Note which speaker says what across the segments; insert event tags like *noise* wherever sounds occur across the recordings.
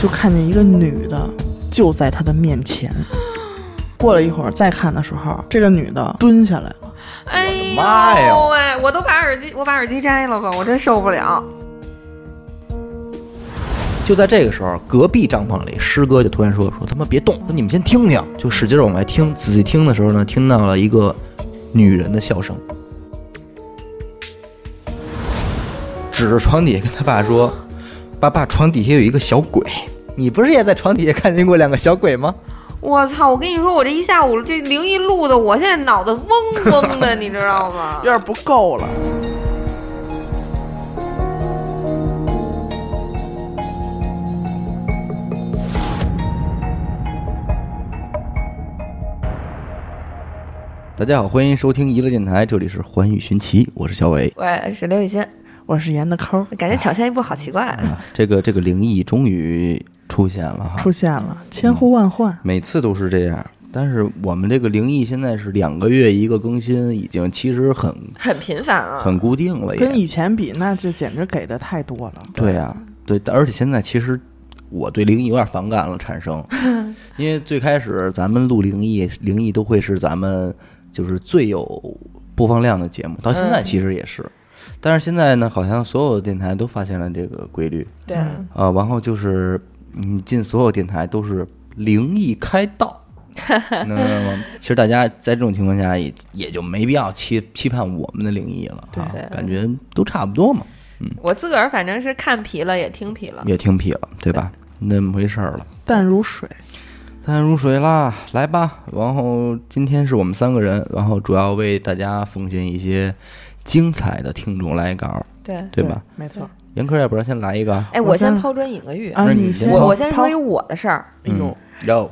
Speaker 1: 就看见一个女的就在他的面前。过了一会儿再看的时候，这个女的蹲下来了。
Speaker 2: 哎
Speaker 3: 我的
Speaker 2: 呦
Speaker 3: 妈呀
Speaker 2: 喂！我都把耳机，我把耳机摘了吧，我真受不了。
Speaker 3: 就在这个时候，隔壁帐篷里，师哥就突然说：“说他妈别动，说你们先听听。”就使劲往外听，仔细听的时候呢，听到了一个女人的笑声，指着床底下跟他爸说：“爸爸，床底下有一个小鬼，你不是也在床底下看见过两个小鬼吗
Speaker 2: 我操！我跟你说，我这一下午这灵异录的，我现在脑子嗡嗡的，你知道吗
Speaker 1: 有？
Speaker 2: *laughs*
Speaker 1: 点不够了。
Speaker 3: 大家好，欢迎收听娱乐电台，这里是环宇寻奇，我是小伟。
Speaker 2: 我是刘雨欣，
Speaker 1: 我是严的抠儿
Speaker 2: 感觉抢先一步好奇怪。
Speaker 3: 啊，这个这个灵异终于出现了哈，
Speaker 1: 出现了，千呼万唤，
Speaker 3: 每次都是这样。但是我们这个灵异现在是两个月一个更新，已经其实很
Speaker 2: 很频繁啊，
Speaker 3: 很固定了也。
Speaker 1: 跟以前比，那就简直给的太多了。
Speaker 3: 对呀、对，而且现在其实我对灵异有点反感了，产生，因为最开始咱们录灵异，灵异都会是咱们就是最有播放量的节目，到现在其实也是。但是现在呢，好像所有的电台都发现了这个规律，
Speaker 2: 对，
Speaker 3: 呃，然后就是你进所有电台都是灵异开道，能明白吗？其实大家在这种情况下也也就没必要期期盼我们的灵异了，啊
Speaker 2: 对
Speaker 3: 感觉都差不多嘛，
Speaker 2: 我自个儿反正是看皮了，也听皮了。
Speaker 3: 也听屁了，对吧？那么回事儿了，
Speaker 1: 淡如水，
Speaker 3: 淡如水啦，来吧。然后今天是我们三个人，然后主要为大家奉献一些精彩的听众来稿，
Speaker 2: 对，
Speaker 3: 对吧？？
Speaker 1: 没错。
Speaker 3: 严科，要不然先来一个？
Speaker 2: 哎，
Speaker 1: 我
Speaker 2: 我先
Speaker 1: 先
Speaker 2: 抛砖引个玉。
Speaker 1: 啊，
Speaker 3: 那你
Speaker 1: 你
Speaker 3: 先
Speaker 2: 我
Speaker 3: 抛
Speaker 2: 我先说一
Speaker 1: 嗯
Speaker 2: 我的事儿，
Speaker 1: 哎
Speaker 3: 嗯
Speaker 1: 呦，
Speaker 3: 有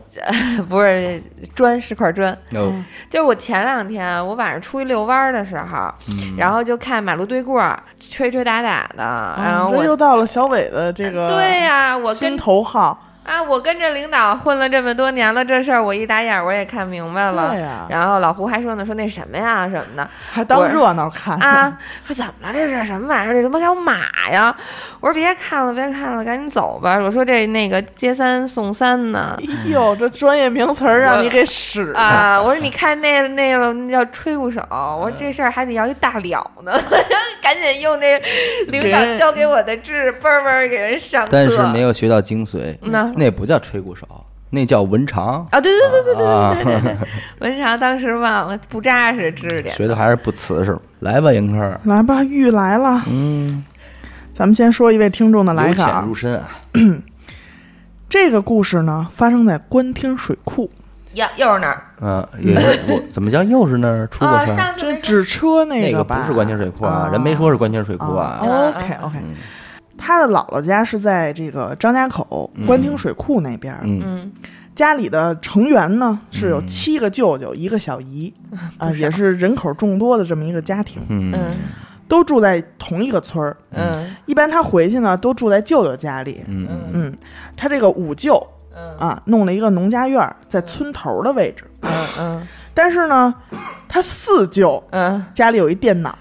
Speaker 2: 不是砖是块砖，
Speaker 3: 有，
Speaker 2: 就是我前两天我晚上出去遛弯儿的时候，然后就看马路对过儿吹吹打打的，
Speaker 3: 啊
Speaker 2: 然后
Speaker 1: 这
Speaker 2: 哎我
Speaker 1: 又到了小伟的这个
Speaker 2: *laughs* 对呀、我
Speaker 1: 心
Speaker 2: 跟
Speaker 1: 头好，
Speaker 2: 啊我跟着领导混了这么多年了，这事儿我一打眼儿我也看明白了。
Speaker 1: 对呀
Speaker 2: 然后老胡还说呢，说那什么呀什
Speaker 1: *laughs*
Speaker 2: 么的
Speaker 1: 还当热闹看
Speaker 2: 啊，说怎么了这是什么玩意儿？这他妈还有马呀！我说别看了别看了，赶紧走吧。我说这那个接三送三
Speaker 1: *laughs*
Speaker 2: 呢。
Speaker 1: 哎
Speaker 3: 嗯
Speaker 1: 呦，这专业名词儿让你给使了，
Speaker 2: 啊！我说你看那那个那叫吹鼓手，我说这事儿还得要一大了呢， *laughs* 赶紧用那领导教给我的智嘣儿嘣儿给人上课。
Speaker 3: 但是没有学到精髓，
Speaker 2: 那
Speaker 3: *laughs* 那不叫吹鼓手，那叫文长。
Speaker 2: 啊，对对对对对
Speaker 3: 啊，
Speaker 2: 对对对，文长当时忘了不扎实知识点。
Speaker 3: 啊 *laughs* 学的还是不瓷实。来吧，严科，
Speaker 1: 来吧，玉来了。嗯，咱们先说一位听众的来
Speaker 3: 由
Speaker 1: 稿
Speaker 3: 浅入。深啊，
Speaker 1: 这个故事呢，发生在官厅水库，
Speaker 2: 呀，又是哪儿？
Speaker 3: 嗯，也是我怎么叫又是那儿出过
Speaker 2: 啊，
Speaker 3: 事儿？
Speaker 2: 上次
Speaker 1: 这
Speaker 2: 没说
Speaker 1: 纸车那
Speaker 3: 那个不
Speaker 1: 吧？
Speaker 3: 是官清水库啊，人没说是官清水库啊。
Speaker 2: 啊
Speaker 1: OK OK，他的姥姥家是在这个张家口官厅水库那边儿，
Speaker 3: 嗯
Speaker 1: 家里的成员呢是有七个舅舅，一个小姨，
Speaker 2: *laughs*
Speaker 1: 啊，也是人口众多的这么一个家庭，
Speaker 3: 嗯
Speaker 2: 嗯
Speaker 1: 都住在同一个村儿。
Speaker 2: 嗯
Speaker 1: 一般他回去呢，都住在舅舅家里。
Speaker 3: 嗯嗯，
Speaker 1: 嗯，他这个五舅
Speaker 2: 嗯
Speaker 1: 啊，弄了一个农家院儿，在村头的位置。
Speaker 2: 嗯嗯
Speaker 1: 但是呢，他四舅
Speaker 2: 嗯，
Speaker 1: 家里有一电脑，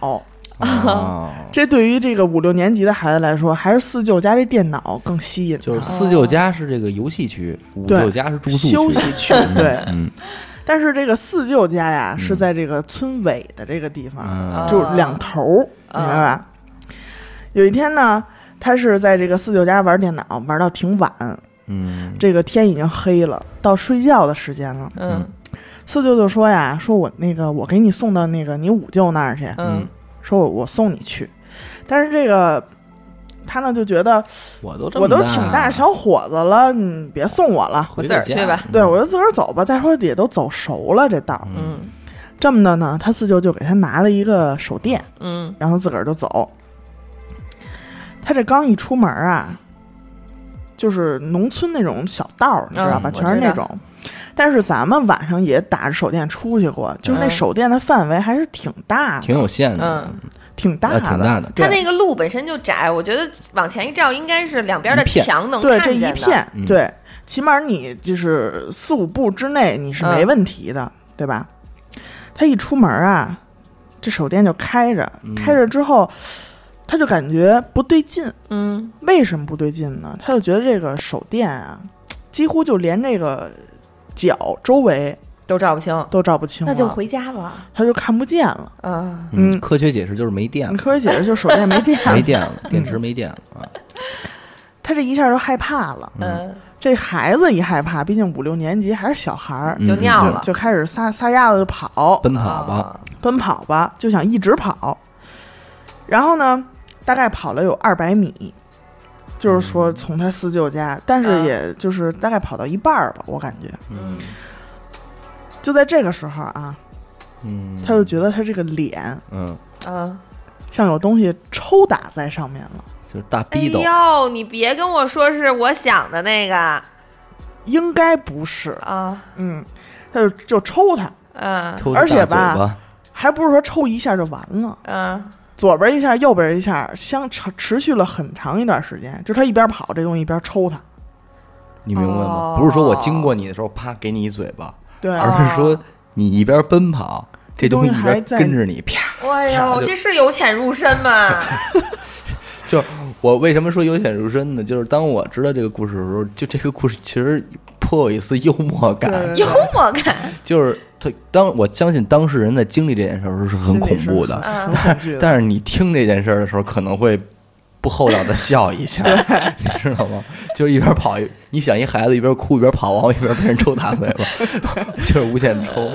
Speaker 3: 哦，
Speaker 1: 这对于这个五六年级的孩子来说，还是四舅家这电脑更吸引他，
Speaker 3: *laughs* 就是四舅家是这个游戏区，五舅家是住宿区
Speaker 1: 休息区。对，
Speaker 3: *laughs* 嗯
Speaker 1: 但是这个四舅家呀，是在这个村尾的这个地方，
Speaker 2: 啊
Speaker 3: 嗯
Speaker 1: 就两头儿，明白吧？有一天呢，他是在这个四舅家玩电脑，玩到挺晚，
Speaker 3: 嗯
Speaker 1: 这个天已经黑了，到睡觉的时间了。
Speaker 2: 嗯
Speaker 1: 四舅就说呀：“说我那个，我给你送到那个你五舅那儿去。”
Speaker 2: 嗯
Speaker 1: 说我我送你去，但是这个他呢就觉得
Speaker 3: 我都这么
Speaker 1: 我都挺大小伙子了，你别送我了，
Speaker 3: 回
Speaker 2: 自
Speaker 3: 个
Speaker 2: 个儿
Speaker 3: 家
Speaker 2: 去吧
Speaker 1: 对我就自个儿走吧。再说也都走熟了这道儿，
Speaker 2: 嗯
Speaker 1: 这么的呢，他四舅就给他拿了一个手电，
Speaker 2: 嗯
Speaker 1: 然后自个儿就走。他这刚一出门啊，就是农村那种小道儿，你知道吧？
Speaker 2: 嗯
Speaker 1: 全是那种。但是咱们晚上也打着手电出去过，就是那
Speaker 2: 嗯
Speaker 1: 手电的范围还是挺大的，
Speaker 3: 挺有限的，
Speaker 2: 嗯，
Speaker 1: 挺大
Speaker 3: 呃
Speaker 1: 的，
Speaker 3: 挺大的
Speaker 1: 对
Speaker 2: 它那个路本身就窄，我觉得往前一照，应该是两边的
Speaker 3: 一片
Speaker 2: 墙能
Speaker 1: 对
Speaker 2: 看
Speaker 1: 这
Speaker 2: 见
Speaker 1: 一
Speaker 2: 的
Speaker 1: 片，
Speaker 3: 嗯
Speaker 1: 对，起码你就是四五步之内你是没
Speaker 2: 嗯
Speaker 1: 问题的，对吧？
Speaker 3: 嗯
Speaker 1: 他一出门啊，这手电就开着，开着之后，他就感觉不对劲。
Speaker 2: 嗯
Speaker 1: 为什么不对劲呢？他就觉得这个手电啊，几乎就连这个脚周围
Speaker 2: 都照不清，
Speaker 1: 都照不清了，
Speaker 2: 那就回家吧。
Speaker 1: 他就看不见了。
Speaker 2: 啊，
Speaker 1: 嗯
Speaker 3: 科学解释就是没电
Speaker 1: 你
Speaker 3: 了，
Speaker 1: 科学解释就是手电没电
Speaker 3: 没
Speaker 1: 了，
Speaker 3: 电
Speaker 1: *laughs*
Speaker 3: 了，电池没电了啊。
Speaker 1: 他这一下就害怕了。
Speaker 2: 嗯，
Speaker 1: 这孩子一害怕，毕竟五六年级还是小孩儿，
Speaker 3: 嗯
Speaker 2: 就尿
Speaker 1: 就
Speaker 2: 了，
Speaker 1: 就开始撒撒丫子就跑，
Speaker 3: 奔跑吧，
Speaker 2: 啊，
Speaker 1: 奔跑吧，就想一直跑。然后呢，大概跑了有二百米，就是说
Speaker 3: 嗯
Speaker 1: 从他四舅家，但是
Speaker 2: 嗯
Speaker 1: 也就是大概跑到一半儿吧，我感觉。
Speaker 2: 嗯
Speaker 1: 就在这个时候啊，
Speaker 3: 嗯，
Speaker 1: 他就觉得他这个脸
Speaker 3: 嗯，
Speaker 2: 嗯，
Speaker 1: 像有东西抽打在上面了，
Speaker 3: 就是大
Speaker 2: 哎
Speaker 3: 逼斗，
Speaker 2: 呦，你别跟我说是我想的那个
Speaker 1: 应该不是，
Speaker 2: 啊，
Speaker 1: 嗯，他就就抽他，
Speaker 2: 嗯
Speaker 3: 抽着
Speaker 1: 而且
Speaker 3: 大嘴
Speaker 1: 吧
Speaker 3: 巴，
Speaker 1: 还不是说抽一下就完了，
Speaker 2: 嗯
Speaker 1: 左边一下，右边一下，相持持续了很长一段时间，就是他一边跑，这东西一边抽他，
Speaker 3: 你明白吗
Speaker 2: 哦？
Speaker 3: 不是说我经过你的时候啪给你一嘴巴，
Speaker 1: 对，啊
Speaker 2: 哦
Speaker 3: 而是说你一边奔跑，这东西一边跟着你，啪！
Speaker 2: 哎
Speaker 3: 啪
Speaker 2: 呦，
Speaker 3: 就
Speaker 2: 这是由浅入深嘛？
Speaker 3: *laughs* 就是我为什么说由浅入深呢？就是当我知道这个故事的时候，就这个故事其实颇有一丝幽默感
Speaker 1: 对，
Speaker 2: *laughs* 幽默感，
Speaker 3: 就是他当我相信当事人在经历这件事儿的时候是很恐怖的，
Speaker 1: 心里是很很恐惧的。
Speaker 3: 但是你听这件事儿的时候可能会。不厚道的笑一下，你知道吗？就是一边跑，你想一孩子一边哭一边跑，然后一边被人抽大嘴巴， *laughs* 就是无限抽。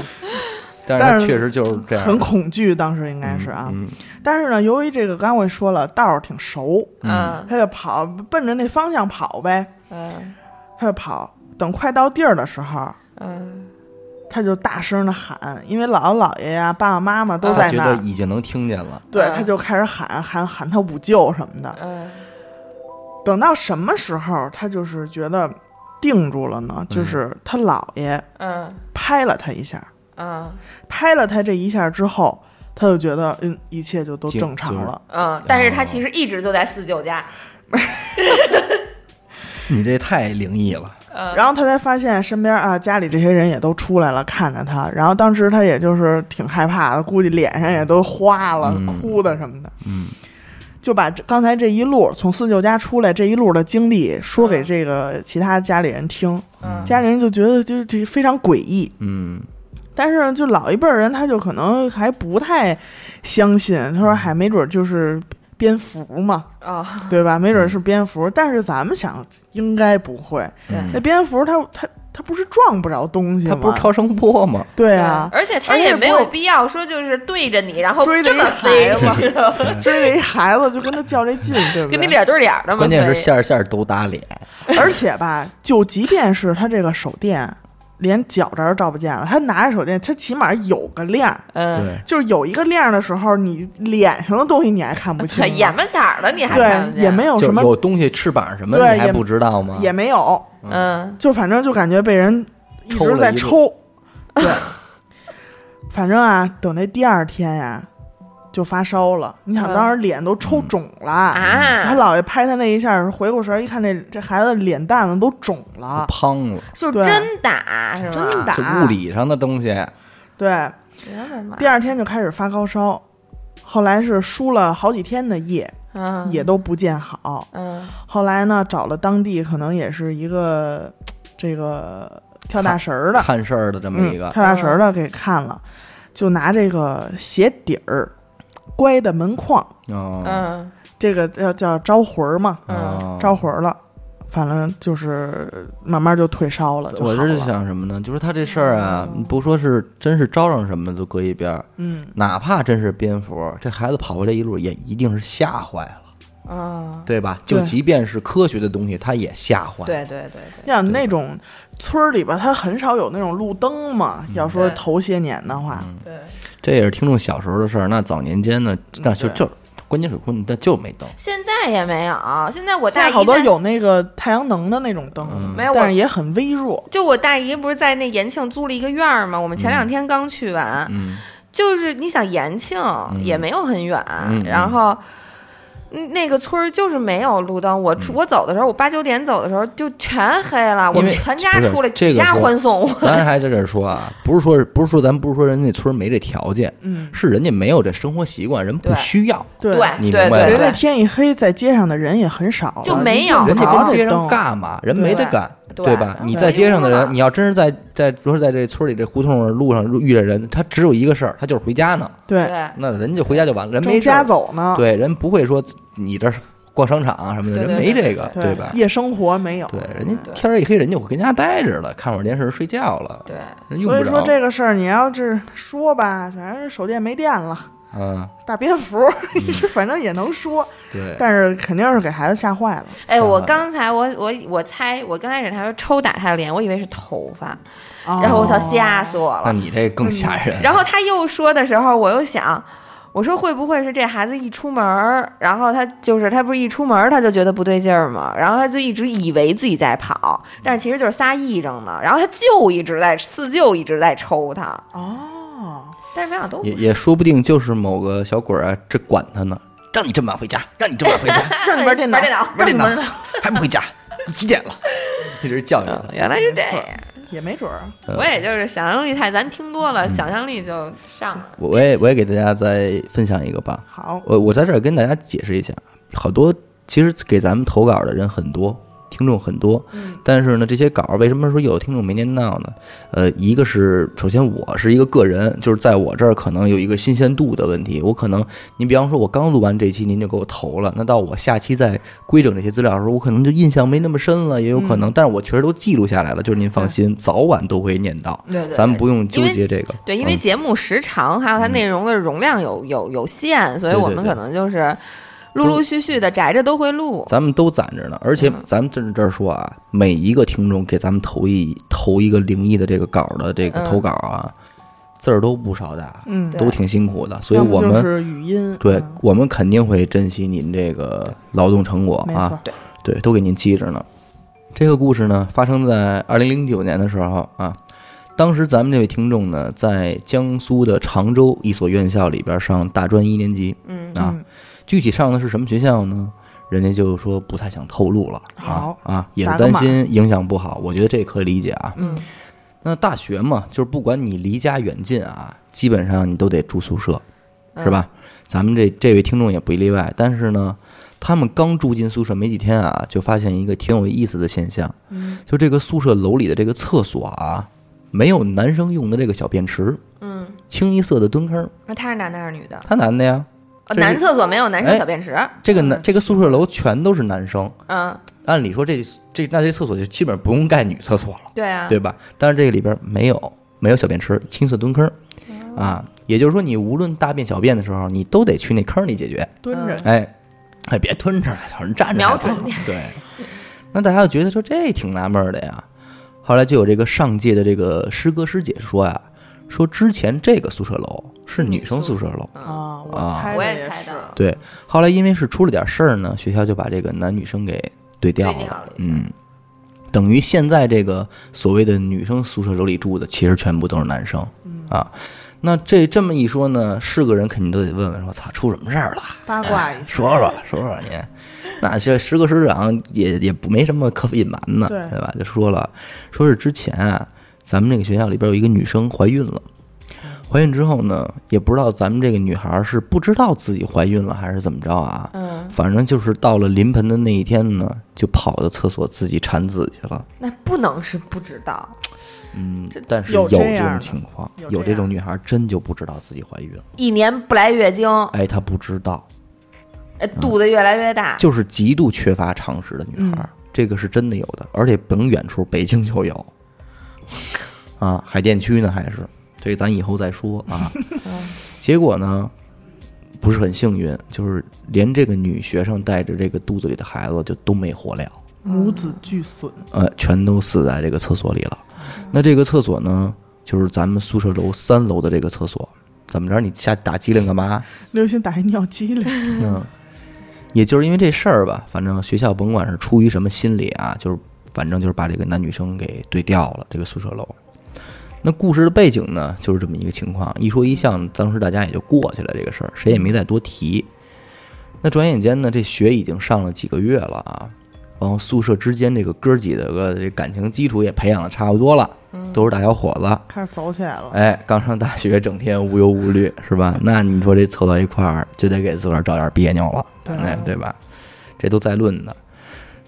Speaker 3: 但是他
Speaker 1: 但是
Speaker 3: 确实就是这样，
Speaker 1: 很恐惧，当时应该是啊。
Speaker 3: 嗯
Speaker 1: 但是呢，由于这个，刚才我也说了，道儿挺熟，
Speaker 2: 嗯
Speaker 1: 他就跑，奔着那方向跑呗，
Speaker 2: 嗯
Speaker 1: 他就跑。等快到地儿的时候，
Speaker 2: 嗯，
Speaker 1: 他就大声的喊，因为姥姥姥爷呀、爸爸妈妈都
Speaker 3: 他
Speaker 1: 在
Speaker 3: 觉
Speaker 1: 那
Speaker 3: 得
Speaker 1: 儿，
Speaker 3: 已经能听见了，
Speaker 1: 对，
Speaker 2: 嗯
Speaker 1: 他就开始喊喊喊他五舅什么的。
Speaker 2: 嗯
Speaker 1: 等到什么时候，他就是觉得定住了呢？就是他姥爷
Speaker 2: 嗯
Speaker 1: 拍了他一下，
Speaker 2: 嗯
Speaker 1: 拍了他这一下之后，他就觉得嗯，一切就都
Speaker 3: 就
Speaker 1: 正常
Speaker 3: 就是
Speaker 1: 了。
Speaker 2: 嗯，但是他其实一直就在四舅家，
Speaker 3: 你这太灵异了。
Speaker 2: 嗯，
Speaker 1: 然后他才发现身边啊，家里这些人也都出来了，看着他。然后当时他也就是挺害怕的，估计脸上也都花了，
Speaker 3: 嗯
Speaker 1: 哭的什么的。
Speaker 3: 嗯，
Speaker 1: 就把这刚才这一路从四舅家出来这一路的经历说给这个其他家里人听，
Speaker 2: 嗯
Speaker 1: 家里人就觉得就这非常诡异。
Speaker 3: 嗯，
Speaker 1: 但是就老一辈儿人，他就可能还不太相信，他
Speaker 3: 嗯
Speaker 1: 说还没准儿就是蝙蝠嘛，
Speaker 2: 啊，
Speaker 1: 对吧？没准儿是蝙蝠，但是咱们想应该不会。
Speaker 2: 对
Speaker 1: 那蝙蝠它它它不是撞不着东西
Speaker 3: 他
Speaker 1: 吗？
Speaker 3: 不是超声波吗？
Speaker 1: 对啊，
Speaker 2: 而且他
Speaker 1: 而且
Speaker 2: 也没有
Speaker 1: 不
Speaker 2: 必要说就是对着你，然后
Speaker 1: 追着
Speaker 2: 这么
Speaker 1: 一
Speaker 2: 飞，
Speaker 1: 孩子
Speaker 2: 你知道吗 *laughs*
Speaker 1: 追着一孩子就跟他较这劲，对不对？
Speaker 2: 跟你脸对脸的嘛。
Speaker 3: 关键是
Speaker 2: 飞
Speaker 3: 馅儿馅儿都打脸，
Speaker 1: 而且吧，就即便是他这个手电，连脚这儿照不见了，他拿着手电，他起码有个亮儿。
Speaker 2: 嗯，
Speaker 3: 对，
Speaker 1: 就是有一个亮儿的时候，你脸上的东西你还看不清
Speaker 2: 可
Speaker 1: 了，
Speaker 2: 啊眼巴前儿了，你还看
Speaker 1: 对
Speaker 2: 不见
Speaker 1: 也没有
Speaker 3: 就
Speaker 1: 什么，
Speaker 3: 有东西翅膀什么，
Speaker 1: 对
Speaker 3: 你还
Speaker 1: 也
Speaker 3: 不知道吗？
Speaker 1: 也没有，
Speaker 2: 嗯
Speaker 1: 就反正就感觉被人一
Speaker 3: 抽了
Speaker 1: 直在
Speaker 3: 一路
Speaker 1: 抽，对，反正啊，等这第二天呀、就发烧了。你想
Speaker 2: 嗯
Speaker 1: 当时脸都抽肿了，他
Speaker 2: 啊，
Speaker 1: 姥爷拍他那一下，回过神儿一看这，这孩子脸蛋子都肿
Speaker 2: 啊
Speaker 1: 了，
Speaker 3: 胖了，
Speaker 2: 哦就
Speaker 1: 对啊
Speaker 2: 真打是吗？
Speaker 1: 真，打
Speaker 3: 这物。理上的东西，
Speaker 1: 对，
Speaker 2: 我的妈！
Speaker 1: 第二天就开始发高烧，后来是输了好几天的液，
Speaker 2: 嗯
Speaker 1: 也都不见好。
Speaker 2: 嗯
Speaker 1: 后来呢，找了当地可能也是一个这个跳大神儿的，
Speaker 3: 看事儿的这么一个
Speaker 1: 嗯、，跳大神儿的给看了，就拿这个鞋底儿乖的门框，
Speaker 3: 嗯
Speaker 2: 嗯
Speaker 1: 这个叫叫招魂儿嘛，
Speaker 2: 嗯
Speaker 3: 哦
Speaker 1: 招魂儿了，反正就是慢慢就退烧了，就
Speaker 3: 我
Speaker 1: 好
Speaker 3: 这是
Speaker 1: 了
Speaker 3: 想什么呢？就是他这事儿啊，
Speaker 2: 嗯
Speaker 3: 你不说是真是招上什么都搁一边儿，
Speaker 1: 嗯，
Speaker 3: 哪怕真是蝙蝠，这孩子跑回来一路也一定是吓坏了，
Speaker 2: 嗯，
Speaker 3: 对吧？就
Speaker 1: 对
Speaker 3: 即便是科学的东西，他也吓坏了。
Speaker 2: 对对对对，
Speaker 1: 你想那种村儿里边，它很少有那种路灯嘛，
Speaker 3: 嗯
Speaker 1: 要说
Speaker 2: 对
Speaker 1: 头些年的话，
Speaker 2: 对，
Speaker 3: 这也是听众小时候的事儿。那早年间呢，那就
Speaker 2: 嗯
Speaker 1: 对
Speaker 3: 就关键水库，但就没灯。
Speaker 2: 现在也没有，现在我
Speaker 1: 现
Speaker 2: 大
Speaker 1: 在
Speaker 2: 姨
Speaker 1: 好多
Speaker 2: 在，
Speaker 1: 有那个太阳能的那种灯，
Speaker 3: 嗯
Speaker 2: 没有
Speaker 1: 但
Speaker 2: 我
Speaker 1: 是也很微弱。
Speaker 2: 就我大姨不是在那延庆租了一个院儿吗？我们前两天刚去完，
Speaker 3: 嗯
Speaker 2: 就是你想延庆也没有很远，
Speaker 3: 嗯
Speaker 2: 然后嗯那个村儿就是没有路灯。我出我走的时候，我八九点走的时候就全黑了，我
Speaker 3: 因
Speaker 2: 们
Speaker 3: 为
Speaker 2: 全家
Speaker 3: 不是
Speaker 2: 出来，举
Speaker 3: 这个
Speaker 2: 家
Speaker 3: 是
Speaker 2: 欢送。
Speaker 3: 咱还在这儿说啊，不是说不是说咱不是说人家那村儿没这条件，
Speaker 1: 嗯，
Speaker 3: 是人家没有这生活习惯，人不
Speaker 2: 对
Speaker 3: 需要。
Speaker 1: *laughs* 对
Speaker 3: 你
Speaker 2: 对对
Speaker 3: 明白
Speaker 1: 人
Speaker 2: 对
Speaker 1: 家天一黑，在街上的人也很少了，
Speaker 2: 就没有
Speaker 1: 用
Speaker 3: 人
Speaker 1: 不
Speaker 3: 家
Speaker 1: 着
Speaker 3: 跟
Speaker 1: 这
Speaker 3: 街上
Speaker 1: 灯
Speaker 3: 干嘛？人
Speaker 1: 对
Speaker 3: 没得干，
Speaker 2: 对
Speaker 3: 吧？
Speaker 2: 对
Speaker 3: 你在街上的
Speaker 2: 没用
Speaker 3: 人，
Speaker 2: 了
Speaker 3: 你要真是在在，如果是在这村里这胡同路上遇见人，他只有一个事儿，他就是回家呢。
Speaker 1: 对，
Speaker 2: 对
Speaker 3: 那人家就回家就完了，人没
Speaker 1: 正
Speaker 3: 事
Speaker 1: 家
Speaker 3: 儿。
Speaker 1: 走呢，
Speaker 3: 对，人不会说你这儿逛商场啊什么的，
Speaker 2: 对
Speaker 3: 人
Speaker 2: 对
Speaker 3: 没
Speaker 2: 对
Speaker 3: 这个，
Speaker 1: 对
Speaker 3: 吧？
Speaker 1: 夜生活没有，
Speaker 3: 对，人家天儿一黑，人家我跟家待着了，看会儿电视睡觉了，
Speaker 2: 对，
Speaker 3: 人用
Speaker 1: 所
Speaker 3: 不
Speaker 1: 以
Speaker 3: 着。
Speaker 1: 说这个事儿，你要是说吧，反正手电没电了，
Speaker 3: 嗯，
Speaker 1: 大蝙蝠， *laughs* 反正也能说，
Speaker 3: 对，
Speaker 1: 但是肯定是给孩子吓坏了。
Speaker 2: 哎，
Speaker 3: 吓坏
Speaker 2: 我
Speaker 3: 了
Speaker 2: 刚才我我我猜，我刚开始他说抽打他的脸，我以为是头发，
Speaker 1: 哦
Speaker 2: 然后我操，吓死我
Speaker 3: 那
Speaker 2: 了。
Speaker 3: 你这更吓人。
Speaker 2: 然后他又说的时候，我又想，我说会不会是这孩子一出门儿，然后他就是他不是一出门儿他就觉得不对劲儿嘛，然后他就一直以为自己在跑，但是其实就是仨癔症呢，然后他舅一直在四舅一直在抽他，
Speaker 1: 哦，
Speaker 2: 但是没想到都
Speaker 3: 也也说不定就是某个小鬼儿啊，这管他呢，让你这么晚回家，让你这么晚回家，
Speaker 1: 让你玩电脑，
Speaker 2: 玩电脑
Speaker 1: 让 *laughs* 你玩电
Speaker 3: 玩电
Speaker 1: 脑，
Speaker 3: 还不回家，你几点了？ *laughs* 啊哎一直教育他。
Speaker 2: *laughs* 原来是这
Speaker 1: 没
Speaker 2: 样
Speaker 1: 错。也没准儿。
Speaker 3: *laughs* 嗯
Speaker 2: 我也就是想象力太，咱听多了，想象力就上了。
Speaker 3: 我我也我也给大家再分享一个吧，
Speaker 1: 好，
Speaker 3: 我我在这儿跟大家解释一下，好多其实给咱们投稿的人很多，听众很多，
Speaker 2: 嗯
Speaker 3: 但是呢，这些稿儿为什么说有的听众没念到呢？呃，一个是首先我是一个个人，就是在我这儿可能有一个新鲜度的问题，我可能您比方说我刚录完这期您就给我投了，那到我下期再规整这些资料的时候，我可能就印象没那么深了，也有
Speaker 2: 嗯
Speaker 3: 可能，但是我确实都记录下来了，就是您放心，早晚都会念到，
Speaker 2: 对对，
Speaker 3: 咱们不用
Speaker 2: 因
Speaker 3: 纠
Speaker 2: 为
Speaker 3: 结这个，
Speaker 2: 对，因为
Speaker 3: 嗯
Speaker 2: 节目时长还有它内容的容量有有有限，所以
Speaker 3: 对对
Speaker 2: 我们
Speaker 3: 对
Speaker 2: 可能就是陆陆续续的宅着都会录。
Speaker 3: 咱们都攒着呢，而且
Speaker 2: 嗯
Speaker 3: 咱们这这儿说啊，每一个听众给咱们投一投一个灵异的这个稿的这个
Speaker 2: 嗯
Speaker 3: 投稿啊，字儿都不少的，
Speaker 1: 嗯，
Speaker 2: 对
Speaker 3: 都挺辛苦的，所以
Speaker 1: 要么
Speaker 3: 我
Speaker 1: 就
Speaker 3: 们
Speaker 1: 是语音，
Speaker 3: 对
Speaker 1: 嗯
Speaker 3: 我们肯定会珍惜您这个劳动成果
Speaker 1: 没
Speaker 3: 啊
Speaker 1: 错，，
Speaker 3: 对，都给您记着呢。这个故事呢，发生在二零零九年的时候啊，当时咱们这位听众呢，在江苏的常州一所院校里边上大专一年级，
Speaker 2: 嗯
Speaker 3: 啊
Speaker 1: 嗯，
Speaker 3: 具体上的是什么学校呢？人家就说不太想透露了啊
Speaker 1: 好
Speaker 3: 啊，也
Speaker 1: 打
Speaker 3: 是
Speaker 1: 个
Speaker 3: 担
Speaker 1: 码
Speaker 3: 心影响不好，我觉得这可以理解啊。
Speaker 2: 嗯，
Speaker 3: 那大学嘛，就是不管你离家远近啊，基本上你都得住宿舍，
Speaker 2: 嗯
Speaker 3: 是？吧？咱们这这位听众也不例外。但是呢，他们刚住进宿舍没几天啊，就发现一个挺有意思的现象，就这个宿舍楼里的这个厕所啊，没有男生用的这个小便池，
Speaker 2: 嗯，
Speaker 3: 清一色的蹲坑，
Speaker 2: 那他是男的还是女的？
Speaker 3: 他男的呀。
Speaker 2: 哦
Speaker 3: 这是哎
Speaker 2: 男厕所没有男生小便池。
Speaker 3: 这个男这个宿舍楼全都是男生，
Speaker 2: 嗯，
Speaker 3: 按理说这这那这厕所就基本不用盖女厕所了，
Speaker 2: 对啊，
Speaker 3: 对吧？但是这个里边没有没有小便池，清澈蹲坑
Speaker 2: 哦
Speaker 3: 啊，也就是说你无论大便小便的时候，你都得去那坑里解决。
Speaker 1: 蹲着
Speaker 2: 嗯
Speaker 3: 哎哎，别蹲着了，有人站着
Speaker 2: 瞄
Speaker 3: 还不行
Speaker 2: 准
Speaker 3: 对，那大家就觉得说这挺纳闷儿的呀。后来就有这个上届的这个师哥师姐说呀，说之前这个宿舍楼是女生宿舍楼，
Speaker 2: 嗯，
Speaker 1: 啊，
Speaker 3: 啊
Speaker 1: 我猜
Speaker 2: 我
Speaker 1: 的
Speaker 2: 也
Speaker 1: 也
Speaker 2: 猜
Speaker 1: 是
Speaker 2: 到，了。
Speaker 3: 对，后来因为是出了点事儿呢，学校就把这个男女生给对调
Speaker 2: 对调了一下
Speaker 3: 嗯，等于现在这个所谓的女生宿舍楼里住的，其实全部都是男生。
Speaker 2: 嗯
Speaker 3: 啊，那这这么一说呢，是个人肯定都得问问说，操，出什么事儿了？
Speaker 1: 八卦一下，
Speaker 3: 哎说说说说您。那这十个师长也也不没什么可隐瞒的，
Speaker 1: 对
Speaker 3: 对吧？就说了，说是之前啊，咱们这个学校里边有一个女生怀孕了，
Speaker 1: 嗯
Speaker 3: 怀孕之后呢，也不知道咱们这个女孩是不知道自己怀孕了还是怎么着啊，
Speaker 2: 嗯，
Speaker 3: 反正就是到了临盆的那一天呢，就跑到厕所自己产子去了。
Speaker 2: 那不能是不知道。
Speaker 3: 嗯
Speaker 2: 这，
Speaker 3: 但是
Speaker 1: 有
Speaker 3: 有
Speaker 1: 这
Speaker 3: 这
Speaker 1: 样
Speaker 3: 种
Speaker 1: 的
Speaker 3: 情况，
Speaker 1: 有
Speaker 3: 有
Speaker 1: 这
Speaker 3: 这种
Speaker 1: 样
Speaker 3: 女孩真就不知道自己怀孕了，
Speaker 2: 一年不来月经，
Speaker 3: 哎，她不知道。
Speaker 2: 呃肚子越来越大，
Speaker 3: 嗯就是极度缺乏常识的女孩儿，这个是真的有的，而且甭远处北京就有，啊，海淀区呢还是这个咱以后再说啊。结果呢，不是很幸运，就是连这个女学生带着这个肚子里的孩子就都没活了，
Speaker 1: 母子俱损，
Speaker 3: 呃，全都死在这个厕所里了。那这个厕所呢，就是咱们宿舍楼三楼的这个厕所，怎么着？你瞎打机灵干嘛？
Speaker 1: 刘鑫打一尿激灵，
Speaker 3: 嗯，也就是因为这事儿吧，反正学校甭管是出于什么心理啊，就是反正就是把这个男女生给对调了，这个宿舍楼。那故事的背景呢，就是这么一个情况，一说一笑，当时大家也就过去了这个事儿，谁也没再多提。那转眼间呢，这雪已经上了几个月了啊，然后宿舍之间这个哥几个这感情基础也培养的差不多了，都是大小伙子。
Speaker 1: *laughs* 开始走起来了。
Speaker 3: 哎，刚上大学，整天无忧无虑，是吧？那你说这凑到一块儿，就得给自个儿找点别扭了，
Speaker 1: 对
Speaker 3: 哎，对吧？这都在论的。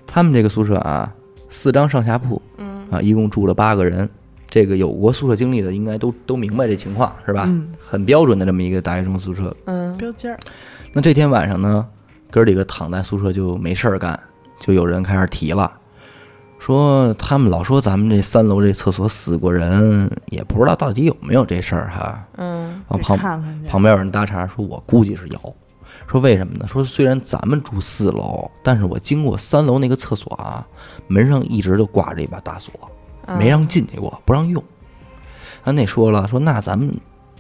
Speaker 3: 他们这个宿舍啊，四张上下铺，嗯啊，一共住了八个人。这个有过宿舍经历的，应该都都明白这情况，是吧？
Speaker 1: 嗯
Speaker 3: 很标准的这么一个大学生宿舍。
Speaker 2: 嗯
Speaker 1: 标间儿，
Speaker 3: 那这天晚上呢，哥儿几个躺在宿舍就没事儿干，就有人开始提了，说他们老说咱们这三楼这厕所死过人，也不知道到底有没有这事儿哈。
Speaker 2: 嗯
Speaker 3: 啊，
Speaker 1: 得
Speaker 3: 旁
Speaker 1: 看看去。
Speaker 3: 旁边有人搭茬说：“我估计是有。”说为什么呢？说虽然咱们住四楼，但是我经过三楼那个厕所啊，门上一直就挂着一把大锁，没让进去过，不让用。啊，那说了，说那咱们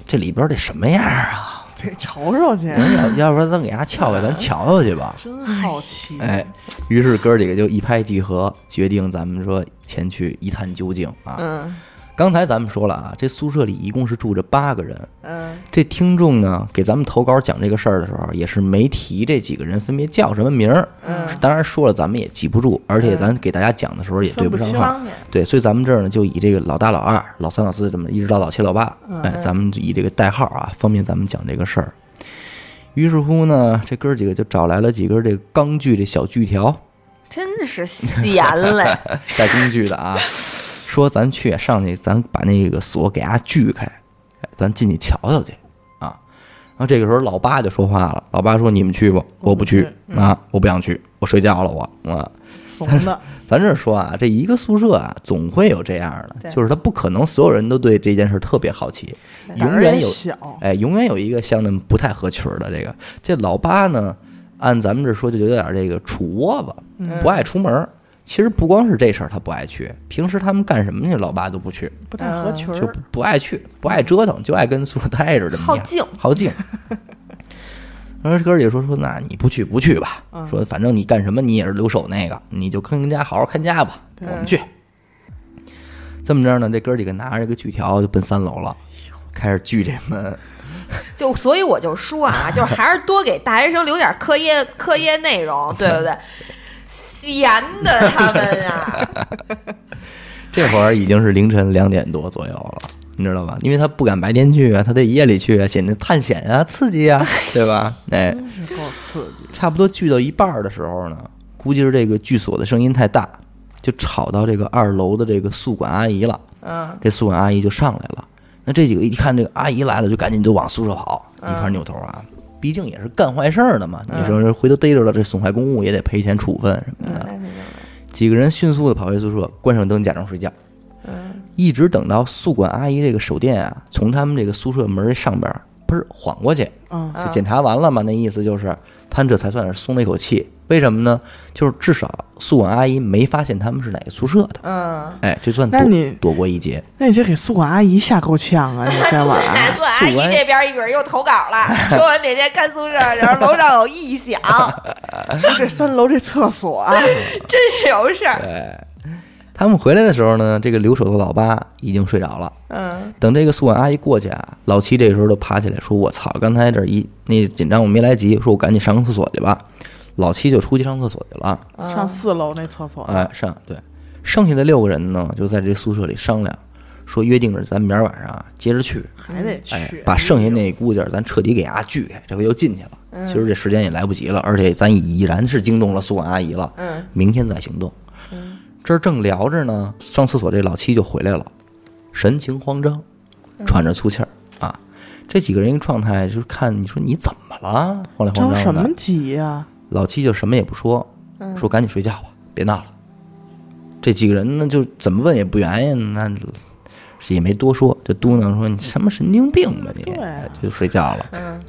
Speaker 3: 这里边得什么样啊？
Speaker 1: 得瞅瞅去，
Speaker 3: 要要不然咱给它撬开，咱瞧瞧去吧。
Speaker 1: 真好奇。
Speaker 3: 哎，于是哥儿几个就一拍即合，决定咱们说前去一探究竟啊。
Speaker 2: 嗯
Speaker 3: 刚才咱们说了啊，这宿舍里一共是住着八个人，
Speaker 2: 嗯
Speaker 3: 这听众呢，给咱们投稿讲这个事儿的时候，也是没提这几个人分别叫什么名儿。
Speaker 2: 嗯，
Speaker 3: 当然说了，咱们也记不住，而且咱给大家讲的时候也对上
Speaker 1: 分不清
Speaker 3: 号。
Speaker 2: 方便
Speaker 3: 对，所以咱们这儿呢，就以这个老大、老二、老三、老四这么一直到老七、老八，哎，咱们就以这个代号啊，方便咱们讲这个事儿。于是乎呢，这哥儿几个就找来了几根这个钢锯这小锯条，
Speaker 2: 真是闲嘞，
Speaker 3: *laughs* 带工具的啊， *laughs* 说咱去啊上去，咱把那个锁给它锯开，哎咱进去瞧瞧去啊。然后这个时候老八就说话了，老八说：“你们去吧，我不去啊，我不想去，我睡觉了我，啊。
Speaker 1: 怂的，
Speaker 3: 咱这说啊，这一个宿舍啊，总会有这样的，
Speaker 2: 对
Speaker 3: 就是他不可能所有人都对这件事特别好奇，
Speaker 1: 胆
Speaker 3: 永
Speaker 1: 儿
Speaker 3: 远
Speaker 1: 也
Speaker 3: 有
Speaker 1: 小，
Speaker 3: 哎，永远有一个像那么不太合群儿的这个。这老八呢，按咱们这说就有点这个杵窝子，不爱出门儿。其实不光是这事儿他不爱去，平时他们干什么去，老八都不去，
Speaker 1: 不太合群
Speaker 3: 嗯就
Speaker 1: 儿
Speaker 3: 不。不爱去，不爱折腾，就爱跟宿舍待着这么
Speaker 2: 好
Speaker 3: 样
Speaker 2: 静
Speaker 3: 好静。然后哥儿姐说说，那你不去不去吧，说反正你干什么你也是留守那个，你就跟人家好好看家吧，我们去。这么着呢，这哥儿几个拿着这个锯条就奔三楼了，开始锯这门。
Speaker 2: 就所以我就说啊，就还是多给大学生留点课业课业内容，对不对？闲的他们
Speaker 3: *laughs*
Speaker 2: 啊，
Speaker 3: 这会儿已经是凌晨两点多左右了，你知道吧？因为他不敢白天去啊，他得夜里去啊，显得探险啊、刺激
Speaker 1: *laughs*
Speaker 3: 啊，对吧？哎，
Speaker 1: 真是够刺激，
Speaker 3: 差不多锯到一半儿的时候呢，估计是这个锯锁的声音太大，就吵到这个二楼的这个宿管阿姨了。
Speaker 2: 嗯，
Speaker 3: 这宿管阿姨就上来了。那这几个一看这个阿姨来了，就赶紧就往宿舍跑，
Speaker 1: 嗯
Speaker 3: 一块儿扭头啊。毕竟也是干坏事儿的嘛，你说是回头逮着了，这损坏公物也得赔钱处分什么的。几个人迅速的跑回宿舍，关上灯，假装睡觉。嗯，一直等到宿管阿姨这个手电啊，从他们这个宿舍门上边儿嘣儿晃过去，
Speaker 1: 嗯，
Speaker 3: 就检查完了嘛，那意思就是他们这才算是松了一口气。为什么呢？就是至少宿管阿姨没发现他们是哪个宿舍的，
Speaker 2: 嗯，
Speaker 3: 哎，这算
Speaker 1: 那
Speaker 3: 躲
Speaker 1: 你
Speaker 3: 躲过一劫。
Speaker 1: 那你这给宿管阿姨吓够呛啊！你这玩意
Speaker 2: 奶
Speaker 1: 儿，
Speaker 2: 子阿姨这边一会儿又投稿
Speaker 3: *laughs*
Speaker 2: 了，说我哪天看宿舍，然后楼上有异响，
Speaker 1: *laughs* 说这三楼这厕所啊，
Speaker 2: 真是有事儿。
Speaker 3: 他们回来的时候呢，这个留守的老八已经睡着了。
Speaker 2: 嗯
Speaker 3: 等这个宿管阿姨过去啊，老七这时候就爬起来说：“我操，刚才这一那紧张，我没来及，说我赶紧上个厕所去吧。”老七就出去上厕所去了。
Speaker 1: 上四楼那厕所，
Speaker 3: 哎，上对，剩下的六个人呢，就在这宿舍里商量，说约定着咱明儿晚上啊接着去，
Speaker 1: 还得
Speaker 3: 哎
Speaker 1: 去，，
Speaker 3: 把剩下那一股劲儿咱彻底给它锯开，这回又进去
Speaker 1: 嗯
Speaker 3: 了。其实这时间也来不及了，而且咱已然是惊动了宿管阿姨了。
Speaker 2: 嗯，
Speaker 3: 明天再行动。
Speaker 1: 嗯
Speaker 3: 这儿正聊着呢，上厕所这老七就回来了，神情慌张，
Speaker 1: 嗯
Speaker 3: 喘着粗气儿啊。这几个人一状态就是看你说你怎么了，慌里慌
Speaker 1: 着什
Speaker 3: 张的
Speaker 1: 么。急呀？
Speaker 3: 老七就什么也不说，
Speaker 2: 嗯
Speaker 3: 说赶紧睡觉吧，别闹了。这几个人呢，就怎么问也不愿意，那也没多说，就嘟囔说你什么神经病吧你，
Speaker 1: 对啊
Speaker 3: 就睡觉了。
Speaker 2: 嗯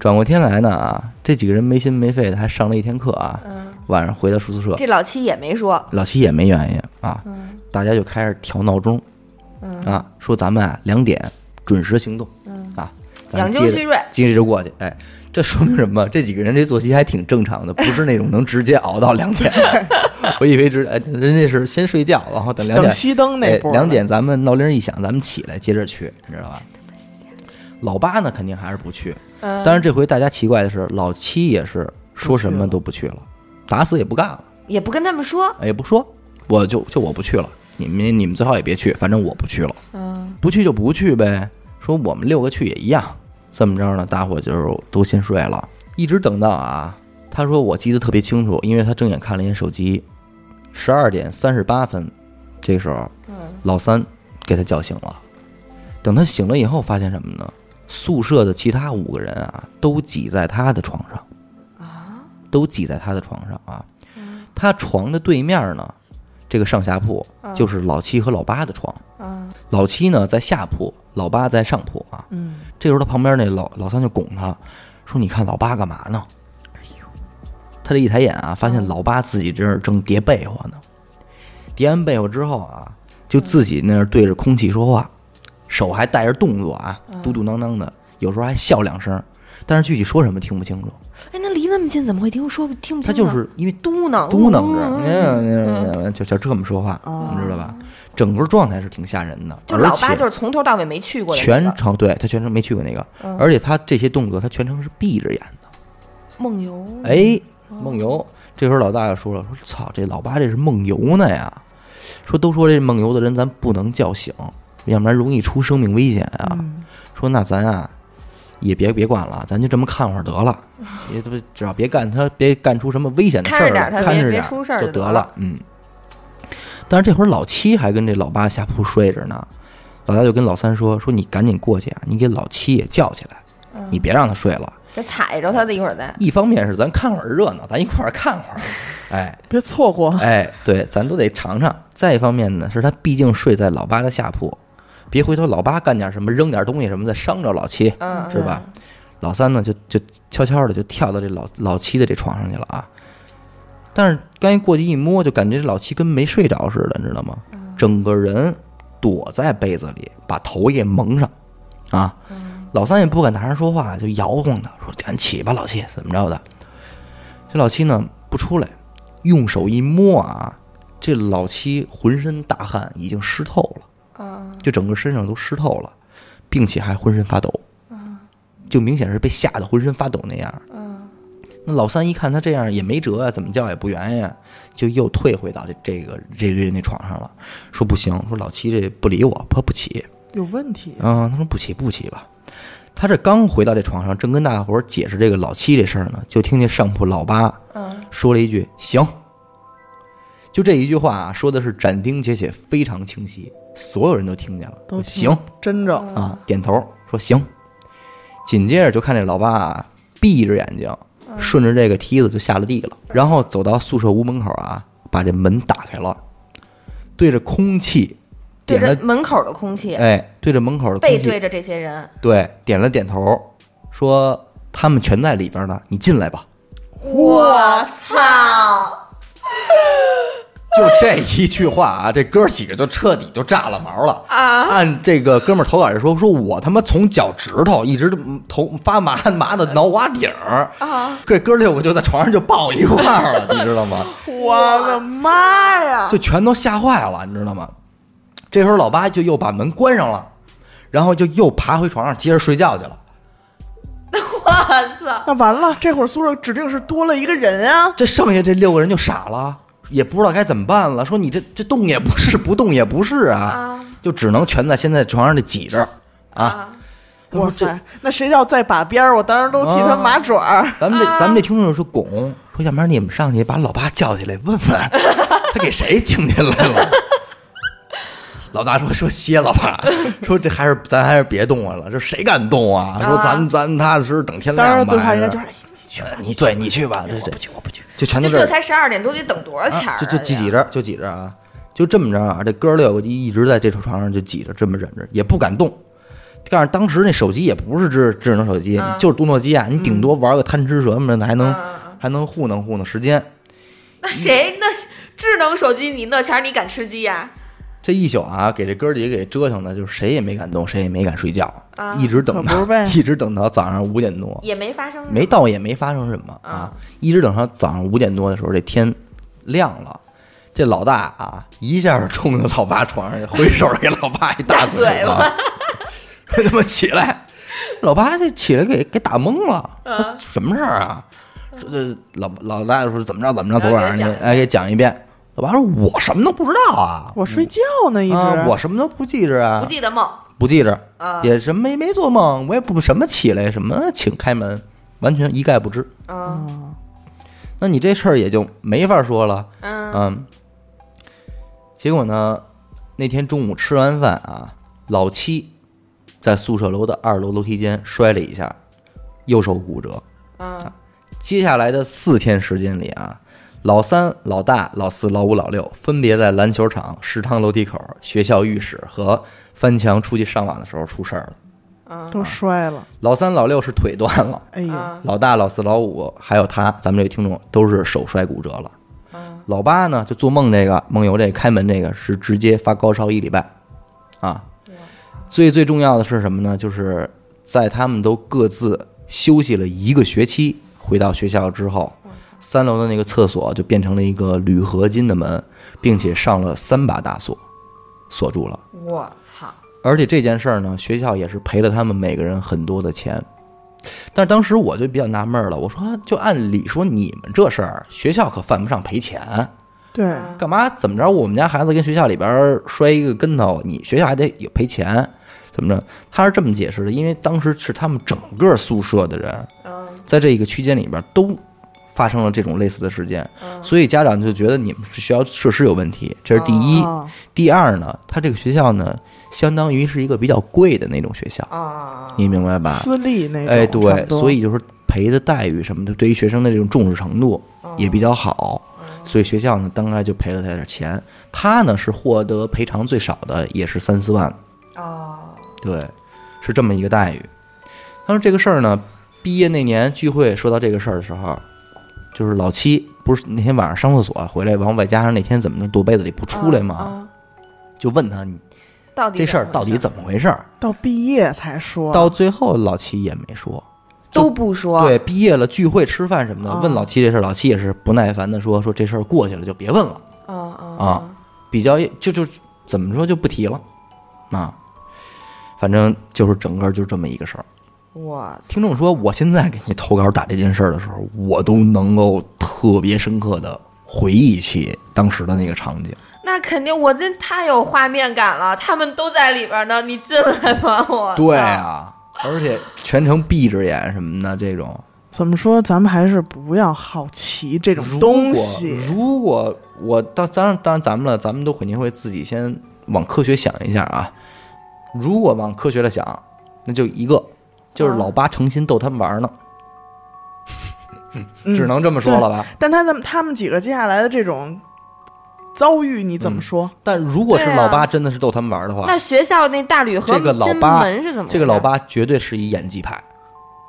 Speaker 3: 转过天来呢啊，这几个人没心没肺的还上了一天课啊，晚上回到宿舍，
Speaker 2: 嗯这嗯老七也没说，
Speaker 3: 老七也没原因啊，大家就开始调闹钟，
Speaker 2: 嗯
Speaker 3: 啊，说咱们啊两点准时行动，啊，咱
Speaker 2: 养
Speaker 3: 们
Speaker 2: 精
Speaker 3: 接着
Speaker 2: 蓄锐
Speaker 3: 接着就过去，哎，这说明什么？这几个人这作息还挺正常的，不是那种能直接熬到两点的。 *laughs* 我以为直，哎，人家是先睡觉，然后等两点
Speaker 1: 等熄灯那
Speaker 3: 哎
Speaker 1: 波儿呢
Speaker 3: 两点咱们闹铃一响，咱们起来接着去，你知道吧？
Speaker 1: 嗯
Speaker 3: 老八呢肯定还是不去，但是这回大家奇怪的是，老七也是说什么都不去了，打死也不干了，
Speaker 2: 也不跟他们说，
Speaker 3: 也不说，我就就我不去了，你们你们最好也别去，反正我不去了，
Speaker 2: 嗯，
Speaker 3: 不去就不去呗。说我们六个去也一样，这么着呢，大伙就都先睡了，一直等到啊，他说我记得特别清楚，因为他正眼看了一眼手机，十二点三十八分，这时候，老三给他叫醒了。等他醒了以后，发现什么呢？宿舍的其他五个人啊，都挤在他的床上啊，都挤在他的床上啊。他床的对面呢，这个上下铺就是老七和老八的床。老七呢在下铺，老八在上铺啊。
Speaker 1: 嗯，
Speaker 3: 这时候他旁边那老老三就拱他，说：“你看老八干嘛呢？”他这一抬眼啊，发现老八自己这儿正叠被窝呢。叠完被窝之后啊，就自己那儿对着空气说话，手还带着动作啊，嘟嘟囔囔的，有时候还笑两声，但是具体说什么听不清楚。
Speaker 2: 哎，那离那么近，怎么会听说听不清呢？
Speaker 3: 他就是因为
Speaker 2: 嘟囔
Speaker 3: 嘟囔着，就就这么说话，你知道吧？整个状态是挺吓人的，
Speaker 2: 就
Speaker 3: 而
Speaker 2: 老八
Speaker 3: 且
Speaker 2: 就是从头到尾没去过的那
Speaker 3: 全
Speaker 2: 个
Speaker 3: 程对他全程没去过那个，而且他这些动作他全程是闭着眼的。
Speaker 2: 梦游，
Speaker 3: 哎，梦游，这时候老大爷说了，说操，这老八这是梦游呢呀，说都说这梦游的人咱不能叫醒，要不然容易出生命危险啊。
Speaker 2: 嗯
Speaker 3: 说那咱啊也别别管了，咱就这么看会儿得
Speaker 2: *laughs*
Speaker 3: 了，也不只要别干他，别干出什么危险的事
Speaker 2: 看着
Speaker 3: 儿
Speaker 2: 点儿
Speaker 3: 来，
Speaker 2: 他
Speaker 3: 看
Speaker 2: 别
Speaker 3: 着
Speaker 2: 别
Speaker 3: 点儿
Speaker 2: 出事儿
Speaker 3: 就
Speaker 2: 就
Speaker 3: 得
Speaker 2: 得
Speaker 3: 了
Speaker 2: 了，
Speaker 3: 嗯。但是这会儿老七还跟这老八下铺睡着呢，老大就跟老三说说你赶紧过去啊，你给老七也叫起来，
Speaker 2: 嗯
Speaker 3: 你别让他睡了。
Speaker 2: 得踩着他的一会儿再。
Speaker 3: 一方面是咱看会儿热闹，咱一块儿看会儿，哎
Speaker 1: 别错过。
Speaker 3: 哎，对，咱都得尝尝。再一方面呢，是他毕竟睡在老八的下铺，别回头老八干点什么，扔点东西什么的，伤着老七，
Speaker 2: 嗯，
Speaker 3: 是吧？老三呢，就就悄悄的就跳到这老老七的这床上去了啊。但是刚一过去一摸，就感觉这老七跟没睡着似的，你知道吗？
Speaker 2: 嗯
Speaker 3: 整个人躲在被子里，把头也蒙上，啊，
Speaker 2: 嗯
Speaker 3: 老三也不敢大声说话，就摇晃他说：“赶紧起吧，老七，怎么着的？”这老七呢不出来，用手一摸啊，这老七浑身大汗，已经湿透了，
Speaker 2: 嗯
Speaker 3: 啊，就整个身上都湿透了，并且还浑身发抖，就明显是被吓得浑身发抖那样。那老三一看他这样也没辙啊，怎么叫也不圆呀、就又退回到这这个这这那床上了，说不行，说老七这不理我，他不起。
Speaker 1: 有问题，
Speaker 3: 嗯，他说不起不起吧。他这刚回到这床上，正跟大伙儿解释这个老七这事儿呢，就听见上铺老八
Speaker 2: 嗯
Speaker 3: 说了一句“行”，就这一句话啊，说的是斩钉截铁，非常清晰，所有人都听见了。
Speaker 1: 都
Speaker 3: 行，
Speaker 1: 真着
Speaker 2: 嗯
Speaker 3: 啊，点头说行。紧接着就看这老爸啊，闭着眼睛，
Speaker 2: 嗯
Speaker 3: 顺着这个梯子就下了地了，然后走到宿舍屋门口啊，把这门打开了，对着空气
Speaker 2: 对
Speaker 3: 点了
Speaker 2: 着，门口的空气，
Speaker 3: 哎，对着门口的空
Speaker 2: 背
Speaker 3: 气，啊
Speaker 2: 对着这些人，
Speaker 3: 对，点了点头，说他们全在里边呢，你进来吧。
Speaker 2: 我操！
Speaker 3: 就这一句话啊，这哥几个就彻底就炸了毛了啊！按这个哥们儿投稿就说，说我他妈从脚趾头一直嗯头发麻麻的脑瓜顶儿啊，这哥六个就在床上就抱一块儿了， *laughs* 你知道吗？
Speaker 1: 我的妈呀！
Speaker 3: 就全都吓坏了，你知道吗？这时候老八就又把门关上了，然后就又爬回床上接着睡觉去了。
Speaker 2: 我操！
Speaker 1: 那完了，这会儿宿舍指定是多了一个人啊！
Speaker 3: 这剩下这六个人就傻了，也不知道该怎么办了。说你这这动也不是，不动也不是啊，就只能全在现在床上这挤着啊。
Speaker 1: 哇塞，那谁叫在把边儿，我当时都替他
Speaker 3: 嗯
Speaker 1: 麻爪儿。
Speaker 3: 咱们这、咱们这听众是拱说，要不然你们上去把老八叫起来问问，他给谁请进来了？ *laughs* 老大说说歇了吧，说这还是咱还是别动我了，这谁敢动啊？说咱们咱们踏踏实实等天
Speaker 1: 当
Speaker 3: 亮吧。
Speaker 1: 时对话应该就
Speaker 3: 还
Speaker 1: 是
Speaker 3: 是哎你对你去吧，这这不去我不去，就全
Speaker 2: 就
Speaker 3: 都
Speaker 2: 这
Speaker 3: 儿
Speaker 2: 才十二点多，得等多少钱儿啊？
Speaker 3: 啊就就
Speaker 2: 这
Speaker 3: 挤挤着，就挤着啊，就这么着啊。这哥六个就一直在这床上就挤着，这么忍着，也不敢动。但是当时那手机也不是智智能手机，
Speaker 2: 啊
Speaker 3: 就是多诺基亚，你顶
Speaker 2: 嗯
Speaker 3: 多玩个贪吃蛇什么的，还能、
Speaker 2: 啊啊
Speaker 3: 还能糊弄糊弄时间。
Speaker 2: *laughs* 那谁那智能手机你那钱儿你敢吃鸡呀？
Speaker 3: 这一宿啊，给这哥几个给折腾的，就是谁也没敢动，谁也没敢睡觉，
Speaker 2: 啊
Speaker 3: 一直等
Speaker 1: 可不
Speaker 3: 到 *laughs*
Speaker 1: 是呗
Speaker 3: 一直等到早上五点多，
Speaker 2: 也没发生，
Speaker 3: 没到也没发生什么啊
Speaker 2: 啊，
Speaker 3: 一直等到早上五点多的时候，这天亮了。这老大啊，一下冲到老爸床上，挥手给老爸一大
Speaker 2: 大嘴
Speaker 3: 嘴巴，啊
Speaker 2: 嗯
Speaker 3: 说他妈起来！老爸这起来给给打懵了，说什么事儿啊？这老老大就说怎么着怎么着，昨晚上
Speaker 2: 然嗯后给他讲一遍
Speaker 3: 去，哎，给讲一遍。老爸说：“我什么都不知道啊，
Speaker 1: 我睡觉呢，一直、
Speaker 3: 啊，我什么都不记着啊，
Speaker 2: 不记得梦
Speaker 3: 不记着，
Speaker 2: 啊
Speaker 3: 也什么没没做梦，我也不什么起来什么请开门，完全一概不知。
Speaker 2: 嗯
Speaker 3: 那你这事儿也就没法说了，
Speaker 2: 嗯
Speaker 3: 嗯。结果呢，那天中午吃完饭啊，老七在宿舍楼的二楼楼梯间摔了一下，右手骨折。
Speaker 2: 嗯
Speaker 3: 接下来的四天时间里啊，老三、老大、老四、老五、老六分别在篮球场、食堂楼梯口、学校浴室和翻墙出去上网的时候出事儿了。
Speaker 2: 嗯
Speaker 1: 都摔了，
Speaker 3: 老三、老六是腿断了，
Speaker 1: 哎呦，
Speaker 2: 嗯
Speaker 3: 老大、老四、老五还有他，咱们这位听众都是手摔骨折了。
Speaker 2: 嗯
Speaker 3: 老八呢，就做梦这个梦游这个开门这个是直接发高烧一礼拜，啊，最最重要的是什么呢？就是在他们都各自休息了一个学期，回到学校之后，三楼的那个厕所就变成了一个铝合金的门，并且上了三把大锁，锁住了。
Speaker 2: 我操，
Speaker 3: 而且这件事儿呢，学校也是赔了他们每个人很多的钱。但是当时我就比较纳闷儿了，我说就按理说你们这事儿，学校可犯不上赔钱，
Speaker 1: 对，
Speaker 2: 嗯
Speaker 3: 干嘛怎么着？我们家孩子跟学校里边儿摔一个跟头，你学校还得有赔钱，怎么着？他是这么解释的，因为当时是他们整个宿舍的人
Speaker 2: 嗯
Speaker 3: 在这个区间里边都发生了这种类似的事件，
Speaker 2: 嗯
Speaker 3: 所以家长就觉得你们是学校设施有问题，这是第一。
Speaker 2: 哦
Speaker 1: 啊
Speaker 3: 第二呢，他这个学校呢，相当于是一个比较贵的那种学校，
Speaker 2: 啊，
Speaker 3: 你明白吧？
Speaker 1: 私立那种，
Speaker 3: 哎，
Speaker 1: 差
Speaker 3: 对
Speaker 1: 不，多
Speaker 3: 所以就是赔的待遇什么的，对于学生的这种重视程度
Speaker 2: 嗯
Speaker 3: 也比较好，所以学校呢，当然就赔了他点钱。他呢是获得赔偿最少的，也是三四万，
Speaker 2: 哦，
Speaker 3: 对，是这么一个待遇。当时这个事儿呢，毕业那年聚会说到这个事儿的时候，就是老七不是那天晚上上厕所回来，然后外加上那天怎么着躲被子里不出来嘛，
Speaker 2: 嗯？
Speaker 3: 就问他你
Speaker 2: 嗯到底
Speaker 3: 这事儿
Speaker 2: 怎么
Speaker 3: 到底
Speaker 2: 回
Speaker 3: 怎么回事儿。
Speaker 1: 到毕业才说，
Speaker 3: 到最后老七也没说，就
Speaker 2: 都不说，
Speaker 3: 对，毕业了聚会吃饭什么的，
Speaker 1: 哦
Speaker 3: 问老七这事儿，老七也是不耐烦的说说这事儿过去了就别问了，
Speaker 2: 嗯，嗯
Speaker 3: 啊，比较就就怎么说就不提了，啊，反正就是整个就这么一个事儿。
Speaker 2: 嗯我操
Speaker 3: 听众说，我现在给你投稿打这件事儿的时候，我都能够特别深刻的回忆起当时的那个场景。
Speaker 2: 那肯定，我这太有画面感了，他们都在里边呢，你进来吧，我操
Speaker 3: 对，啊，而且全程闭着眼什么的这种。
Speaker 1: 怎么说？咱们还是不要好奇这种东西，
Speaker 3: 如果我当当然当然咱们了，咱们都肯定会自己先往科学想一下啊。如果往科学的想，那就一个，
Speaker 2: 嗯
Speaker 3: 就是老八诚心逗他们玩呢，
Speaker 1: 嗯
Speaker 3: 只能这么说了吧。
Speaker 1: 但他们他们几个接下来的这种遭遇，你
Speaker 3: 嗯
Speaker 1: 怎么说？
Speaker 3: 但如果是
Speaker 2: 对啊
Speaker 3: 老八真的是逗他们玩的话，
Speaker 2: 那学校那大铝合
Speaker 3: 这个老
Speaker 2: 金
Speaker 3: 八
Speaker 2: 门是怎么回事？
Speaker 3: 这个老八绝对是一演技派，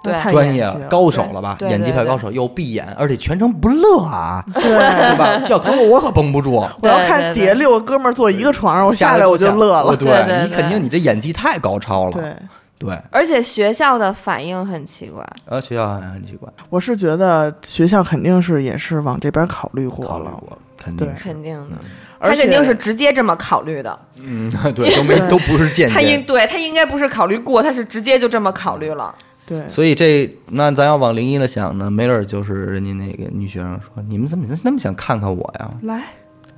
Speaker 1: 那
Speaker 2: 对
Speaker 1: 太
Speaker 3: 专业
Speaker 1: 了
Speaker 3: 了，高手了吧？
Speaker 2: 对对
Speaker 3: 演技派
Speaker 2: 对对
Speaker 3: 高手又闭眼，而且全程不乐
Speaker 2: *laughs*
Speaker 3: 啊，
Speaker 1: 对
Speaker 3: 对。吧？要搁我我可绷不住。
Speaker 1: 我要
Speaker 2: 对
Speaker 1: 看
Speaker 2: 对
Speaker 1: 底下
Speaker 2: 对
Speaker 1: 六个哥们儿坐一个床上，我下来我就乐了。
Speaker 3: 对
Speaker 2: 对对
Speaker 3: 你
Speaker 2: 对
Speaker 3: 肯定你这演技太高超了。
Speaker 1: 对，
Speaker 3: 对，
Speaker 2: 而且学校的反应很奇怪，
Speaker 3: 呃，学校好像很奇怪，
Speaker 1: 我是觉得学校肯定是也是往这边考虑过
Speaker 3: 考虑
Speaker 1: 了，
Speaker 3: 过，肯
Speaker 1: 对
Speaker 3: 定是，
Speaker 2: 肯定的，
Speaker 1: 而
Speaker 2: 他
Speaker 1: 且
Speaker 2: 肯定是直接这么考虑的，
Speaker 3: 嗯， *laughs* 对，都没都不是间
Speaker 2: 他应
Speaker 3: 接，
Speaker 2: 对他应该不是考虑过，他是直接就这么考虑了。
Speaker 1: 对
Speaker 3: 所以这那咱要往零一了想呢，没准儿就是人家那个女学生说，你们怎么那么想看看我呀？
Speaker 1: 来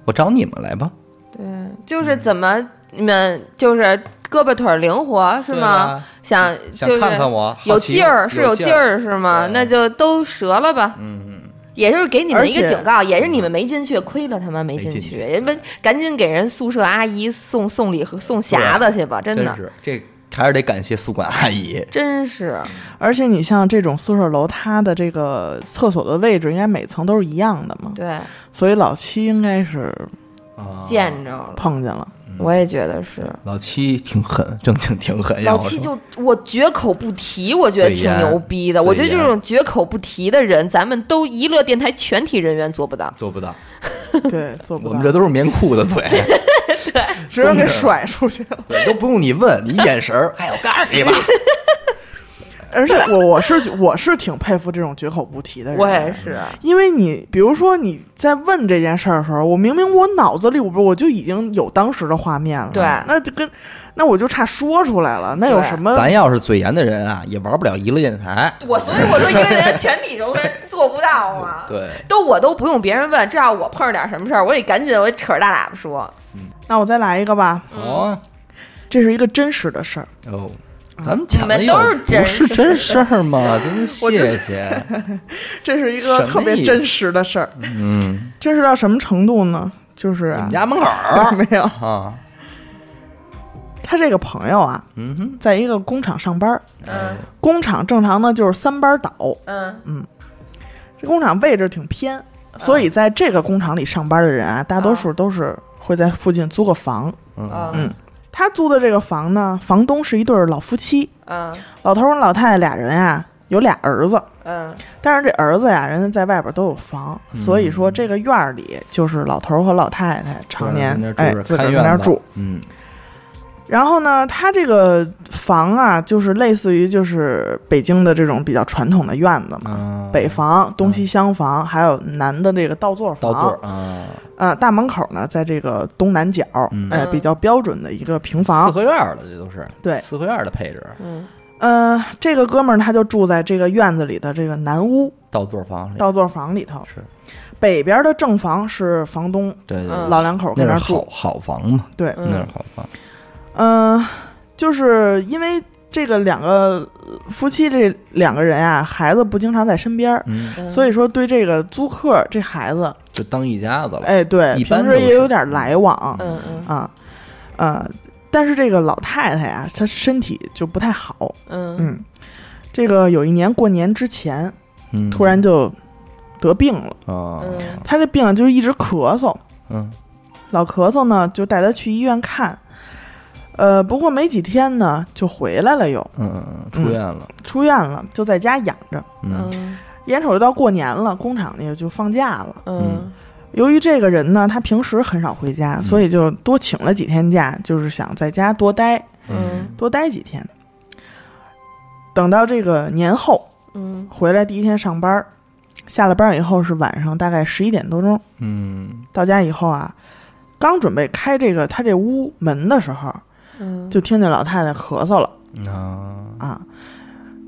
Speaker 3: 我找你们来吧，
Speaker 2: 对，就是怎么你们就是胳膊腿儿灵活是
Speaker 3: 对
Speaker 2: 吗？
Speaker 3: 吧？
Speaker 2: 想
Speaker 3: 想
Speaker 2: 就是
Speaker 3: 看看我，
Speaker 2: 有
Speaker 3: 好奇
Speaker 2: 劲儿是
Speaker 3: 有
Speaker 2: 劲，儿是吗？
Speaker 3: 对
Speaker 2: 那就都折了吧。嗯嗯。也就是给你们一
Speaker 1: 而
Speaker 2: 个
Speaker 1: 且
Speaker 2: 警告，也是你们没进去，亏了他妈没
Speaker 3: 嗯没进
Speaker 2: 去，
Speaker 3: 去
Speaker 2: 人们赶紧给人宿舍阿姨送送礼和送匣子去吧，真
Speaker 3: 啊真
Speaker 2: 的，
Speaker 3: 是这还是得感谢宿管阿姨，
Speaker 2: 真是，
Speaker 3: 嗯
Speaker 1: 而且你像这种宿舍楼，它的这个厕所的位置应该每层都是一样的嘛，
Speaker 2: 对，
Speaker 1: 所以老七应该是
Speaker 3: 啊
Speaker 2: 见着了，
Speaker 1: 碰见了。
Speaker 3: 嗯
Speaker 2: 我也觉得是。
Speaker 3: 老七挺狠，正经挺狠，
Speaker 2: 老
Speaker 3: 让哎我
Speaker 2: 七
Speaker 3: 说
Speaker 2: 就我绝口不提，我觉得挺牛逼的。
Speaker 3: 嘴严
Speaker 2: 我觉得这种绝口不提的人，咱们都娱乐电台全体人员做不到。
Speaker 3: 做不到，
Speaker 1: *laughs* 对， *laughs* 做不
Speaker 3: 我
Speaker 1: 到，
Speaker 3: 们这都是棉裤
Speaker 2: *laughs*
Speaker 3: 的腿，
Speaker 1: 直接给甩出去了。
Speaker 2: *laughs*
Speaker 3: 对都不用你问，你眼神儿，哎，我告诉你吧，
Speaker 1: *laughs* 而且我我是我是挺佩服这种绝口不提的
Speaker 3: 啊
Speaker 1: 人，
Speaker 2: 我也是，
Speaker 3: 嗯
Speaker 1: 因为你比如说你在问这件事儿的时候，我明明我脑子里我不我就已经有当时的画面了，
Speaker 2: 对
Speaker 1: 那就跟那我就差说出来了，那有
Speaker 2: 对
Speaker 1: 什么？
Speaker 3: 咱要是嘴严的人啊，也玩不了娱乐电台。
Speaker 2: 我所以我说一个人全体容人做不到啊嘛。
Speaker 3: 对，
Speaker 2: 都我都不用别人问，这要我碰上点什么事儿，我得赶紧我得扯着大喇叭说。
Speaker 1: 那我再来一个吧，
Speaker 2: 嗯
Speaker 3: 哦
Speaker 1: 这是一个真实的事儿。
Speaker 3: 哦，
Speaker 1: 啊
Speaker 3: 咱们讲的
Speaker 2: 你们
Speaker 3: 有
Speaker 2: 都是真
Speaker 3: 不 *laughs* 是
Speaker 2: 事
Speaker 3: 真事儿吗？真的
Speaker 1: 我就
Speaker 3: 谢谢。
Speaker 1: *laughs* 这是一个
Speaker 3: 什么
Speaker 1: 特别
Speaker 3: 意思
Speaker 1: 真实的事儿，
Speaker 3: 嗯，
Speaker 1: 真实到什么程度呢？就是
Speaker 3: 我
Speaker 1: 啊
Speaker 3: 们，家门口儿
Speaker 1: *laughs* 没有
Speaker 3: 啊，
Speaker 1: 他这个朋友啊，
Speaker 3: 嗯哼，
Speaker 1: 在一个工厂上班儿，
Speaker 2: 嗯
Speaker 1: 工厂正常呢就是三班倒，
Speaker 2: 嗯
Speaker 1: 这工厂位置挺偏，
Speaker 3: 啊
Speaker 1: 所以在这个工厂里上班的人啊，大多数都是会在附近租个房。啊
Speaker 3: 嗯
Speaker 2: 嗯
Speaker 1: 他租的这个房呢，房东是一对儿老夫妻，
Speaker 2: 嗯
Speaker 1: 老头儿跟老太太俩人啊，有俩儿子。
Speaker 2: 嗯
Speaker 1: 但是这儿子呀，人家在外边都有房，所以
Speaker 3: 嗯
Speaker 1: 说这个院儿里就是老头儿和老太太常年
Speaker 3: 自个儿在那
Speaker 1: 哎
Speaker 3: 儿住着
Speaker 1: 自个儿
Speaker 3: 看
Speaker 1: 在
Speaker 3: 院
Speaker 1: 那儿
Speaker 3: 子
Speaker 1: 住。
Speaker 3: 嗯，
Speaker 1: 然后呢，他这个房啊，就是类似于就是北京的这种比较传统的院子嘛，
Speaker 3: 嗯
Speaker 1: 啊北房、东西厢房，还有南的这个倒座
Speaker 3: 到
Speaker 1: 房。
Speaker 3: 座儿啊，
Speaker 1: 呃，大门口呢，在这个东南角，
Speaker 3: 嗯
Speaker 1: 哎，比较标准的一个平
Speaker 3: 四
Speaker 1: 房。
Speaker 3: 合院儿了，这都是
Speaker 1: 对
Speaker 3: 四合院儿的配置，
Speaker 2: 嗯
Speaker 1: 呃，这个哥们儿他就住在这个院子里的这个南屋
Speaker 3: 到座房里
Speaker 1: 倒座房里头，
Speaker 3: 是，
Speaker 1: 北边的正房是房东
Speaker 3: 对对
Speaker 2: 嗯
Speaker 3: 对，
Speaker 1: 老两口
Speaker 3: 那
Speaker 1: 跟
Speaker 3: 是
Speaker 1: 儿
Speaker 3: 好
Speaker 1: 住。
Speaker 3: 好房嘛，
Speaker 1: 对，
Speaker 3: 那是
Speaker 2: 嗯
Speaker 3: 好房，
Speaker 1: 嗯、就是因为这个两个呃夫妻这两个人啊，孩子不经常在身边儿，
Speaker 3: 嗯，
Speaker 2: 嗯，
Speaker 1: 所
Speaker 2: 以
Speaker 1: 以说对这个租客这孩子，
Speaker 3: 就当一家子了，
Speaker 1: 哎，对，
Speaker 3: 一般
Speaker 1: 平
Speaker 3: 都
Speaker 1: 时也
Speaker 3: 是
Speaker 1: 有点来往，
Speaker 2: 嗯嗯
Speaker 1: 啊，呃，但是这个老太太呀、她身体就不太好，
Speaker 2: 嗯
Speaker 1: 嗯，这个有一年过年之前，
Speaker 3: 嗯
Speaker 1: 突然就得病了，
Speaker 3: 啊，
Speaker 2: 嗯
Speaker 1: 她这病啊就是一直咳嗽，
Speaker 3: 嗯
Speaker 1: 老咳嗽呢，就带她去医院看，呃，不过没几天呢，就回来了又，
Speaker 3: 嗯嗯，出院了，
Speaker 1: 出院了，就在家养着。
Speaker 3: 嗯
Speaker 2: 嗯
Speaker 1: 眼瞅着到过年了，工厂也就放假了。
Speaker 2: 嗯
Speaker 1: 由于这个人呢，他平时很少回家，所以就多请了几天假，就是想在家多待。
Speaker 2: 嗯
Speaker 1: 多待几天。等到这个年后
Speaker 2: 嗯
Speaker 1: 回来第一天上班儿，下了班儿以后是晚上大概十一点多钟，
Speaker 3: 嗯，
Speaker 1: 到家以后啊，刚准备开这个他这屋门的时候，
Speaker 2: 嗯，
Speaker 1: 就听见老太太咳嗽了
Speaker 3: 嗯啊，
Speaker 1: 啊。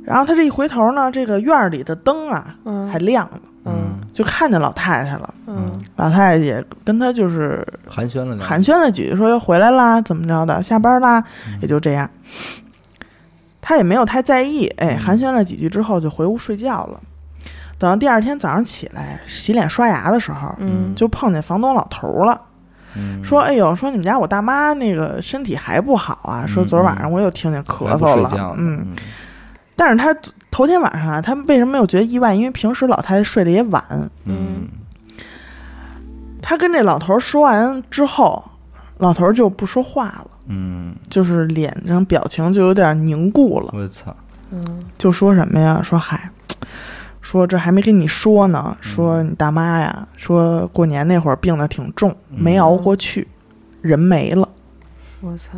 Speaker 1: 然后他这一回头呢，这个院儿里的灯啊
Speaker 2: 嗯
Speaker 1: 还亮呢，
Speaker 2: 嗯
Speaker 1: 就看见老太太了。
Speaker 2: 嗯
Speaker 1: 老太太也跟他就是
Speaker 3: 寒暄了两句，
Speaker 1: 寒暄了几句，说又回来啦，怎么着的，下班啦，
Speaker 3: 嗯
Speaker 1: 也就这样。他也没有太在意，
Speaker 3: 嗯
Speaker 1: 哎，寒暄了几句之后就回屋睡觉了。等到第二天早上起来洗脸刷牙的时候，
Speaker 2: 嗯
Speaker 1: 就碰见房东老头儿了，
Speaker 3: 嗯
Speaker 1: 说：“哎呦，说你们家我大妈那个身体还不好啊，说昨儿晚上我又听见咳
Speaker 3: 嗯还不
Speaker 1: 嗽
Speaker 3: 睡
Speaker 1: 了，
Speaker 3: 觉呢
Speaker 1: 嗯。，但是他头天晚上啊，他为什么没有觉得意外？因为平时老太太睡得也晚，
Speaker 3: 嗯
Speaker 1: 他跟这老头儿说完之后，老头儿就不说话了。”
Speaker 3: 嗯，
Speaker 1: 就是脸上表情就有点凝固了，
Speaker 3: 我操，，
Speaker 2: 嗯
Speaker 1: 就说什么呀？说嗨，说这还没跟你说呢，说你大妈呀，说过年那会儿病得挺重，没熬过去，人没了。
Speaker 2: 我操，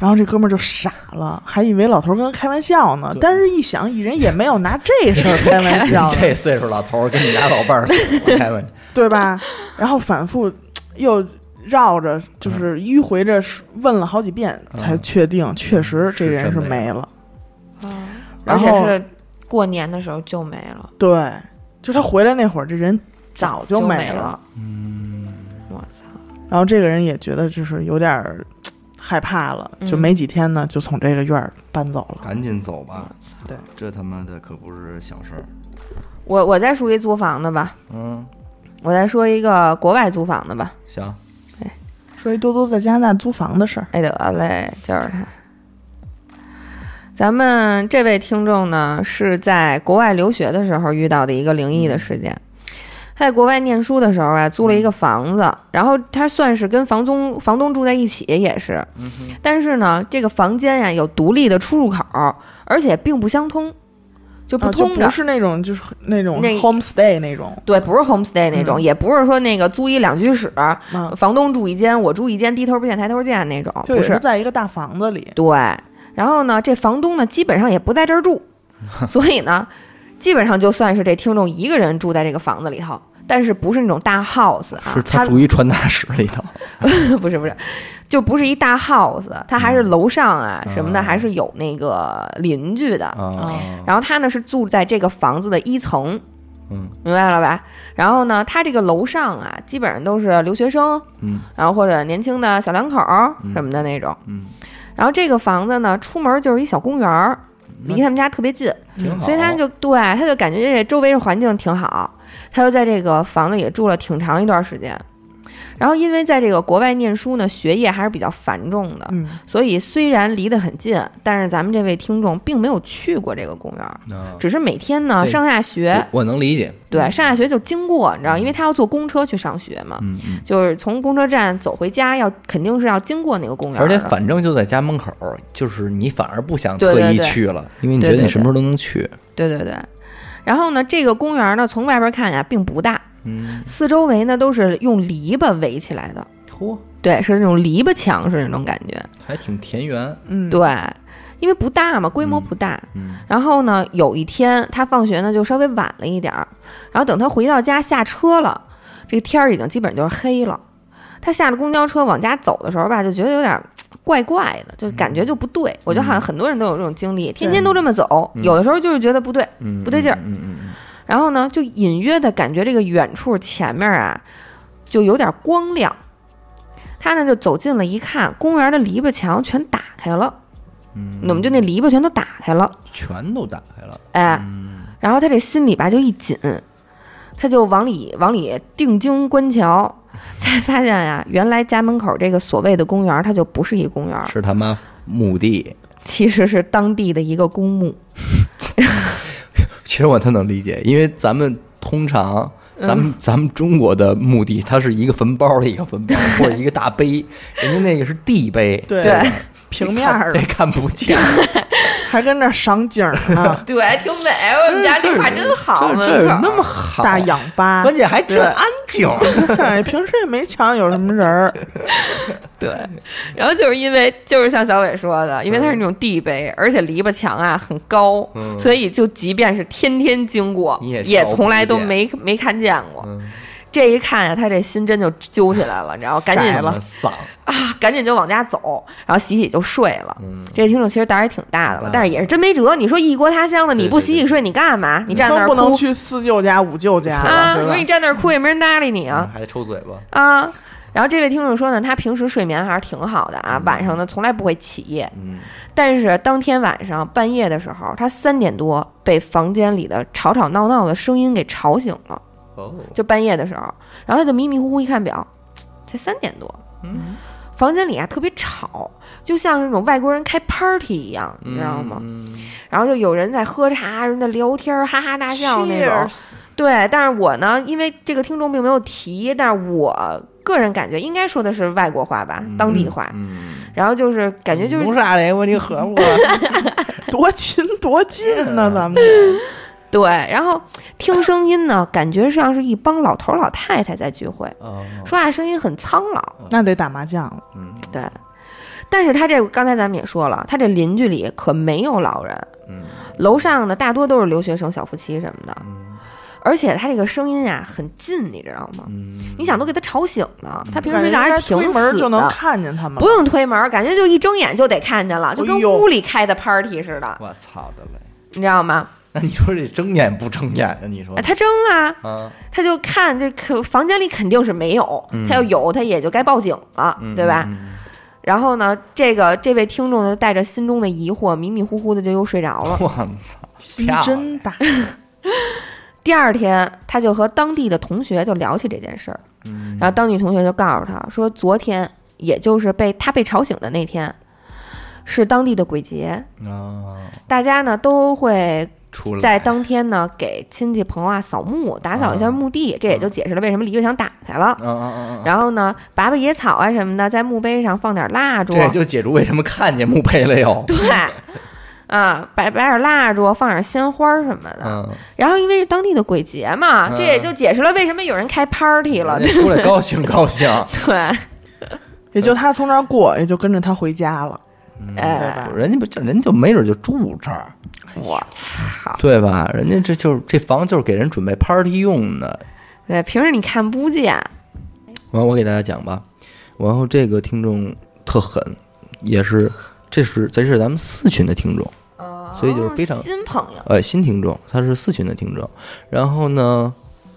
Speaker 1: 然后这哥们儿就傻了，还以为老头儿跟他开玩笑呢，但是一想，蚁人也没有拿这事儿开玩笑呢
Speaker 3: 这岁数老头儿跟你家老伴儿死了开玩笑，
Speaker 1: 对吧？ *laughs* 然后反复又绕着，
Speaker 3: 嗯
Speaker 1: 就是迂回着问了好几遍，才确定确实这
Speaker 3: 是
Speaker 1: 人
Speaker 3: 真
Speaker 1: 是
Speaker 3: 没
Speaker 1: 没了。
Speaker 2: 哦而
Speaker 1: 然
Speaker 2: 且
Speaker 1: 后
Speaker 2: 是过年的时候就没了，
Speaker 1: 对，就他回来那会儿，这人早就
Speaker 2: 就
Speaker 1: 没
Speaker 2: 没了
Speaker 3: 嗯
Speaker 2: 我操，
Speaker 1: 然后这个人也觉得就是有点儿嘖害怕了，就
Speaker 2: 嗯
Speaker 1: 没几天呢，就从这个院儿搬走了。
Speaker 3: 赶紧走吧，
Speaker 1: 对，
Speaker 3: 这他妈的可不是小事儿，
Speaker 2: 我我再说一租房的吧，
Speaker 3: 嗯，
Speaker 2: 我再说一个国外租房的吧。
Speaker 3: 行，
Speaker 1: 说一多多在加拿大租房的事儿，
Speaker 2: 哎得嘞，就是他。咱们这位听众呢，是在国外留学的时候遇到的一个灵异的
Speaker 1: 嗯
Speaker 2: 事件。他在国外念书的时候啊，租了一个房子，然后他算是跟房东房东住在一起，也是。
Speaker 1: 嗯
Speaker 2: 但是呢，这个房间呀、有独立的出入口，而且并不相通，就不
Speaker 1: 啊，就
Speaker 2: 通着。
Speaker 1: 不是那种就是那种
Speaker 2: 那
Speaker 1: homestay 那种，
Speaker 2: 对，不是 homestay 那种，
Speaker 1: 嗯
Speaker 2: 也不是说那个租一两居室，
Speaker 1: 啊，
Speaker 2: 呃房东住一间，我住一间，低头不见抬头见那种，
Speaker 1: 就
Speaker 2: 不
Speaker 1: 也
Speaker 2: 是
Speaker 1: 是在一个大房子里，
Speaker 2: 对，然后呢，这房东呢基本上也不在这儿
Speaker 3: *laughs*
Speaker 2: 住，所以呢，基本上就算是这听众一个人住在这个房子里头，但是不是那种大 house 啊，
Speaker 3: 是他住一传达室里头，
Speaker 2: *laughs* 不是不是，就不是一大 house，它还是楼上啊
Speaker 3: 嗯
Speaker 2: 什么的，还是有那个邻居的。
Speaker 3: 啊，
Speaker 2: 然后他呢是住在这个房子的一层，
Speaker 3: 嗯，
Speaker 2: 明白了吧？然后呢，他这个楼上啊，基本上都是留学生，
Speaker 3: 嗯，
Speaker 2: 然后或者年轻的小两口儿什么的那种，
Speaker 3: 嗯，
Speaker 2: 然后这个房子呢，出门就是一小公园儿，
Speaker 3: 嗯
Speaker 2: 离他们家特别近，
Speaker 3: 挺好，
Speaker 2: 所以他就对他就感觉这周围的环境挺好，他就在这个房子里住了挺长一段时间。然后因为在这个国外念书呢，学业还是比较繁重的，
Speaker 1: 嗯，
Speaker 2: 所以虽然离得很近，但是咱们这位听众并没有去过这个公园儿，
Speaker 3: 啊
Speaker 2: 只是每天呢
Speaker 3: 这
Speaker 2: 上下学，
Speaker 3: 我我能理解，
Speaker 2: 对上下学就经过，你知道，因为他要坐公车去上学嘛，
Speaker 3: 嗯嗯，
Speaker 2: 就是从公车站走回家要肯定是要经过那个公园儿
Speaker 3: 而
Speaker 2: 的，
Speaker 3: 且反正就在家门口，就是你反而不想
Speaker 2: 对对
Speaker 3: 特意
Speaker 2: 对
Speaker 3: 去了，因为你觉
Speaker 2: 对
Speaker 3: 得
Speaker 2: 对
Speaker 3: 你什么时候都能去，
Speaker 2: 对对对。然后呢，这个公园呢，从外边看呀，并不大，
Speaker 3: 嗯，
Speaker 2: 四周围呢都是用篱笆围起来的，
Speaker 3: 嚯，
Speaker 2: 对，是那种篱笆墙是那种感觉，
Speaker 3: 还挺田园，
Speaker 1: 嗯，
Speaker 2: 对，因为不大嘛，规模不大。
Speaker 3: 嗯
Speaker 2: 然后呢，有一天他放学呢就稍微晚了一点儿，然后等他回到家下车了，这个天儿已经基本就是黑了。他下了公交车往家走的时候吧，就觉得有点儿怪怪的，就感
Speaker 3: 嗯
Speaker 2: 觉就不对。我觉得好像很多人都有这种经历，天天都这么走，有的时候就是觉得不对。
Speaker 3: 嗯，
Speaker 2: 不对劲儿
Speaker 3: 嗯嗯嗯
Speaker 2: 然后呢，就隐约的感觉这个远处前面啊，就有点光亮。他呢就走近了一看，公园的篱笆墙全打开了，
Speaker 3: 嗯，
Speaker 2: 我们就那篱笆全都打开了，
Speaker 3: 嗯全都打开了，
Speaker 2: 哎，
Speaker 3: 嗯
Speaker 2: 然后他这心里吧就一紧，他就往里往里定睛观瞧，才发现呀、原来家门口这个所谓的公园，它就不是一公园，
Speaker 3: 是他妈墓地。
Speaker 2: 其实是当地的一个公墓。
Speaker 3: 其实我特能理解，因为咱们通常，
Speaker 2: 嗯
Speaker 3: 咱们、咱们中国的墓地，它是一个坟包儿一个坟包儿，
Speaker 2: *laughs*
Speaker 3: 或者一个大碑，人家那个是地碑，
Speaker 1: 对
Speaker 2: 对，
Speaker 1: 平面 *laughs* 儿
Speaker 3: 这看不见。
Speaker 1: 还跟那儿赏景儿呢 *laughs*
Speaker 2: 对，挺美，我们家这画真好，
Speaker 3: 哎
Speaker 2: 啊
Speaker 3: 这
Speaker 2: 门
Speaker 3: 这
Speaker 2: 口
Speaker 3: 有那么好，
Speaker 1: 大氧 *laughs*
Speaker 2: 啊
Speaker 1: 吧，
Speaker 3: 关键还真安静。
Speaker 1: 对，哎平时也没瞧有什么人儿，
Speaker 2: *laughs* 对，然后就是因为就是像小伟说的，因为它是那种地碑，而且篱笆墙啊很高，
Speaker 3: 嗯
Speaker 2: 所以就即便是天天经过，
Speaker 3: 你
Speaker 2: 也
Speaker 3: 也瞧不
Speaker 2: 从来都
Speaker 3: 见
Speaker 2: 没没看见过。
Speaker 3: 嗯
Speaker 2: 这一看啊呀、他这心真就揪起来了，你知道，赶紧
Speaker 1: 窄了
Speaker 3: 丧，
Speaker 2: 赶紧就往家走，然后洗洗就睡了。
Speaker 3: 嗯
Speaker 2: 这听众其实胆儿也挺大的了
Speaker 3: 嗯，
Speaker 2: 但是也是真没辙。你说异国他乡的，
Speaker 3: 对
Speaker 2: 你不洗洗睡，你干嘛？你站那
Speaker 1: 更
Speaker 2: 儿
Speaker 1: 不能
Speaker 2: 哭
Speaker 1: 去四舅家、五舅家了，
Speaker 2: 啊？你
Speaker 1: 对
Speaker 2: 说你
Speaker 1: 吧？
Speaker 2: 站那儿哭也没人搭理你啊
Speaker 3: 嗯还得抽嘴巴。
Speaker 2: 啊！然后这位听众说呢，他平时睡眠还是挺好的啊，晚上呢从来不会起夜，
Speaker 3: 嗯，
Speaker 2: 但是当天晚上半夜的时候，他三点多被房间里的吵吵闹闹的声音给吵醒了，
Speaker 3: 哦，
Speaker 2: 就半夜的时候，然后他就迷迷糊糊一看表，才三点多，
Speaker 3: 嗯，
Speaker 2: 房间里啊特别吵，就像那种外国人开 party 一样，你知道吗？
Speaker 3: 嗯？
Speaker 2: 然后就有人在喝茶，人在聊天儿，哈哈大笑那种。
Speaker 1: Cheers
Speaker 2: 对，但是我呢，因为这个听众并没有提，但是我个人感觉应该说的是外国话吧，当地话。
Speaker 3: 嗯，
Speaker 2: 然后就是感觉就是
Speaker 3: 不啥来我你喝我，
Speaker 1: 多亲多近呢，咱们
Speaker 2: 对，然后听声音呢，感觉像是一帮老头儿老太太在聚会，
Speaker 3: 哦，
Speaker 2: 说话声音很苍老。
Speaker 1: 那得打麻将了，
Speaker 3: 嗯
Speaker 2: 对，但是他这个刚才咱们也说了，他这邻居里可没有老人，
Speaker 3: 嗯
Speaker 2: 楼上的大多都是留学生、小夫妻什么的，而且他这个声音呀、很近，你知道吗？
Speaker 3: 嗯，
Speaker 2: 你想都给他吵醒了，他平时
Speaker 1: 感
Speaker 2: 睡
Speaker 1: 觉
Speaker 2: 觉还
Speaker 1: 应该
Speaker 2: 是挺
Speaker 1: 推
Speaker 2: 死
Speaker 1: 门就能
Speaker 2: 的，
Speaker 1: 看见他们
Speaker 2: 不
Speaker 1: 了。
Speaker 2: 用推门，感觉就一睁眼就得看见了，就跟
Speaker 1: 哎呦
Speaker 2: 屋里开的 party 似的，
Speaker 3: 我操的嘞！
Speaker 2: 你知道吗？
Speaker 3: 那你说这睁眼不睁眼啊？你说
Speaker 2: 啊他睁啊，
Speaker 3: 啊，
Speaker 2: 他就看这可房间里肯定是没有，他要有他也就该报警了，
Speaker 3: 嗯
Speaker 2: 对吧？？
Speaker 3: 嗯
Speaker 2: 然后呢，这个这位听众就带着心中的疑惑，迷迷糊糊的就又睡着
Speaker 3: 嗯
Speaker 2: 了。
Speaker 3: *laughs* 我操，
Speaker 1: 心
Speaker 3: 漂亮
Speaker 1: 真大，
Speaker 2: 第二天，他就和当地的同学就聊起这件事儿，
Speaker 3: 嗯
Speaker 2: 然后当地同学就告诉他说，昨天也就是被他被吵醒的那天，是当地的鬼节，
Speaker 3: 啊，
Speaker 2: 大家呢都会
Speaker 3: 出来
Speaker 2: 在当天呢给亲戚朋友啊扫墓，打扫一下墓地，这也就解释了为什么篱笆墙打开了。
Speaker 3: 啊啊啊啊！
Speaker 2: 然后呢，拔拔野草啊什么的，在墓碑上放点蜡烛
Speaker 3: 这，也就解除为什么看见墓碑了又。
Speaker 2: *laughs* 对，啊，摆摆点蜡烛，放点鲜花什么的。
Speaker 3: 嗯，
Speaker 2: 然后因为是当地的鬼节嘛，这也就解释了为什么有人开 party 了。
Speaker 3: 人家
Speaker 2: 对
Speaker 3: 出来高兴高兴，
Speaker 2: *laughs* 对
Speaker 1: 也就他从那儿过，也就跟着他回家了。
Speaker 3: 嗯
Speaker 1: 对
Speaker 2: *laughs* 哎，
Speaker 1: 吧？
Speaker 3: 人家不就人就没准就住这儿，
Speaker 2: 我操！
Speaker 3: 对吧？人家这就是这房就是给人准备 party 用的。
Speaker 2: 对，平时你看不见，
Speaker 3: 完，我给大家讲吧。然后这个听众特狠，也是这是这是咱们四群的听众。
Speaker 2: 哦
Speaker 3: 所以就是非常
Speaker 2: 新朋友，
Speaker 3: 呃，新听众，他是四群的听众。然后呢，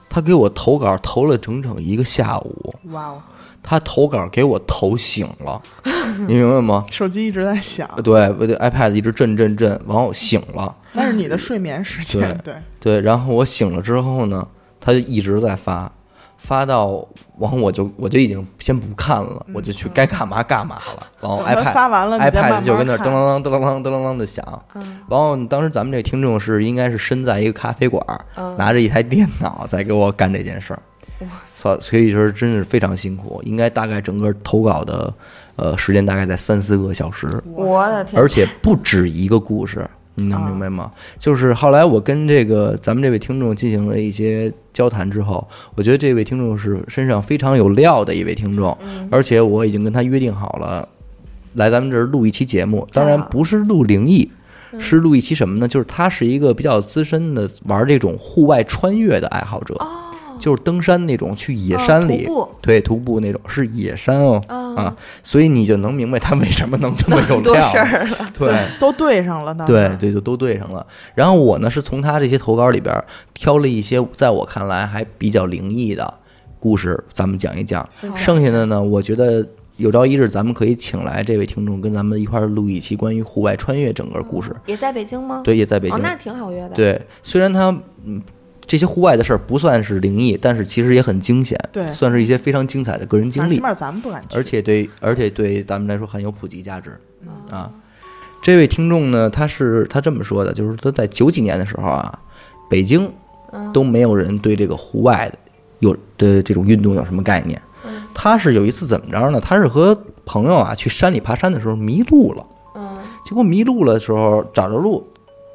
Speaker 3: 他给我投稿投了整整一个下午，
Speaker 1: 哇哦，
Speaker 3: 他投稿给我投醒了， *laughs* 你明白吗？
Speaker 1: 手机一直在响，
Speaker 3: 对，我的 iPad 一直震震震，然后醒了。
Speaker 1: 那是你的睡眠时间，对，
Speaker 3: 对，然后我醒了之后呢，他就一直在发，发到完我就我就已经先不看了，我就去该干嘛干嘛了。然后
Speaker 1: 等他
Speaker 3: 哦 iPad
Speaker 1: 发完了你再慢
Speaker 3: iPad
Speaker 1: 慢
Speaker 3: 就跟那儿
Speaker 1: 看嗯
Speaker 3: 噔啷啷噔啷啷噔啷啷的响。然后当时咱们这个听众是应该是身在一个咖啡馆儿，
Speaker 1: 嗯
Speaker 3: 拿着一台电脑在给我干这件事儿。所所以说真是非常辛苦，应该大概整个投稿的呃时间大概在三四个小时。
Speaker 2: 我的天！
Speaker 3: 而且不止一个故事，你能明白吗？就是后来我跟这个咱们这位听众进行了一些交谈之后，我觉得这位听众是身上非常有料的一位听众，
Speaker 2: 嗯
Speaker 3: 而且我已经跟他约定好了，来咱们这儿录一期节目，当然
Speaker 2: 啊
Speaker 3: 不是录灵异。
Speaker 2: 嗯
Speaker 3: 是录一期什么呢？就是他是一个比较资深的玩这种户外穿越的爱好者，就是登山那种，去野
Speaker 2: 哦
Speaker 3: 山里，
Speaker 2: 徒步
Speaker 3: 对徒步那种，是野山哦、
Speaker 2: 哦
Speaker 3: 啊，所以你就能明白他为什么能这么
Speaker 2: *laughs*
Speaker 3: 有
Speaker 2: 多
Speaker 3: 料，
Speaker 2: 事儿了，
Speaker 3: 对。
Speaker 1: *laughs* 都对上了，当时
Speaker 3: 对，对，就都对上了。然后我呢是从他这些投稿里边儿挑了一些在我看来还比较灵异的故事，咱们讲一讲。剩下的呢，我觉得有朝一日咱们可以请来这位听众跟咱们一块儿录一期关于户外穿越整个故事。
Speaker 2: 也在北京吗？
Speaker 3: 对，也在北京
Speaker 2: 哦，。那挺好约的。，
Speaker 3: 对，虽然他嗯这些户外的事儿不算是灵异，但是其实也很惊险，
Speaker 1: 对
Speaker 3: 算是一些非常精彩的个人经
Speaker 1: 反正
Speaker 3: 历
Speaker 1: 起。码咱们不敢去，
Speaker 3: 而且对，而且对咱们来说很有普及价值
Speaker 1: 嗯
Speaker 3: 啊。这位听众呢，他是他这么说的，就是他在九几年的时候啊，北京
Speaker 1: 嗯
Speaker 3: 都没有人对这个户外的有的这种运动有什么概念。
Speaker 1: 嗯
Speaker 3: 他是有一次怎么着呢？他是和朋友啊去山里爬山的时候迷路了，
Speaker 2: 嗯，
Speaker 3: 结果迷路了的时候找着路，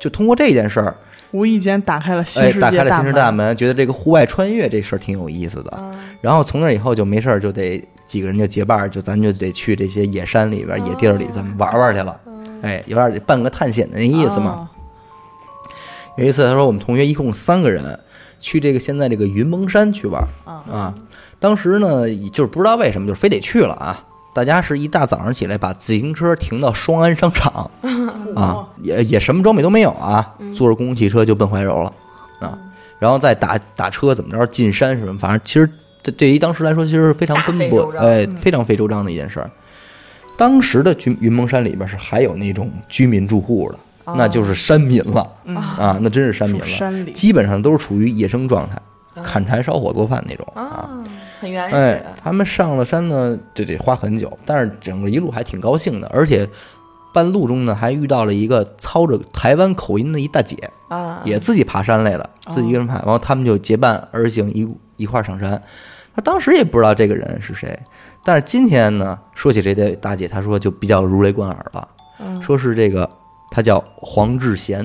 Speaker 3: 就通过这件事儿，
Speaker 1: 无意间打开了新
Speaker 3: 哎，
Speaker 1: 世界
Speaker 3: 打开了新世界大
Speaker 1: 门，
Speaker 3: 门，觉得这个户外穿越这事儿挺有意思的。
Speaker 2: 啊
Speaker 3: 然后从那以后就没事儿就得几个人就结伴儿，就咱就得去这些野山里边儿、野地儿里咱们玩玩去了。哎，有点儿办个探险的那意思
Speaker 1: 哦
Speaker 3: 嘛。有一次他说我们同学一共三个人去这个现在这个云蒙山去玩儿
Speaker 1: 哦
Speaker 2: 嗯
Speaker 1: 啊，
Speaker 3: 啊，当时呢也就是不知道为什么就是非得去了啊。大家是一大早上起来把自行车停到双安商
Speaker 2: *laughs*
Speaker 3: 场，啊，也也什么装备都没有啊，
Speaker 2: 嗯
Speaker 3: 坐着公共汽车就奔怀柔了啊，然后再打打车怎么着进山什么，反正其实这对于当时来说其实是非常
Speaker 2: 大
Speaker 3: 奔
Speaker 2: 费
Speaker 3: 波
Speaker 2: 周，章嗯
Speaker 3: 哎，非常费周章的一件事儿。当时的云云蒙山里边是还有那种居民住户的，
Speaker 2: 哦
Speaker 3: 那就是山民了啊，那真是山民
Speaker 1: 住
Speaker 3: 了，
Speaker 1: 山里，
Speaker 3: 基本上都是处于野生状态，砍柴、烧火、做饭那种啊。
Speaker 2: 啊，很原
Speaker 3: 哎
Speaker 2: 始，，
Speaker 3: 他们上了山呢，这得花很久，但是整个一路还挺高兴的，而且半路中呢还遇到了一个操着台湾口音的一大姐，
Speaker 2: 啊，哦
Speaker 3: 也自己爬山来了，自己一个人爬，然后他们就结伴而行，一一块儿上山。他当时也不知道这个人是谁，但是今天呢，说起这位大姐，她说就比较如雷贯耳了，
Speaker 2: 嗯
Speaker 3: 说是这个她叫黄志贤。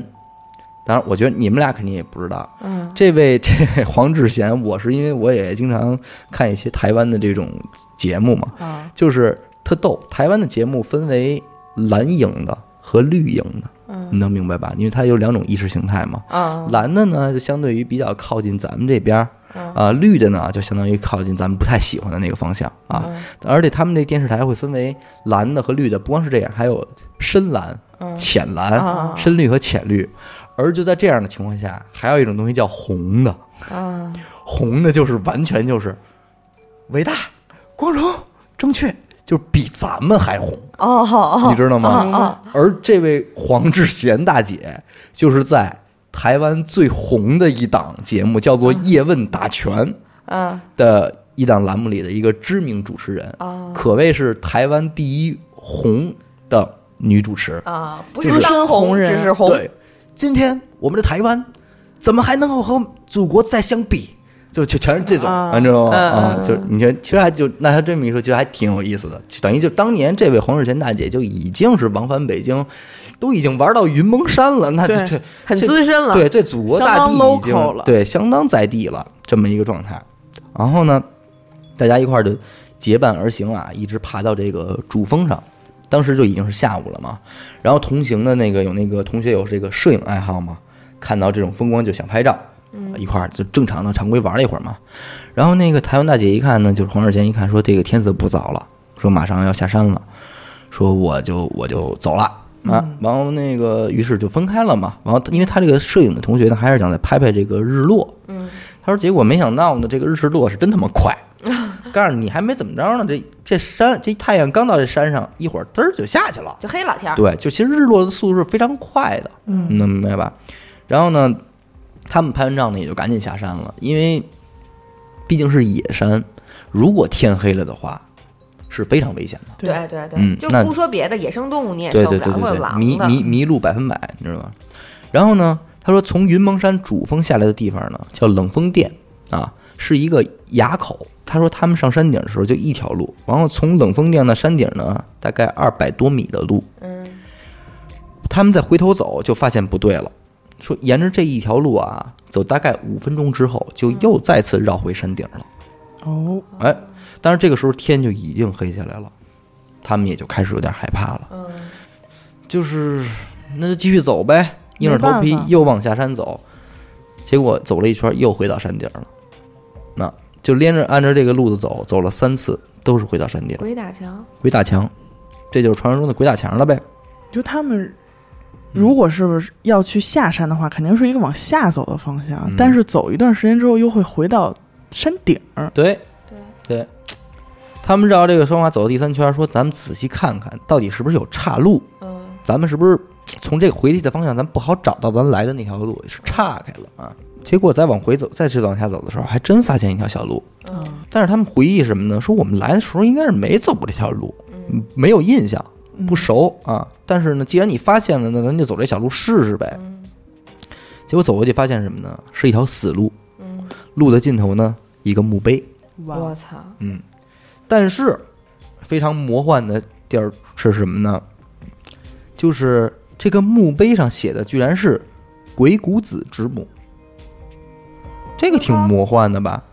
Speaker 3: 当然，我觉得你们俩肯定也不知道。
Speaker 2: 嗯，
Speaker 3: 这位 *laughs* 这位黄志贤，我是因为我也经常看一些台湾的这种节目嘛，
Speaker 1: 啊，
Speaker 3: 就是特逗。台湾的节目分为蓝营的和绿营的，
Speaker 2: 嗯
Speaker 3: 你能明白吧？因为它有两种意识形态嘛。
Speaker 2: 啊，
Speaker 3: 蓝的呢，就相对于比较靠近咱们这边儿，
Speaker 2: 嗯
Speaker 3: 啊，绿的呢，就相当于靠近咱们不太喜欢的那个方向啊。
Speaker 2: 嗯
Speaker 3: 而且他们这电视台会分为蓝的和绿的，不光是这样，还有深蓝、浅
Speaker 2: 啊
Speaker 3: 蓝、深绿和浅绿。而就在这样的情况下，还有一种东西叫红的，
Speaker 2: 啊，
Speaker 3: 红的就是完全就是伟大、光荣、正确，就是比咱们还红。
Speaker 2: 哦哦，
Speaker 3: 你知道吗？
Speaker 2: 哦哦
Speaker 3: 而这位黄志贤大姐，就是在台湾最红的一档节目，叫做《叶问打拳》
Speaker 2: 嗯，
Speaker 3: 的一档栏目里的一个知名主持人，
Speaker 2: 哦
Speaker 3: 可谓是台湾第一红的女主持。
Speaker 2: 啊，不
Speaker 1: 就是
Speaker 2: 是当
Speaker 1: 红人
Speaker 2: 只是红，
Speaker 3: 对，今天我们的台湾怎么还能够和祖国再相比？就就全是这种，
Speaker 1: 啊
Speaker 3: 你知道吗？
Speaker 2: 嗯
Speaker 3: 啊，
Speaker 2: 嗯
Speaker 3: 就你觉得其实还就那他这么一说，其实还挺有意思的。就等于就当年这位黄世贤大姐就已经是往返北京，都已经玩到云蒙山了，那就
Speaker 1: 对
Speaker 3: 这
Speaker 2: 很
Speaker 3: 这
Speaker 2: 资深了，
Speaker 3: 对对，祖国大地
Speaker 1: 相
Speaker 3: 已
Speaker 1: 当
Speaker 3: 经
Speaker 1: local 了
Speaker 3: 对相当在地了这么一个状态。然后呢，大家一块儿就结伴而行啊，一直爬到这个主峰上。当时就已经是下午了嘛。然后同行的那个有那个同学有这个摄影爱好嘛，看到这种风光就想拍照，一块儿就正常的常规玩了一会儿嘛。然后那个台湾大姐一看呢，就是黄世贤一看说这个天色不早了，说马上要下山了，说我就我就走了。啊，然后那个，于是就分开了嘛。然后，因为他这个摄影的同学呢，还是想再拍拍这个日落。
Speaker 2: 嗯，
Speaker 3: 他说，结果没想到呢，这个日落是真他妈快。告诉你，还没怎么着呢，这这山这太阳刚到这山上，一会儿嘚儿就下去了。
Speaker 2: 就黑老天儿，
Speaker 3: 对，就其实日落的速度是非常快的，嗯，能明白吧？然后呢，他们拍完照呢也就赶紧下山了，因为毕竟是野山，如果天黑了的话，是非常危险的。
Speaker 2: 对对对，
Speaker 3: 嗯
Speaker 2: 就
Speaker 3: 那
Speaker 2: 不说别的，野生动物你也
Speaker 3: 对
Speaker 2: 受不
Speaker 3: 对对
Speaker 2: 了，会有
Speaker 3: 对对，
Speaker 2: 狼
Speaker 3: 迷
Speaker 2: 的。
Speaker 3: 迷迷路百分百，你知道吗？然后呢，他说从云蒙山主峰下来的地方呢叫冷峰店啊，是一个垭口。他说他们上山顶的时候就一条路，然后从冷峰店的山顶呢大概二百多米的路，
Speaker 2: 嗯
Speaker 3: 他们再回头走，就发现不对了，说沿着这一条路啊，走大概五分钟之后，就又再次绕回山顶了。
Speaker 1: 哦，
Speaker 3: 哎，但是这个时候天就已经黑下来了，他们也就开始有点害怕了，
Speaker 2: 嗯，
Speaker 3: 就是那就继续走呗，硬着头
Speaker 1: 没
Speaker 3: 皮
Speaker 1: 办法
Speaker 3: 又往下山走，结果走了一圈又回到山顶了，那就连着按照这个路子走，走了三次都是回到山顶，
Speaker 2: 鬼打墙，
Speaker 3: 鬼打墙，这就是传说中的鬼打墙了呗。
Speaker 1: 就他
Speaker 3: 嗯
Speaker 1: 们如果是要去下山的话，肯定是一个往下走的方向，
Speaker 3: 嗯
Speaker 1: 但是走一段时间之后又会回到山顶儿。
Speaker 3: 对，
Speaker 2: 对
Speaker 3: 对，他们绕这个双花走到第三圈，说咱们仔细看看到底是不是有岔路，
Speaker 2: 嗯，
Speaker 3: 咱们是不是从这个回去的方向，咱不好找到咱来的那条路，是岔开了啊。结果再往回走，再去往下走的时候，还真发现一条小路。
Speaker 2: 嗯
Speaker 3: 但是他们回忆什么呢？说我们来的时候应该是没走过这条路，
Speaker 2: 嗯
Speaker 3: 没有印象，不熟啊。但是呢，既然你发现了，那咱就走这小路试试呗。
Speaker 2: 嗯
Speaker 3: 结果走过去发现什么呢？是一条死路，
Speaker 2: 嗯，
Speaker 3: 路的尽头呢，一个墓碑。
Speaker 1: 哇
Speaker 2: 我，操，
Speaker 3: 嗯，但是非常魔幻的地儿是什么呢？就是这个墓碑上写的居然是鬼谷子之墓，这个挺魔幻的吧？
Speaker 2: 嗯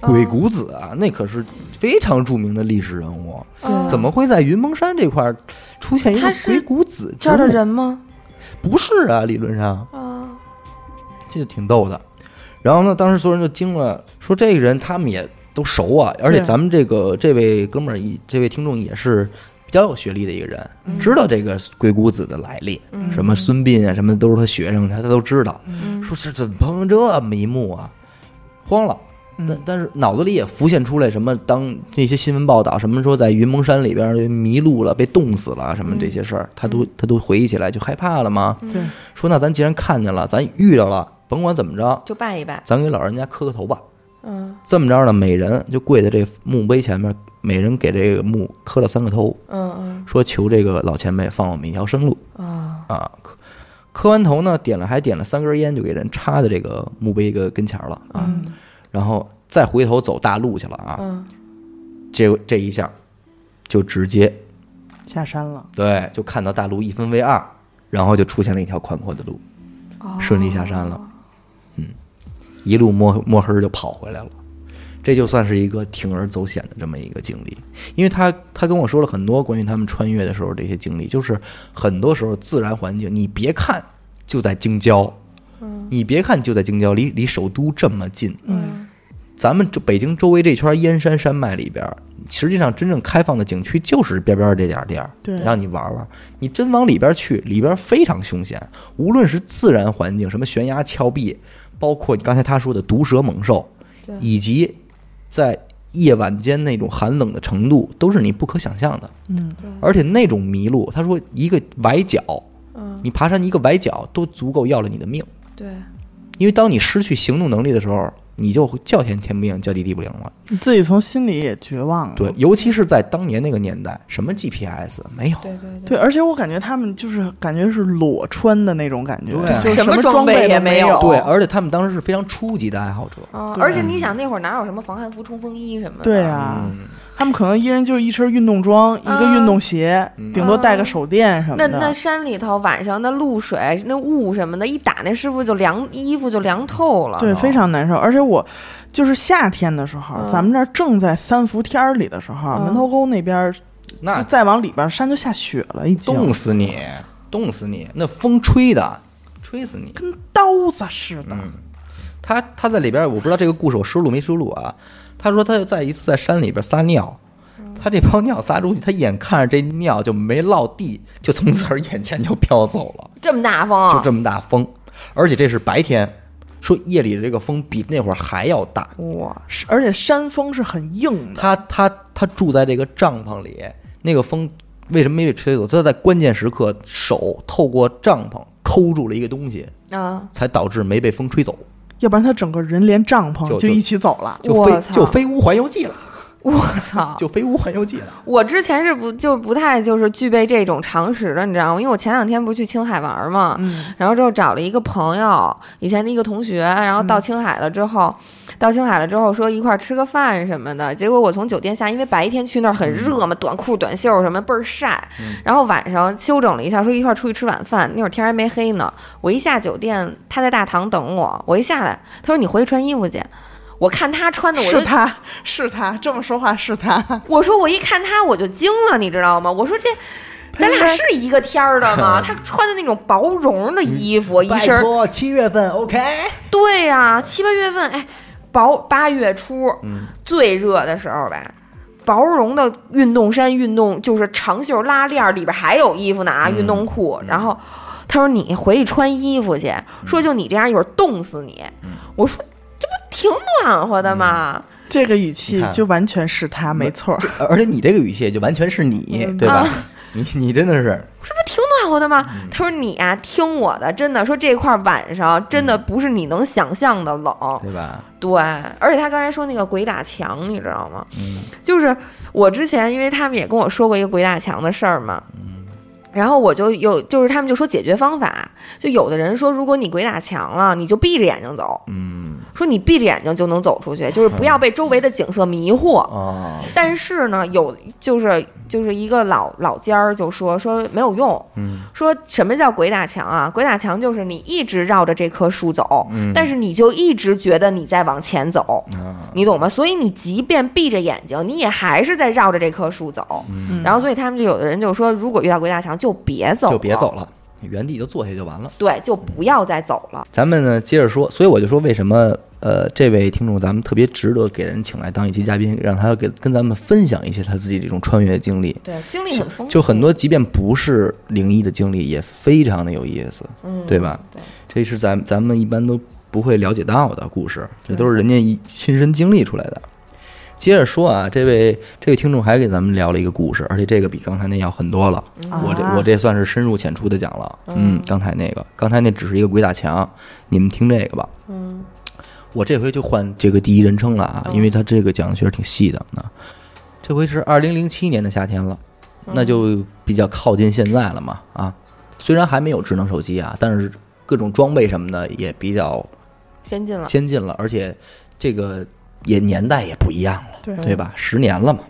Speaker 3: 鬼谷子啊，那可是非常著名的历史人物，
Speaker 1: 啊
Speaker 2: 嗯
Speaker 3: 怎么会在云蒙山这块儿出现一
Speaker 2: 他
Speaker 3: 个
Speaker 2: 是
Speaker 3: 鬼谷子之
Speaker 2: 这儿的
Speaker 3: 墓？
Speaker 2: 人吗？
Speaker 3: 不是啊，理论上
Speaker 1: 嗯
Speaker 2: 啊，
Speaker 3: 这就挺逗的。然后呢，当时所有人就惊了，说这个人他们也都熟啊，而且
Speaker 1: 是
Speaker 3: 咱们这个这位哥们儿也，这位听众也是比较有学历的一个人，知道这个鬼谷子的来历，
Speaker 2: 嗯
Speaker 3: 什么孙膑啊，什么都是他学生，他他都知道。
Speaker 2: 嗯
Speaker 3: 说是怎么碰上这么一幕啊？慌了。但但是脑子里也浮现出来什么，当那些新闻报道什么说在云蒙山里边迷路了、被冻死了什么这些事儿，他都他都回忆起来就害怕了嘛。
Speaker 1: 对，
Speaker 3: 说那咱既然看见了，咱遇到了，甭管怎么着，
Speaker 2: 就拜一拜，
Speaker 3: 咱给老人家磕个头吧。
Speaker 2: 嗯
Speaker 3: 这么着呢，每人就跪在这墓碑前面，每人给这个墓磕了三个头，
Speaker 2: 嗯
Speaker 3: 说求这个老前辈放我们一条生路
Speaker 2: 嗯啊，
Speaker 3: 啊。磕磕完头呢，点了还点了三根烟，就给人插在这个墓碑一个跟前儿了啊。然后再回头走大路去了啊。
Speaker 2: 嗯
Speaker 3: 这这一下就直接
Speaker 1: 下山了，
Speaker 3: 对，就看到大路一分为二，然后就出现了一条宽阔的路，顺利下山了。嗯，一路摸摸黑儿就跑回来了。这就算是一个铤而走险的这么一个经历，因为他他跟我说了很多关于他们穿越的时候这些经历，就是很多时候自然环境，你别看就在京郊，你别看就在京郊，离离首都这么近，
Speaker 2: 嗯
Speaker 3: 咱们这北京周围这圈燕山山脉里边儿，实际上真正开放的景区就是边边儿这点儿地儿，
Speaker 1: 对
Speaker 3: 让你玩玩。你真往里边去，里边非常凶险，无论是自然环境，什么悬崖峭壁，包括你刚才他说的毒蛇猛兽
Speaker 2: 对，
Speaker 3: 以及在夜晚间那种寒冷的程度，都是你不可想象的。
Speaker 1: 嗯，
Speaker 3: 而且那种迷路，他说一个崴脚，
Speaker 2: 嗯，
Speaker 3: 你爬山一个崴脚都足够要了你的命。
Speaker 2: 对，
Speaker 3: 因为当你失去行动能力的时候，你就叫天天不应，叫地地不灵了。
Speaker 1: 你自己从心里也绝望了。
Speaker 3: 对，尤其是在当年那个年代，什么 GPS 没有，
Speaker 2: 对对
Speaker 1: 对，而且我感觉他们就是感觉是裸穿的那种感觉，
Speaker 3: 对啊
Speaker 1: 就是
Speaker 2: 什么
Speaker 1: 么
Speaker 2: 装
Speaker 1: 装
Speaker 2: 备也
Speaker 1: 也
Speaker 2: 没有
Speaker 1: 有。
Speaker 3: 对，而且他们当时是非常初级的爱好者，
Speaker 2: 啊！
Speaker 1: 对
Speaker 2: 而
Speaker 3: 嗯
Speaker 2: 且你想那会儿哪有什么防寒服、冲锋衣什么的？
Speaker 1: 对啊，
Speaker 3: 嗯
Speaker 1: 他们可能一人就一身运动装，一个运动鞋，顶多带个手电什么
Speaker 2: 那
Speaker 1: 的。
Speaker 2: 那山里头晚上那露水、那雾什么的，一打那师傅就凉，衣服就凉透
Speaker 3: 啊
Speaker 2: 了。
Speaker 1: 对，
Speaker 2: 都
Speaker 1: 非常难受。而且我就是夏天的时候，
Speaker 2: 嗯
Speaker 1: 咱们这儿正在三伏天儿里的时候，
Speaker 2: 嗯
Speaker 1: 门头沟那边儿就
Speaker 3: 那
Speaker 1: 再往里边山就下雪了，已经
Speaker 3: 冻死你，冻死你，那风吹的，吹死你。
Speaker 1: 跟刀子似的。
Speaker 3: 嗯他他在里边，我不知道这个故事我收录没收录啊。他说他在一次在山里边撒尿，
Speaker 2: 嗯
Speaker 3: 他这泡尿撒出去，他眼看着这尿就没落地，就从自个儿眼前就飘走了，
Speaker 2: 这么大风，
Speaker 3: 就这么大风，而且这是白天，说夜里的这个风比那会儿还要大。
Speaker 2: 哇，
Speaker 1: 是而且山峰是很硬的，
Speaker 3: 他他他住在这个帐篷里，那个风为什么没被吹走？他在关键时刻手透过帐篷抠住了一个东西，
Speaker 2: 啊，
Speaker 3: 才导致没被风吹走，
Speaker 1: 要不然他整个人连帐篷
Speaker 3: 就
Speaker 1: 就
Speaker 3: 就
Speaker 1: 一起走了。
Speaker 3: 就
Speaker 2: 我
Speaker 3: 飞
Speaker 2: 操
Speaker 3: 就飞屋环游记了，
Speaker 2: 我操！
Speaker 3: 就飞屋环游记了。
Speaker 2: 我之前是不就不太就是具备这种常识的，你知道吗？因为我前两天不是去青海玩嘛，
Speaker 1: 嗯，
Speaker 2: 然后之后找了一个朋友，以前的一个同学，然后到青海了之后，到青海了之后说一块儿吃个饭什么的。结果我从酒店下，因为白天去那儿很热嘛，短裤短袖什么倍儿晒。然后晚上休整了一下，说一块儿出去吃晚饭。那会儿天还没黑呢，我一下酒店，他在大堂等我，我一下来，他说你回去穿衣服去。我看他穿的，我就是
Speaker 1: 他是他这么说话是他，
Speaker 2: 我说我一看他我就惊了，你知道吗？我说这。
Speaker 3: 哎
Speaker 2: 咱俩是一个天儿的
Speaker 3: *laughs*
Speaker 2: 吗？他穿的那种薄绒的衣服，一身儿
Speaker 3: 嗯托，七月份 OK。
Speaker 2: 对呀、七八月份，哎，薄八月初，
Speaker 3: 嗯
Speaker 2: 最热的时候吧，薄绒的运动衫、运动就是长袖拉链儿，里边还有衣服呢
Speaker 3: 嗯
Speaker 2: 啊，运动裤。然后他说你回去穿衣服
Speaker 3: 嗯
Speaker 2: 去，说就你这样一会儿冻死你。我说这不挺暖和的
Speaker 3: 嗯
Speaker 2: 吗？
Speaker 1: 这个语气
Speaker 3: 你看
Speaker 1: 就完全是他，没错儿。
Speaker 3: 而且你这个语气就完全是你，对吧？
Speaker 2: 啊
Speaker 3: 你你真的是，
Speaker 2: 这不挺暖和的吗？他说你呀、听我的，真的说这块儿晚上真的不是你能想象的冷。
Speaker 3: 对吧？
Speaker 2: 对，而且他刚才说那个鬼打墙，你知道吗？就是我之前，因为他们也跟我说过一个鬼打墙的事儿嘛，然后我就有，就是他们就说解决方法，就有的人说，如果你鬼打墙了，你就闭着眼睛走，
Speaker 3: 嗯，
Speaker 2: 说你闭着眼睛就能走出去，就是不要被周围的景色迷惑。
Speaker 3: 哦，
Speaker 2: 但是呢，有就是就是一个老老尖儿就说说没有用，
Speaker 3: 嗯
Speaker 2: 说什么叫鬼打墙啊？鬼打墙就是你一直绕着这棵树走，
Speaker 3: 嗯
Speaker 2: 但是你就一直觉得你在往前走，
Speaker 3: 啊
Speaker 2: 你懂吗？所以你即便闭着眼睛，你也还是在绕着这棵树走。
Speaker 1: 嗯
Speaker 2: 然后，所以他们就有的人就说，如果遇到鬼打墙，就别走，
Speaker 3: 就别走，了，原地就坐下就完了。
Speaker 2: 对，就不要再走了。
Speaker 3: 咱们呢，接着说，所以我就说为什么呃，这位听众咱们特别值得给人请来当一期嘉宾，让他给跟咱们分享一些他自己这种穿越经历。
Speaker 2: 对，经历很丰富，
Speaker 3: 就很多，即便不是灵异的经历，也非常的有意思，
Speaker 2: 嗯
Speaker 3: 对吧？
Speaker 2: 对
Speaker 3: 这是咱咱们一般都不会了解到的故事，这都是人家一亲身经历出来的。接着说啊，这位这位听众还给咱们聊了一个故事，而且这个比刚才那要很多了。我这
Speaker 1: 啊
Speaker 3: 我这算是深入浅出的讲了。嗯，刚才那个，刚才那只是一个鬼打墙，你们听这个吧。
Speaker 2: 嗯
Speaker 3: 我这回就换这个第一人称了啊，因为他这个讲的确实挺细的啊。这回是二零零七年的夏天了，那就比较靠近现在了嘛啊。虽然还没有智能手机啊，但是各种装备什么的也比较
Speaker 2: 先进了，
Speaker 3: 先进了，而且这个也年代也不一样了，
Speaker 1: 对
Speaker 3: 对吧？十年了嘛。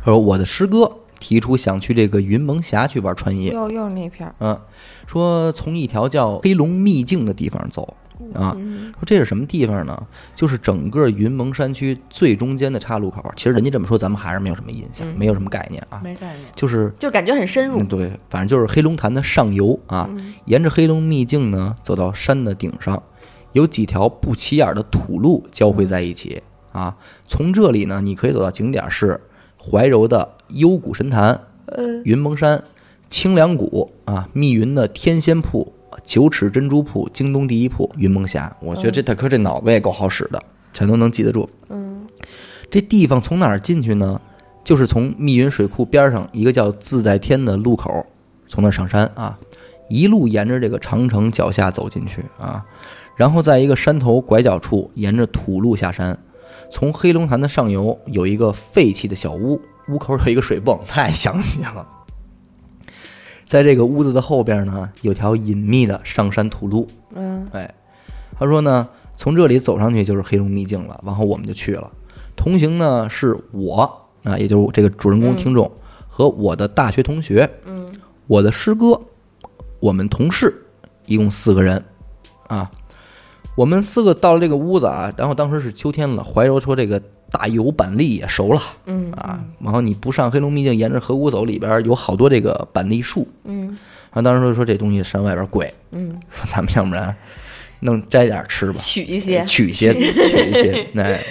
Speaker 3: 他说我的师哥提出想去这个云蒙峡去玩穿越，
Speaker 2: 又又是那片儿，
Speaker 3: 嗯，说从一条叫黑龙秘境的地方走啊，
Speaker 2: 嗯
Speaker 3: 说这是什么地方呢？就是整个云蒙山区最中间的岔路口。其实人家这么说，咱们还是没有什么印象，
Speaker 2: 嗯
Speaker 3: 没有什么概念啊。
Speaker 1: 没概念，
Speaker 3: 就是
Speaker 2: 就感觉很深入嗯
Speaker 3: 嗯，。对，反正就是黑龙潭的上游啊，沿着黑龙秘境呢，走到山的顶上，有几条不起眼的土路交汇在一起啊。从这里呢，你可以走到景点是怀柔的幽谷神潭、
Speaker 2: 嗯
Speaker 3: 云蒙山、清凉谷啊，密云的天仙铺、九尺珍珠铺、京东第一铺、云蒙峡。我觉得这大哥这脑子也够好使的，全都能记得住。
Speaker 2: 嗯
Speaker 3: 这地方从哪儿进去呢？就是从密云水库边上一个叫自在天的路口，从那儿上山啊，一路沿着这个长城脚下走进去啊，然后在一个山头拐角处，沿着土路下山，从黑龙潭的上游有一个废弃的小屋，屋口有一个水泵，太详细了。在这个屋子的后边呢，有条隐秘的上山土路，
Speaker 2: 嗯
Speaker 3: 哎，他说呢，从这里走上去就是黑龙秘境了，然后我们就去了。同行呢是我啊，也就是这个主人公听众、和我的大学同学，
Speaker 2: 嗯，
Speaker 3: 我的师哥，我们同事，一共四个人啊。我们四个到了这个屋子啊，然后当时是秋天了，怀柔说这个大油板栗也熟了
Speaker 2: 嗯
Speaker 3: 啊，然后你不上黑龙秘境，沿着河谷走，里边有好多这个板栗树，
Speaker 2: 嗯
Speaker 3: 然后当时就说这东西山外边贵，
Speaker 2: 嗯，
Speaker 3: 说咱们要不然弄摘点吃吧，
Speaker 2: 取一些，
Speaker 3: 呃取一些，取一些， *laughs* 哎，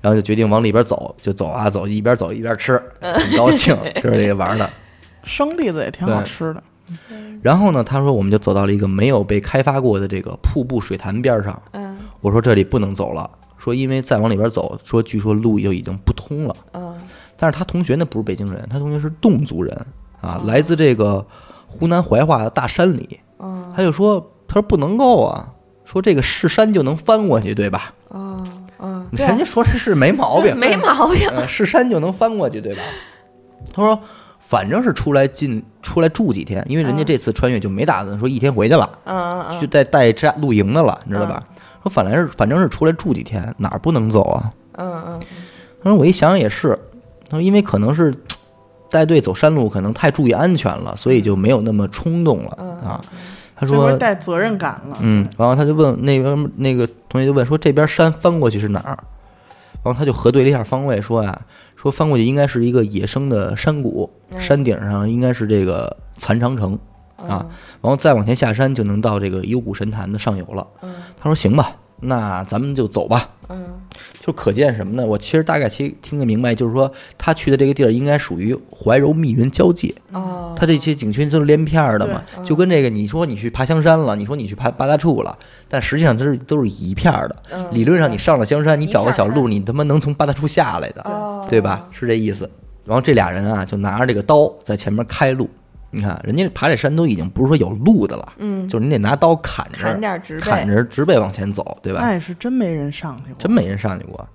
Speaker 3: 然后就决定往里边走，就走啊走，一边走一边吃，很高兴，这是这玩儿的。
Speaker 1: 生栗子也挺好吃的，
Speaker 2: 嗯
Speaker 3: 然后呢，他说我们就走到了一个没有被开发过的这个瀑布水潭边上，
Speaker 2: 嗯
Speaker 3: 我说这里不能走了，说因为再往里边走，说据说路就已经不通了。
Speaker 2: 嗯
Speaker 3: 但是他同学呢不是北京人，他同学是侗族人啊，来自这个湖南怀化的大山里。
Speaker 2: 哦
Speaker 3: 他就说，他说不能够啊，说这个是山就能翻过去，对吧？
Speaker 2: 哦哦，对
Speaker 3: 人家说这是没毛病，
Speaker 2: *laughs* 没毛病，
Speaker 3: 呃，是山就能翻过去，对吧？他说，反正是出来进出来住几天，因为人家这次穿越就没打算说一天回去了，
Speaker 2: 嗯嗯
Speaker 3: 就带带扎露营的了，你知道吧？说反来是反正是出来住几天，哪儿不能走啊？
Speaker 2: 嗯嗯
Speaker 3: 他说我一想想也是，他说因为可能是带队走山路，可能太注意安全了，
Speaker 2: 嗯
Speaker 3: 所以就没有那么冲动了啊。他
Speaker 1: 这回
Speaker 3: 说。
Speaker 1: 带责任感了。
Speaker 3: 嗯，然后他就问那边那个同学就问说这边山翻过去是哪儿？然后他就核对了一下方位，说啊，说翻过去应该是一个野生的山谷，山顶上应该是这个残长城啊，然后再往前下山就能到这个幽谷神坛的上游了。他说行吧，那咱们就走吧。
Speaker 2: 嗯
Speaker 3: 就可见什么呢？我其实大概其实听得明白，就是说他去的这个地儿应该属于怀柔密云交界，
Speaker 2: 嗯哦，
Speaker 3: 它这些景区都是连片儿的嘛，
Speaker 2: 嗯
Speaker 3: 就跟这个你说你去爬香山了，你说你去爬八大处了，但实际上它是都是一片儿的。
Speaker 2: 嗯
Speaker 3: 理论上你上了香山，你
Speaker 2: 一
Speaker 3: 找个
Speaker 2: 片儿
Speaker 3: 小路，你他妈能从八大处下来的，
Speaker 2: 哦
Speaker 3: 对吧？是这意思。然后这俩人啊，就拿着这个刀在前面开路。你看，人家爬这山都已经不是说有路的了，
Speaker 2: 嗯
Speaker 3: 就是你得拿刀砍着，
Speaker 2: 砍点儿植被
Speaker 3: 砍着植被往前走，对吧？
Speaker 1: 那也是真没人上去过，
Speaker 3: 真没人上去过。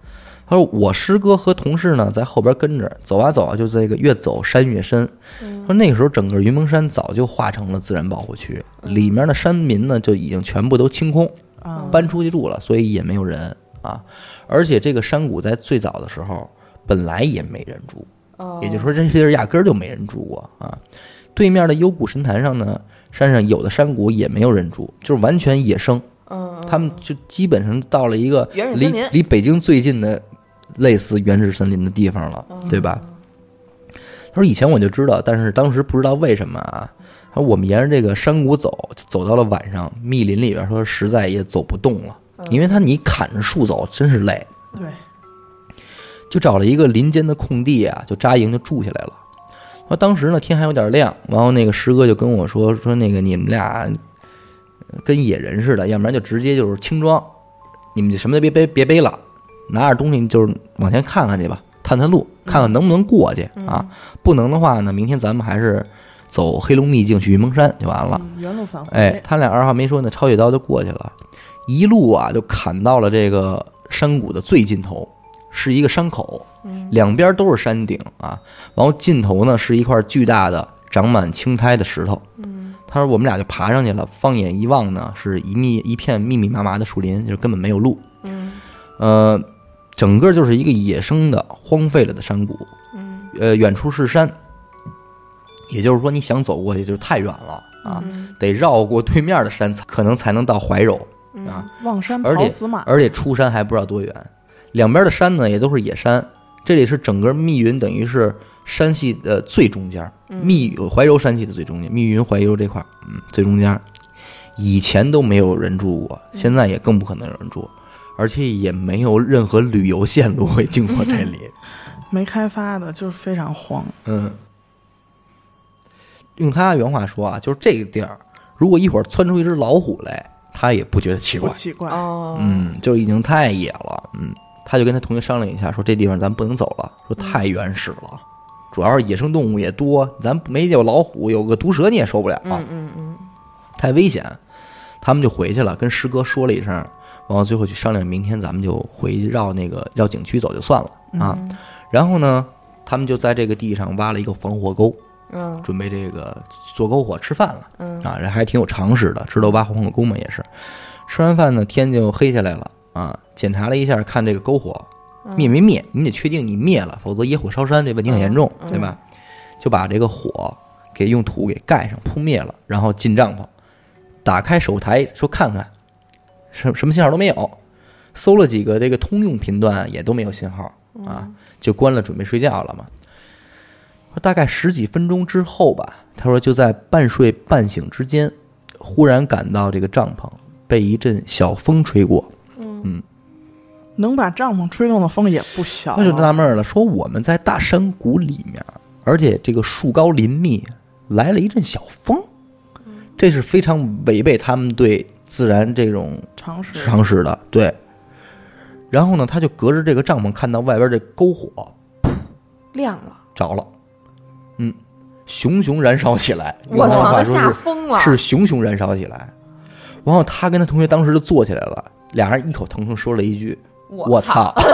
Speaker 3: 他说我师哥和同事呢在后边跟着走啊走啊，就这个越走山越深。他说那个时候整个云蒙山早就划成了自然保护区，里面的山民呢就已经全部都清空，
Speaker 1: 啊
Speaker 3: 搬出去住了，所以也没有人啊。而且这个山谷在最早的时候本来也没人住，
Speaker 2: 哦
Speaker 3: 也就是说这些地儿压根儿就没人住过啊。对面的幽谷神坛上呢，山上有的山谷也没有人住，就是完全野生。
Speaker 2: 嗯
Speaker 3: 他们就基本上到了一个
Speaker 2: 原始
Speaker 3: 离
Speaker 2: 森林
Speaker 3: 离北京最近的类似原始森林的地方了，
Speaker 2: 哦
Speaker 3: 对吧？他说以前我就知道，但是当时不知道为什么啊。他说我们沿着这个山谷走，就走到了晚上，密林里边说实在也走不动了，
Speaker 2: 嗯
Speaker 3: 因为他你砍着树走真是累，
Speaker 1: 对，
Speaker 3: 就找了一个林间的空地啊，就扎营就住下来了。然后当时呢天还有点亮，然后那个师哥就跟我说说那个你们俩呃跟野人似的，要不然就直接就是轻装，你们就什么都别背别背了，拿着东西就是往前看看去吧，探探路，看看能不能过去、啊。不能的话呢，明天咱们还是走黑龙秘境去云蒙山就完了。
Speaker 1: 嗯原路返回。
Speaker 3: 哎，他俩二话没说呢，抄起刀就过去了，一路啊就砍到了这个山谷的最尽头，是一个山口，两边都是山顶啊，然后尽头呢是一块巨大的长满青苔的石头。他说我们俩就爬上去了，放眼一望呢，是一密一片密密麻麻的树林，就是根本没有路。嗯，呃，整个就是一个野生的荒废了的山谷。嗯，呃，远处是山，也就是说你想走过去就太远了啊，
Speaker 2: 嗯
Speaker 3: 得绕过对面的山才可能才能到怀柔啊，
Speaker 1: 望山
Speaker 3: 而且
Speaker 1: 跑死马，
Speaker 3: 而且出山还不知道多远。两边的山呢也都是野山，这里是整个密云，等于是山系的最中间儿，密呃怀柔山系的最中间，密云怀柔这块儿，嗯，最中间儿，以前都没有人住过，现在也更不可能有人住，而且也没有任何旅游线路会经过这里。
Speaker 1: 没开发的，就是非常荒。
Speaker 3: 嗯，用他原话说啊，就是这个地儿，如果一会儿窜出一只老虎来，他也不觉得奇
Speaker 1: 不
Speaker 3: 怪。
Speaker 1: 奇怪，
Speaker 2: 哦
Speaker 3: 嗯，就已经太野了。嗯，他就跟他同学商量一下，说这地方咱不能走了，说太原始了，主要是野生动物也多，咱没有老虎，有个毒蛇你也受不了，
Speaker 2: 嗯嗯嗯
Speaker 3: 太危险。他们就回去了，跟师哥说了一声，然后最后去商量，明天咱们就回绕那个绕景区走就算了啊。然后呢，他们就在这个地上挖了一个防火沟，
Speaker 2: 嗯
Speaker 3: 准备这个做篝火吃饭了。
Speaker 2: 嗯
Speaker 3: 啊，人还挺有常识的，知道挖黄火沟嘛也是。吃完饭呢，天就黑下来了啊，检查了一下，看这个篝火灭没灭，你得确定你灭了，否则野火烧山这问题很严重，对吧？就把这个火给用土给盖上，扑灭了，然后进帐篷，打开手台说看看，什什么信号都没有。搜了几个这个通用频段也都没有信号啊，就关了，准备睡觉了嘛。大概十几分钟之后吧，他说就在半睡半醒之间，忽然感到这个帐篷被一阵小风吹过，
Speaker 1: 能把帐篷吹动的风也不小
Speaker 3: 他就
Speaker 1: 了。
Speaker 3: 纳闷了，说我们在大山谷里面，而且这个树高林密，来了一阵小风，这是非常违背他们对自然这种
Speaker 1: 常识，
Speaker 3: 常识的，对。然后呢，他就隔着这个帐篷看到外边这篝火
Speaker 2: 亮了，
Speaker 3: 着了，嗯，熊熊燃烧起来。
Speaker 2: 我
Speaker 3: 用
Speaker 2: 操，
Speaker 3: 话
Speaker 2: 都
Speaker 3: 说
Speaker 2: 吓
Speaker 3: 是
Speaker 2: 疯了，
Speaker 3: 是熊熊燃烧起来。然后他跟他同学当时就坐起来了，俩人异口同声说了一句：“我
Speaker 2: 我，
Speaker 3: 操！” *laughs*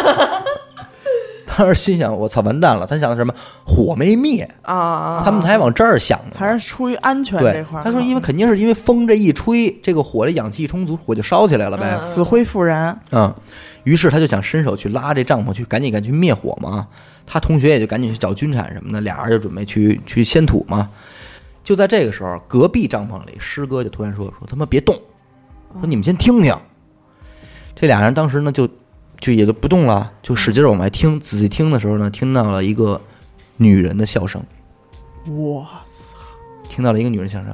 Speaker 3: 当时心想：“我操，完蛋了！”他想的什么？火没灭，
Speaker 2: 啊！
Speaker 3: 他们才往这儿想呢。
Speaker 1: 还是出于安全这
Speaker 3: 对
Speaker 1: 块，儿。啊
Speaker 3: 他说：“因为肯定是因为风这一吹，这个火的氧气充足，火就烧起来了呗。
Speaker 2: 嗯
Speaker 1: 死灰复燃，
Speaker 3: 嗯，于是他就想伸手去拉这帐篷，去赶紧赶紧去灭火嘛。他同学也就赶紧去找军铲什么的，俩人就准备去去掀土嘛。就在这个时候，隔壁帐篷里师哥就突然说：“说他妈别动，说你们先听听。”这俩人当时呢就就也就不动了，就使劲儿往外听。仔细听的时候呢，听到了一个女人的笑声，
Speaker 1: 哇塞，
Speaker 3: 听到了一个女人笑声，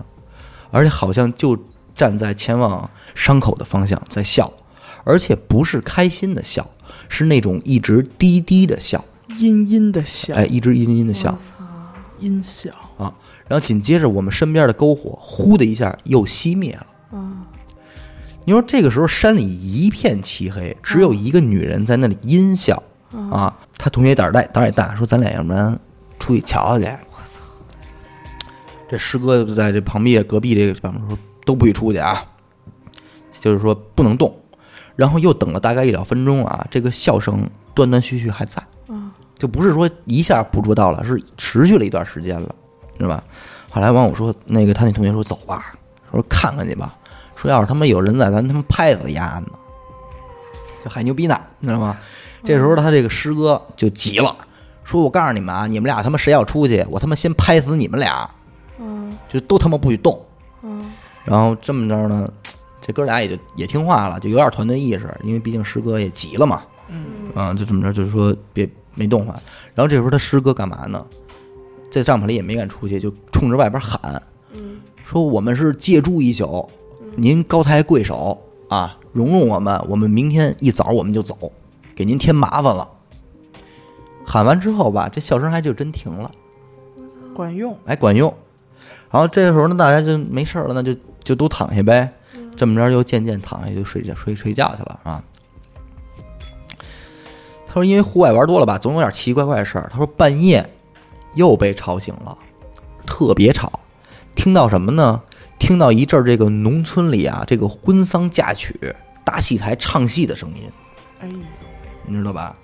Speaker 3: 而且好像就站在前往伤口的方向在笑，而且不是开心的笑，是那种一直低低的笑，
Speaker 1: 阴阴的笑，
Speaker 3: 哎，一直阴阴的笑
Speaker 1: 阴笑，
Speaker 3: 啊。然后紧接着我们身边的篝火呼的一下又熄灭了。你说这个时候山里一片漆黑，只有一个女人在那里阴笑啊。她同学胆儿大，胆儿也大，说咱俩要不然出去瞧瞧去。我操！这师哥就在这旁边隔壁这个旁边说都不许出去啊，就是说不能动。然后又等了大概一两分钟啊，这个笑声断断续续还在，就不是说一下捕捉到了，是持续了一段时间了，是吧？后来完我说那个他那同学说走吧，说看看去吧，说要是他妈有人在，咱他妈拍死丫呢，这还牛逼呢，你知道吗？这时候他这个师哥就急了，说我告诉你们啊，你们俩他妈谁要出去，我他妈先拍死你们俩，嗯，就都他妈不许动，嗯，然后这么着呢，这哥俩也就也听话了，就有点团队意识，因为毕竟师哥也急了嘛，嗯，啊，就这么着，就是说别没动弹。然后这时候他师哥干嘛呢？在帐篷里也没敢出去，就冲着外边喊，说我们是借住一宿，您高抬贵手啊，容容我们，我们明天一早我们就走，给您添麻烦了。喊完之后吧，这笑声还就真停了。
Speaker 1: 管用，
Speaker 3: 哎，管用。然后这时候呢，大家就没事儿了，那就就都躺下呗。这么着又渐渐躺下就睡觉睡睡觉去了啊。他说因为户外玩多了吧，总有点奇奇怪怪的事儿。他说半夜又被吵醒了，特别吵，听到什么呢？听到一阵儿这个农村里啊，这个婚丧嫁娶、大戏台唱戏的声音。
Speaker 1: 哎呦，
Speaker 3: 你知道吧？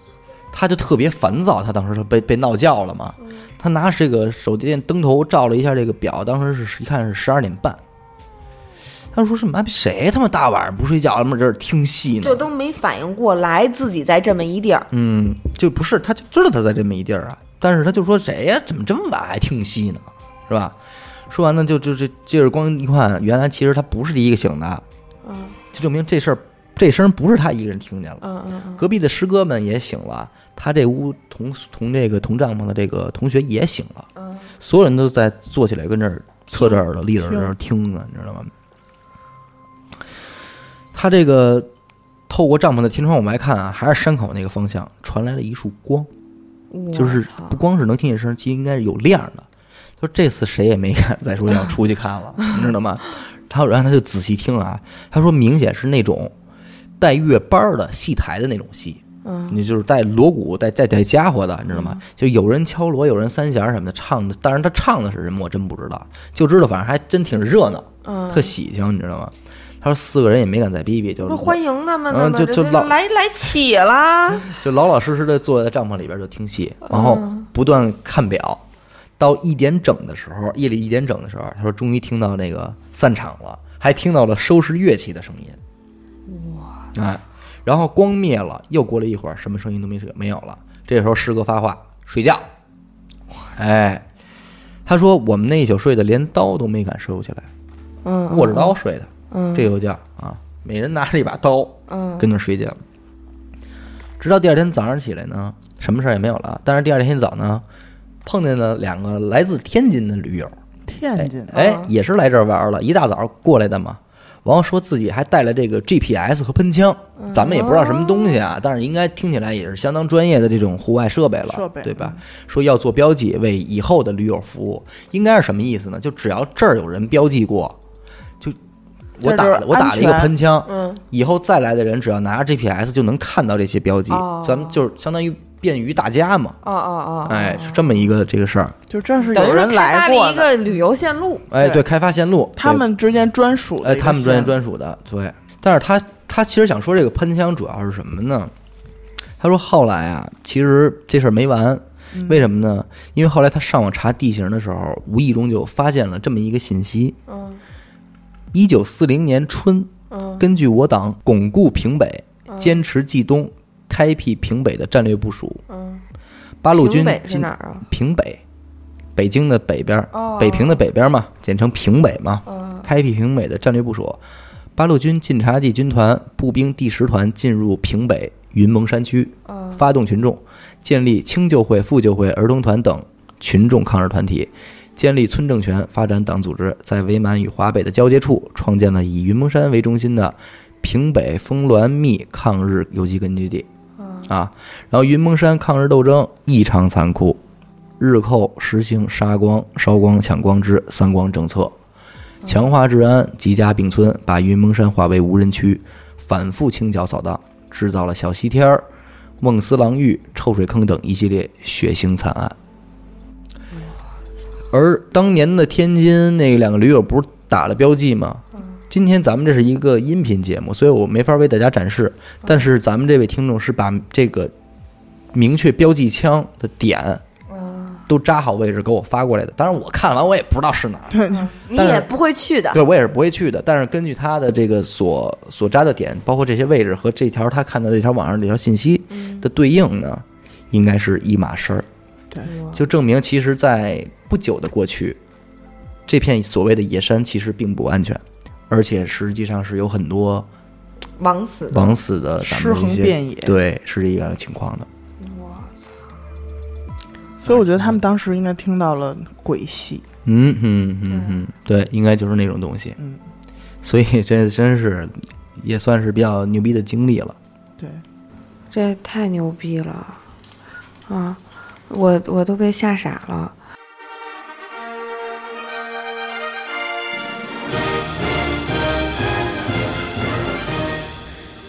Speaker 3: 他就特别烦躁，他当时他被被闹觉了嘛，他拿这个手电灯头照了一下这个表，当时是一看是十二点半。他说什么？哎谁他妈大晚上不睡觉，他妈这儿听戏呢？
Speaker 2: 就都没反应过来自己在这么一地儿，
Speaker 3: 嗯，就不是，他就知道他在这么一地儿啊，但是他就说谁呀、怎么这么晚还听戏呢？是吧？说完呢，就就这接着光一看，原来其实他不是第一个醒的，
Speaker 2: 嗯
Speaker 3: 就证明这事儿这声不是他一个人听见了。
Speaker 2: 嗯嗯
Speaker 3: 隔壁的师哥们也醒了，他这屋同同这个同帐篷的这个同学也醒了，
Speaker 2: 嗯
Speaker 3: 所有人都在坐起来跟这儿侧着耳朵立着耳朵听呢，你知道吗？他这个透过帐篷的天窗往外看啊，还是山口那个方向传来了一束光，
Speaker 2: 嗯，
Speaker 3: 就是不光是能听见声，其实应该是有亮的。他说这次谁也没敢再说要出去看
Speaker 2: *laughs*
Speaker 3: 了，你知道吗？他然后他就仔细听啊，他说明显是那种带乐班儿的戏台的那种戏，
Speaker 2: 嗯
Speaker 3: 你就是带锣鼓、带带带家伙的，你知道吗？就有人敲锣，有人三弦儿什么的唱的，但是他唱的是什么我真不知道，就知道反正还真挺热闹，
Speaker 2: 嗯，
Speaker 3: 特喜庆，你知道吗？他说四个人也没敢再逼逼，就
Speaker 2: 不是欢迎他们呢
Speaker 3: 嗯
Speaker 2: 吗？
Speaker 3: 就
Speaker 2: 这
Speaker 3: 就
Speaker 2: 这
Speaker 3: 老
Speaker 2: 来来起
Speaker 3: *laughs*
Speaker 2: 啦，
Speaker 3: 就老老实实的坐在帐篷里边就听戏，然后
Speaker 2: 嗯
Speaker 3: 不断看表，到一点整的时候，夜里一点整的时候，他说终于听到那个散场了，还听到了收拾乐器的声音，哇！哎，然后光灭了，又过了一会儿，什么声音都没没有了。这时候师哥发话：睡觉。哎，他说我们那一宿睡的连刀都没敢收起来，
Speaker 2: 嗯，
Speaker 3: 握着刀睡的，
Speaker 2: 嗯
Speaker 3: 这又叫啊，每人拿着一把刀
Speaker 2: 嗯，
Speaker 3: 跟那儿睡觉，直到第二天早上起来呢，什么事儿也没有了。但是第二天一早呢，碰见了两个来自天津的驴友，
Speaker 1: 天津，
Speaker 3: 哎
Speaker 2: 嗯，
Speaker 3: 也是来这儿玩儿了，一大早过来的嘛。然后说自己还带了这个 GPS 和喷枪，
Speaker 1: 嗯
Speaker 3: 咱们也不知道什么东西
Speaker 1: 哦
Speaker 3: 啊，但是应该听起来也是相当专业的这种户外设备了，
Speaker 1: 设备嗯
Speaker 3: 对吧？说要做标记，为以后的驴友服务，应该是什么意思呢？就只要这儿有人标记过，就
Speaker 1: 这
Speaker 3: 我
Speaker 1: 儿
Speaker 3: 打
Speaker 1: 就是
Speaker 3: 了我打了一个
Speaker 1: 安全
Speaker 3: 喷枪，
Speaker 2: 嗯，
Speaker 3: 以后再来的人只要拿着 GPS 就能看到这些标记，
Speaker 2: 哦
Speaker 3: 咱们就是相当于便于大家嘛，
Speaker 2: 哦哦哦，
Speaker 3: 哎，是这么一个这个事儿，
Speaker 1: 就这是
Speaker 2: 等于
Speaker 1: 有
Speaker 2: 说
Speaker 1: 人
Speaker 2: 开发
Speaker 1: 来过
Speaker 2: 了一
Speaker 1: 的，
Speaker 2: 个旅游线路，
Speaker 3: 哎，
Speaker 1: 对
Speaker 3: 对，开发线路，
Speaker 1: 他
Speaker 3: 对
Speaker 1: 们之间专属的
Speaker 3: 哎，
Speaker 1: 一个
Speaker 3: 他们专业
Speaker 1: 线
Speaker 3: 专属的，对。但是他他其实想说这个喷枪主要是什么呢？他说后来啊，其实这事儿没完，
Speaker 2: 嗯
Speaker 3: 为什么呢？因为后来他上网查地形的时候，无意中就发现了这么一个信息：
Speaker 2: 嗯
Speaker 3: 一九四零年春，
Speaker 2: 嗯
Speaker 3: 根据我党巩固平北、坚持冀东、开辟平北的战略部署，
Speaker 2: 嗯，
Speaker 3: 八路军
Speaker 2: 平北是
Speaker 3: 进
Speaker 2: 哪儿啊？
Speaker 3: 平北，北京的北边儿，
Speaker 2: 哦
Speaker 3: 北平的北边儿嘛，简称平北嘛。
Speaker 2: 嗯
Speaker 3: 开辟平北的战略部署，八路军晋察冀军团步兵第十团进入平北云蒙山区，
Speaker 2: 嗯
Speaker 3: 发动群众，建立青救会、妇救会、儿童团等群众抗日团体，建立村政权，发展党组织，在伪满与华北的交界处，创建了以云蒙山为中心的平北丰滦密抗日游击根据地。
Speaker 2: 嗯
Speaker 3: 啊，然后云蒙山抗日斗争异常残酷，日寇实行杀光、烧光、抢光之“三光”政策，强化治安，集家并村，把云蒙山划为无人区，反复清剿扫荡，制造了小西天儿、孟司郎峪、臭水坑等一系列血腥惨案。而当年的天津那两个驴友不是打了标记吗？今天咱们这是一个音频节目，所以我没法为大家展示。但是咱们这位听众是把这个明确标记枪的点
Speaker 2: 嗯，
Speaker 3: 都扎好位置给我发过来的。当然我看完我也不知道是哪儿，
Speaker 1: 对，
Speaker 2: 你
Speaker 3: 但是
Speaker 2: 也不会去的，
Speaker 3: 对我也是不会去的。但是根据他的这个所所扎的点，包括这些位置和这条他看到这条网上这条信息
Speaker 1: 嗯
Speaker 3: 的对应呢，应该是一码事儿。
Speaker 1: 对，
Speaker 3: 就证明其实，在不久的过去，这片所谓的野山其实并不安全，而且实际上是有很多
Speaker 2: 枉死的。
Speaker 3: 枉死的咱
Speaker 1: 尸
Speaker 3: 们一嗯
Speaker 1: 横
Speaker 3: 些
Speaker 1: 遍野。
Speaker 3: 对，是这样的情况的。
Speaker 1: 所以我觉得他们当时应该听到了鬼戏，
Speaker 3: 嗯嗯嗯嗯，对，应该就是那种东西。
Speaker 1: 嗯，
Speaker 3: 所以这真是也算是比较牛逼的经历了。
Speaker 1: 对，
Speaker 2: 这太牛逼了啊！我我都被吓傻了。 *laughs*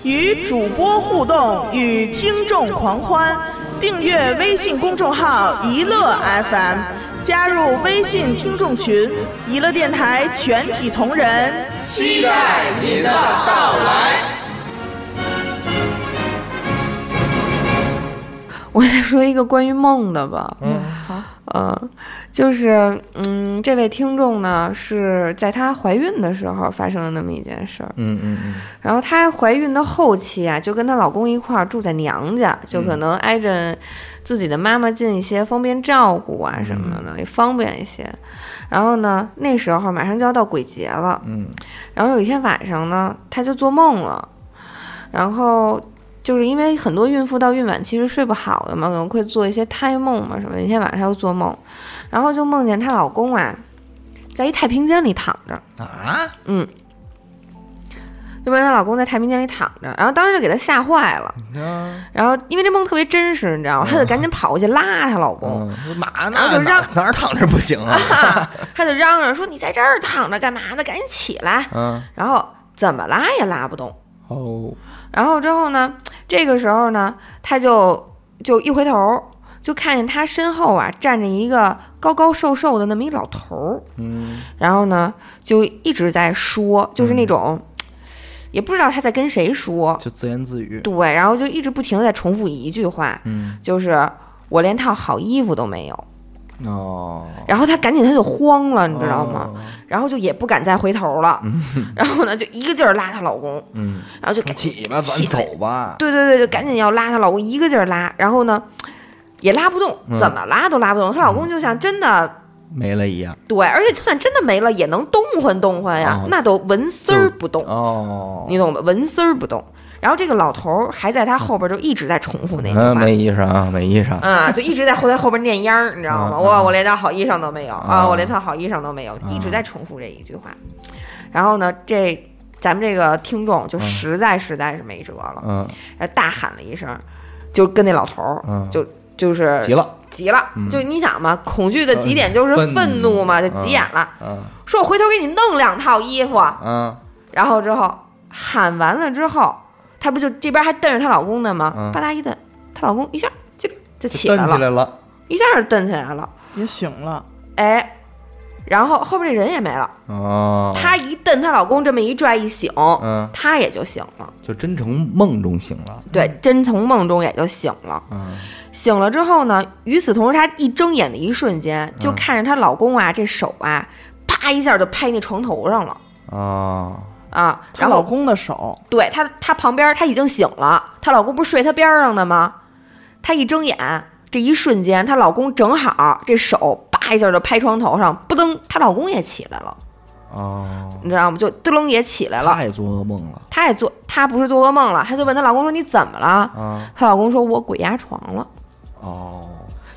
Speaker 1: 与主播互动，与听众狂欢。订阅微信公众号“一乐 FM”，加入微信听众群，一乐电台全体同仁期待您的到来。
Speaker 2: 我再说一个关于梦的吧。
Speaker 3: 嗯，
Speaker 1: 好，
Speaker 2: 嗯，就是嗯，这位听众呢是在她怀孕的时候发生了那么一件事儿。
Speaker 3: 嗯嗯嗯，
Speaker 2: 然后她怀孕的后期啊，就跟她老公一块儿住在娘家，就可能挨着自己的妈妈近一些，方便照顾啊什么的，也方便一些。然后呢，那时候马上就要到鬼节了，
Speaker 3: 嗯，
Speaker 2: 然后有一天晚上呢，她就做梦了，然后。就是因为很多孕妇到孕晚其实睡不好的嘛，可能会做一些胎梦嘛什么的。那天晚上她又做梦，然后就梦见她老公啊，在一太平间里躺着，
Speaker 3: 啊，
Speaker 2: 就梦见她老公在太平间里躺着，然后当时就给她吓坏了。
Speaker 3: 嗯那
Speaker 2: 然后因为这梦特别真实，你知道吗？她就赶紧跑过去拉她老公，
Speaker 3: 嗯，嘛呢？
Speaker 2: 啊就
Speaker 3: 哪
Speaker 2: 让
Speaker 3: 哪儿躺着不行
Speaker 2: *laughs*
Speaker 3: 啊？
Speaker 2: 啊，她就嚷嚷说：“你在这儿躺着干嘛呢？赶紧起来
Speaker 3: 嗯，！”
Speaker 2: 然后怎么拉也拉不动。
Speaker 3: 哦，
Speaker 2: 然后之后呢，这个时候呢，她就就一回头，就看见她身后啊站着一个高高瘦瘦的那么一老头儿，
Speaker 3: 嗯
Speaker 2: 然后呢就一直在说，就是那
Speaker 3: 嗯
Speaker 2: 种、也不知道他在跟谁说，
Speaker 3: 就自言自语。
Speaker 2: 对，然后就一直不停的在重复一句话，
Speaker 3: 嗯，
Speaker 2: 就是我连套好衣服都没有。
Speaker 3: 哦，
Speaker 2: 然后他赶紧他就慌了，你知道吗？
Speaker 3: 哦？
Speaker 2: 然后就也不敢再回头了，然后呢就一个劲儿拉她老公，
Speaker 3: 嗯，
Speaker 2: 然后就赶紧
Speaker 3: 起吧，咱
Speaker 2: 起来
Speaker 3: 走吧。
Speaker 2: 对对对，就赶紧要拉她老公，一个劲儿拉，然后呢也拉不动，
Speaker 3: 嗯
Speaker 2: 怎么拉都拉不动。她老公就像真的
Speaker 3: 没了一样。
Speaker 2: 对，而且就算真的没了，也能动换动换呀，
Speaker 3: 哦
Speaker 2: 那都纹丝儿不动，
Speaker 3: 哦，
Speaker 2: 你懂吧？纹丝儿不动。然后这个老头儿还在他后边儿就一直在重复那句
Speaker 3: 嗯，
Speaker 2: 话。
Speaker 3: 没衣裳啊，没衣裳。
Speaker 2: 啊，就一直在后在后边念秧儿，你知道吗？
Speaker 3: 嗯
Speaker 2: 哇，
Speaker 3: 嗯
Speaker 2: 我连套好衣裳都没有啊，
Speaker 3: 嗯
Speaker 2: 我连套好衣裳都没有，一直在重复这一句话。然后呢，这咱们这个听众就实在实在是没辙了，
Speaker 3: 嗯
Speaker 2: 然后大喊了一声，就跟那老头儿
Speaker 3: 嗯，
Speaker 2: 就就是
Speaker 3: 急了。
Speaker 2: 急了，就你想嘛，恐惧的极点就是
Speaker 3: 嗯
Speaker 2: 愤怒嘛，就
Speaker 3: 愤怒
Speaker 2: 急眼了，
Speaker 3: 嗯
Speaker 2: 说我回头给你弄两套衣服，
Speaker 3: 嗯
Speaker 2: 然后之后喊完了之后，她不就这边还瞪着她老公呢吗
Speaker 3: 嗯？
Speaker 2: 吧嗒一瞪，她老公一下就就起来
Speaker 3: 蹬起
Speaker 2: 了，
Speaker 3: 来了。
Speaker 2: 一下就蹬起来了，
Speaker 1: 也醒了，
Speaker 2: 哎。然后后边这人也没了，
Speaker 3: 哦，
Speaker 2: 她一瞪，她老公这么一拽一醒，
Speaker 3: 嗯，
Speaker 2: 她也就醒了。
Speaker 3: 就真从梦中醒了。
Speaker 2: 对，真从梦中也就醒了。
Speaker 3: 嗯
Speaker 2: 醒了之后呢，与此同时，她一睁眼的一瞬间，就看着她老公啊，这手啊，啪一下就拍那床头上了
Speaker 3: 哦，
Speaker 2: 啊。
Speaker 1: 她
Speaker 2: 然
Speaker 1: 老
Speaker 2: 后
Speaker 1: 公的手，
Speaker 2: 对她，她旁边她已经醒了，她老公不是睡她边上的吗？她一睁眼，这一瞬间，她老公正好这手叭一下就拍床头上，扑噔，她老公也起来了，
Speaker 3: 哦，
Speaker 2: 你知道吗？就嘚楞也起来了。
Speaker 3: 他也做噩梦了
Speaker 2: 她也做，她不是做噩梦了，她就问她老公说：“你怎么了
Speaker 3: 啊！”
Speaker 2: 她老公说：“我鬼压床了。”
Speaker 3: 哦，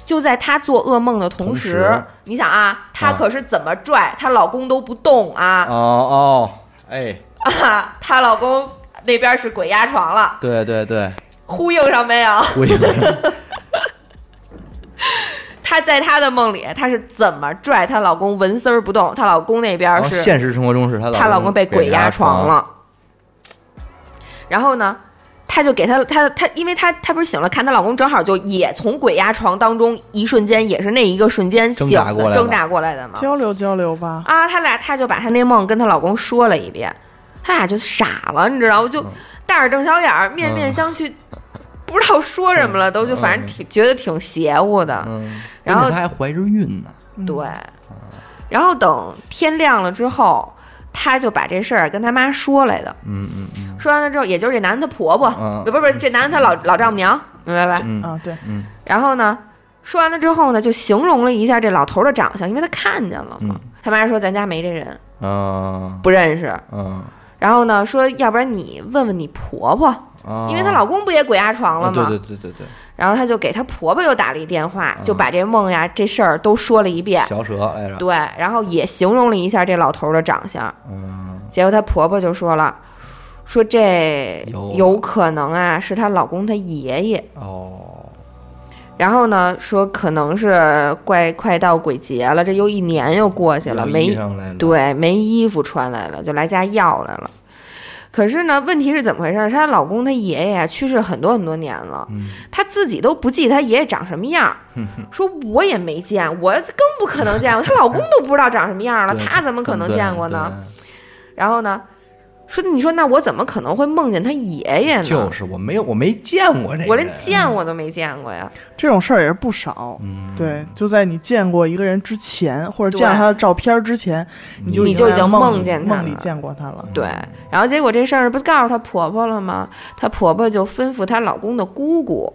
Speaker 2: 就在她做噩梦的同时，
Speaker 3: 同时
Speaker 2: 你想啊，她
Speaker 3: 啊
Speaker 2: 可是怎么拽，她老公都不动啊 *laughs*
Speaker 3: 哦哦，哎，
Speaker 2: 啊！她老公那边是鬼压床了，
Speaker 3: 对对对，
Speaker 2: 呼应上没有？*laughs*
Speaker 3: 我以为
Speaker 2: 她在她的梦里，她是怎么拽她老公纹丝儿不动，她老公那边
Speaker 3: 哦
Speaker 2: 是
Speaker 3: 现实生活中是她
Speaker 2: 她老公
Speaker 3: 公
Speaker 2: 被鬼压
Speaker 3: 床
Speaker 2: 床。了。然后呢，她就给她她她，因为她她不是醒了，看她老公正好就也从鬼压床当中一瞬间，也是那一个瞬间醒
Speaker 3: 挣扎过
Speaker 2: 的，
Speaker 3: 来了
Speaker 2: 挣扎过来的嘛。
Speaker 1: 交流交流吧。
Speaker 2: 啊，她俩她就把她那梦跟她老公说了一遍，她俩就傻了，你知道吗？
Speaker 3: 嗯
Speaker 2: 就大眼瞪小眼儿，面面相觑，不知道说什么了，都就反正挺觉得挺邪乎的。
Speaker 3: 嗯，
Speaker 2: 然后
Speaker 3: 而且她还怀着孕呢。
Speaker 1: 嗯
Speaker 2: 对，
Speaker 3: 嗯
Speaker 2: 然后等天亮了之后，她就把这事儿跟她妈说来的。
Speaker 3: 嗯嗯嗯
Speaker 2: 说完了之后，也就是这男的她婆婆，
Speaker 3: 嗯
Speaker 2: 不不不，这男的她老老丈母娘，明白吧？
Speaker 3: 嗯
Speaker 1: 啊，对，
Speaker 3: 嗯
Speaker 2: 然后呢，说完了之后呢，就形容了一下这老头的长相，因为她看见了嘛
Speaker 3: 嗯。
Speaker 2: 她妈说：“咱家没这人，
Speaker 3: 啊
Speaker 2: 不认识。”
Speaker 3: 嗯
Speaker 2: 然后呢，说要不然你问问你婆婆，
Speaker 3: 啊，
Speaker 2: 因为她老公不也鬼压床了
Speaker 3: 啊
Speaker 2: 吗？
Speaker 3: 对嗯对对对对，
Speaker 2: 然后她就给她婆婆又打了一电话，就把这梦呀这事儿都说了一遍。
Speaker 3: 小蛇哎来着。
Speaker 2: 对，然后也形容了一下这老头儿的长相。
Speaker 3: 嗯
Speaker 2: 结果她婆婆就说了，说这
Speaker 3: 有
Speaker 2: 有可能啊是她老公她爷爷。
Speaker 3: 哦，
Speaker 2: 然后呢，说可能是怪快到鬼节了，这又一年又过去了，
Speaker 3: 有
Speaker 2: 没
Speaker 3: 衣裳来了。
Speaker 2: 对，没衣服穿来了，就来家要来了。可是呢，问题是怎么回事儿？是她老公她爷爷啊去世很多很多年了，
Speaker 3: 嗯
Speaker 2: 她自己都不记得她爷爷长什么样儿，说我也没见，我更不可能见过，她老公都不知道长什么样儿了，
Speaker 3: 对
Speaker 2: 她怎么可能
Speaker 3: 对
Speaker 2: 见过呢？？然后呢，说你说那我怎么可能会梦见她爷爷
Speaker 3: 对
Speaker 2: 呢？
Speaker 3: 就是我没有，我没见过这个人。
Speaker 2: 我连见我都没见过呀。
Speaker 1: 这种事儿也是不少。
Speaker 3: 嗯
Speaker 1: 对，就在你见过一个人之前，或者见
Speaker 2: 对
Speaker 1: 他的照片之前，你就
Speaker 2: 你
Speaker 1: 已
Speaker 2: 就已
Speaker 1: 在
Speaker 2: 经
Speaker 1: 梦
Speaker 2: 梦见他
Speaker 1: 梦里
Speaker 2: 了
Speaker 1: 见过他了。
Speaker 2: 对，然后结果这事儿不告诉她婆婆了吗？她婆婆就吩咐她老公的姑姑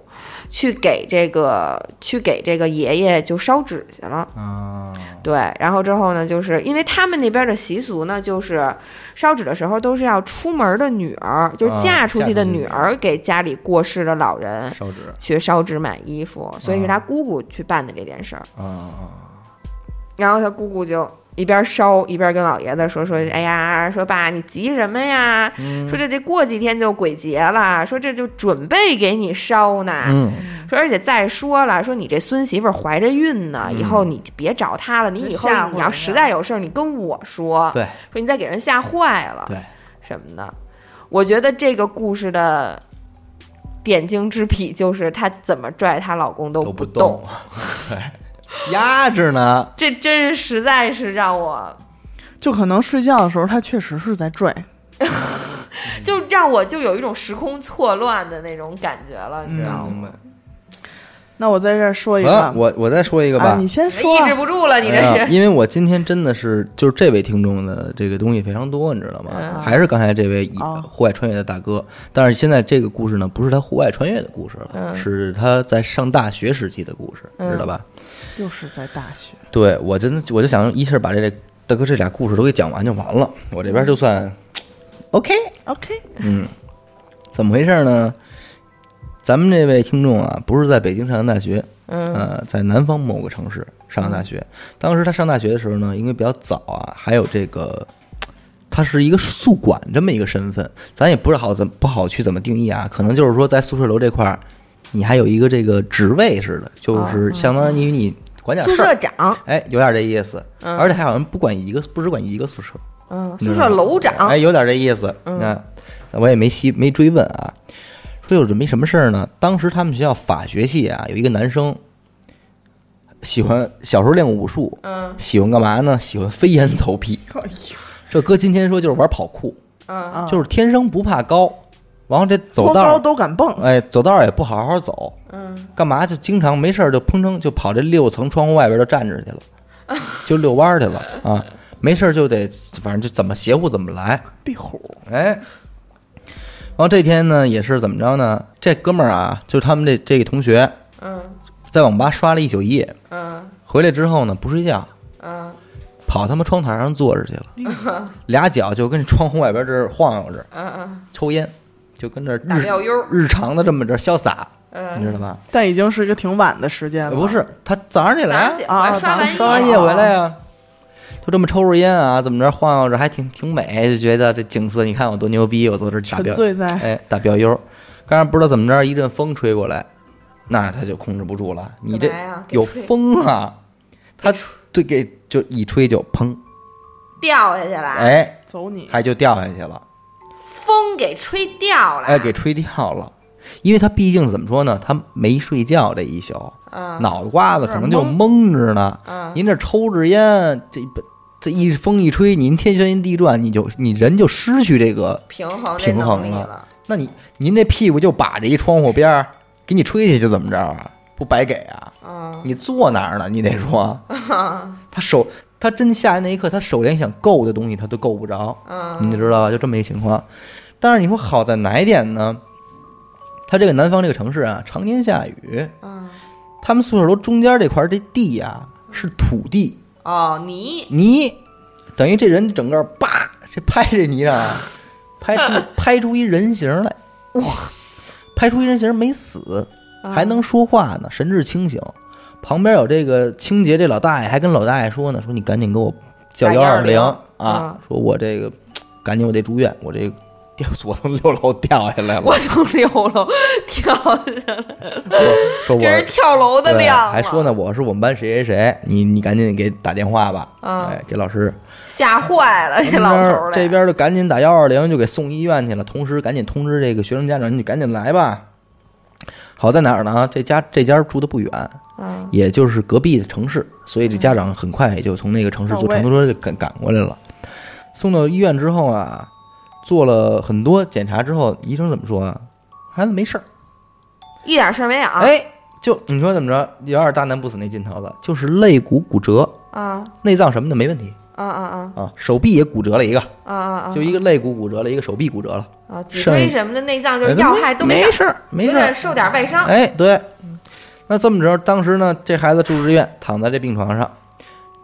Speaker 2: 去给这个去给这个爷爷就烧纸去了。
Speaker 3: 啊，
Speaker 2: 对，然后之后呢，就是因为他们那边的习俗呢，就是烧纸的时候都是要出门的女儿，就是
Speaker 3: 啊
Speaker 2: 嫁出
Speaker 3: 嫁
Speaker 2: 去
Speaker 3: 出
Speaker 2: 的
Speaker 3: 去
Speaker 2: 女
Speaker 3: 的
Speaker 2: 儿给家里过世的老人
Speaker 3: 烧纸
Speaker 2: 去烧纸买衣服，所以是她姑姑去办的这件事儿。
Speaker 3: 啊啊，
Speaker 2: 然后他姑姑就一边烧一边跟老爷子说说，哎呀，说爸你急什么呀？
Speaker 3: 嗯
Speaker 2: 说这得过几天就鬼节了，说这就准备给你烧呢。
Speaker 3: 嗯，
Speaker 2: 说而且再说了，说你这孙媳妇儿怀着孕呢，
Speaker 3: 嗯
Speaker 2: 以后你别找她了，你以后
Speaker 1: 吓唬人
Speaker 2: 你要
Speaker 1: 家
Speaker 2: 实在有事儿，你跟我说，
Speaker 3: 对
Speaker 2: 说你再给人吓坏了
Speaker 3: 对，
Speaker 2: 什么的。我觉得这个故事的。点睛之笔就是她怎么拽她老公都
Speaker 3: 都
Speaker 2: 不
Speaker 3: 不动，对， *laughs* 压着呢，
Speaker 2: 这真是实在是让我
Speaker 1: 就可能睡觉的时候，他确实是在拽，
Speaker 2: 就让我就有一种时空错乱的那种感觉了，你知道
Speaker 3: 明白
Speaker 2: 吗？
Speaker 1: 那我在这儿说一个，
Speaker 3: 啊，我我再说一个
Speaker 1: 啊
Speaker 3: 吧，
Speaker 1: 你先说
Speaker 2: 哎抑制不住嗯了，你这
Speaker 3: 嗯哎呀
Speaker 2: 是。
Speaker 3: 因为我今天真的是就是这位听众的这个东西非常多，你知道吗？
Speaker 2: 嗯
Speaker 3: 还是刚才这位以
Speaker 1: 哦
Speaker 3: 户外穿越的大哥，但是现在这个故事呢，不是他户外穿越的故事了，
Speaker 2: 嗯
Speaker 3: 是他在上大学时期的故事，
Speaker 2: 嗯
Speaker 3: 知道吧？
Speaker 1: 又是在大学，
Speaker 3: 对我真的我就想一气儿把这大哥这俩故事都给讲完就完了，我这边就算 OK。
Speaker 1: OK，
Speaker 3: 怎么回事呢？咱们这位听众啊，不是在北京上的大学，
Speaker 2: 嗯
Speaker 3: 呃，在南方某个城市上的大学。当时他上大学的时候呢，因为比较早啊，还有这个，他是一个宿管这么一个身份，咱也不是好怎不好去怎么定义啊，可能就是说在宿舍楼这块儿，你还有一个这个职位似的，就是相当于你管
Speaker 2: 啊嗯
Speaker 3: 点
Speaker 2: 宿
Speaker 3: 事
Speaker 2: 舍嗯
Speaker 3: 儿，
Speaker 2: 长，
Speaker 3: 哎，有点这意思，而且还好像不管一个，不只管一个宿舍，
Speaker 2: 嗯，宿舍楼长
Speaker 3: 哎，，有点这意思。嗯、啊，我也没细没追问啊。说有准备什么事儿呢？当时他们学校法学系啊，有一个男生喜欢小时候练过武术，
Speaker 2: 嗯
Speaker 3: 喜欢干嘛呢？喜欢飞檐走壁。
Speaker 1: 哎
Speaker 3: 这搁今天说就是玩跑酷，
Speaker 2: 嗯
Speaker 1: 啊
Speaker 3: 就是天生不怕高，然后这走
Speaker 1: 多高
Speaker 3: 道，
Speaker 1: 都敢蹦，
Speaker 3: 哎，走道也不好好走，
Speaker 2: 嗯，
Speaker 3: 干嘛就经常没事儿就砰砰就跑这六层窗户外边就站着去了，
Speaker 2: *laughs*
Speaker 3: 就遛弯儿去了啊，没事儿就得反正就怎么邪乎怎么来。
Speaker 1: 壁虎，
Speaker 3: 哎，然后这天呢，也是怎么着呢？这哥们儿啊，就是他们这这个同学，
Speaker 2: 嗯
Speaker 3: 在网吧刷了一宿夜，
Speaker 2: 嗯
Speaker 3: 回来之后呢，不睡觉，
Speaker 2: 嗯
Speaker 3: 跑他妈窗台上坐着去了，
Speaker 2: *laughs*
Speaker 3: 俩脚就跟窗户外边这儿晃悠着，
Speaker 2: 嗯嗯，
Speaker 3: 抽烟，就跟这儿
Speaker 2: 打
Speaker 3: 日
Speaker 2: 吊悠，
Speaker 3: 日常的这么着潇洒，你
Speaker 2: 嗯，
Speaker 3: 知道吧？
Speaker 1: 但已经是一个挺晚的时间了。
Speaker 3: 不，是，他早上起
Speaker 2: 早
Speaker 3: 来
Speaker 2: 上起
Speaker 1: 啊
Speaker 2: 来哦刷
Speaker 1: 早上
Speaker 2: 完
Speaker 3: 刷完
Speaker 1: 夜
Speaker 3: 夜回来啊，就这么抽着烟啊，怎么着晃悠着，还挺挺美，就觉得这景色，你看我多牛逼，我坐这儿打
Speaker 1: 沉
Speaker 3: 表
Speaker 1: 醉在
Speaker 3: 哎，大标优，刚才不知道怎么着，一阵风吹过来，那他就控制不住了。你这
Speaker 2: 干嘛呀给
Speaker 3: 有
Speaker 2: 吹
Speaker 3: 风啊，他对给就一吹就砰，
Speaker 2: 掉下去了，
Speaker 3: 哎，
Speaker 1: 走你，
Speaker 3: 还就掉下去了，
Speaker 2: 风给吹掉了，
Speaker 3: 哎，给吹掉了。因为他毕竟怎么说呢，他没睡觉这一宿，
Speaker 2: 嗯
Speaker 3: 脑瓜子可能就
Speaker 1: 有点
Speaker 3: 蒙着呢。
Speaker 2: 嗯
Speaker 3: 您这抽着烟，这不这一风一吹，您天旋地转，你就你人就失去这个
Speaker 2: 平衡这
Speaker 3: 平
Speaker 2: 能
Speaker 3: 衡
Speaker 2: 力
Speaker 3: 了。那你您这屁股就把着一窗户边儿，给你吹去就怎么着啊？不白给啊？
Speaker 2: 嗯
Speaker 3: 你坐哪儿呢？你得
Speaker 2: *laughs*
Speaker 3: 说，他手他真下来那一刻，他手连想够的东西他都够不着，
Speaker 2: 嗯
Speaker 3: 你知道吧？就这么一情况。但是你说好在哪一点呢？他这个南方这个城市啊，常年下雨，
Speaker 2: 嗯，
Speaker 3: 他们宿舍楼中间这块儿这地呀、是土地，
Speaker 2: 哦，泥
Speaker 3: 泥，等于这人整个叭，这拍这泥上 *laughs* 啊，拍出拍出一人形来，哇，啊拍出一人形没死，还能说话呢，神志清醒。旁边有这个清洁这老大爷还跟老大爷说呢，说你赶紧给我叫
Speaker 2: 打
Speaker 3: 幺二零
Speaker 2: 120
Speaker 3: 啊，说我这个赶紧我得住院，我这个掉我从六楼掉下来了
Speaker 2: 我，从六楼 *laughs* 跳下来，
Speaker 3: 说我
Speaker 2: 这是跳楼的
Speaker 3: 对，
Speaker 2: 量，
Speaker 3: 还说呢，，我是我们班谁谁谁，你你赶紧给打电话吧，
Speaker 2: 嗯
Speaker 3: 哎，给老师。
Speaker 2: 吓坏了这
Speaker 3: 这
Speaker 2: 哎老头儿嘞，
Speaker 3: 这边就赶紧打幺二零，就给送医院去了。同时赶紧通知这个学生家长，你赶紧来吧。好在哪儿呢？这家这家住的不远，
Speaker 2: 嗯
Speaker 3: 也就是隔壁的城市，所以这家长很快也就从那个城市
Speaker 1: 到
Speaker 3: 坐
Speaker 1: 位
Speaker 3: 长途车就赶赶过来了。送到医院之后啊，做了很多检查之后，医生怎么说啊？孩子没事儿，
Speaker 2: 一点事儿没有，啊
Speaker 3: 哎，就你说怎么着，有点大难不死那劲头了，就是肋骨骨折，
Speaker 2: 啊
Speaker 3: 内脏什么的没问题
Speaker 2: 啊啊啊
Speaker 3: 啊，手臂也骨折了一个，
Speaker 2: 啊啊，
Speaker 3: 就一个肋骨骨折了，一个手臂骨折了。
Speaker 2: 啊脊椎什么的内脏就是要害都
Speaker 3: 哎没
Speaker 2: 事儿，
Speaker 3: 事儿，没
Speaker 2: 有
Speaker 3: 事
Speaker 2: 点
Speaker 3: 儿。
Speaker 2: 受点外伤，
Speaker 3: 哎，对，那这么着，当时呢，这孩子住志愿，躺在这病床上，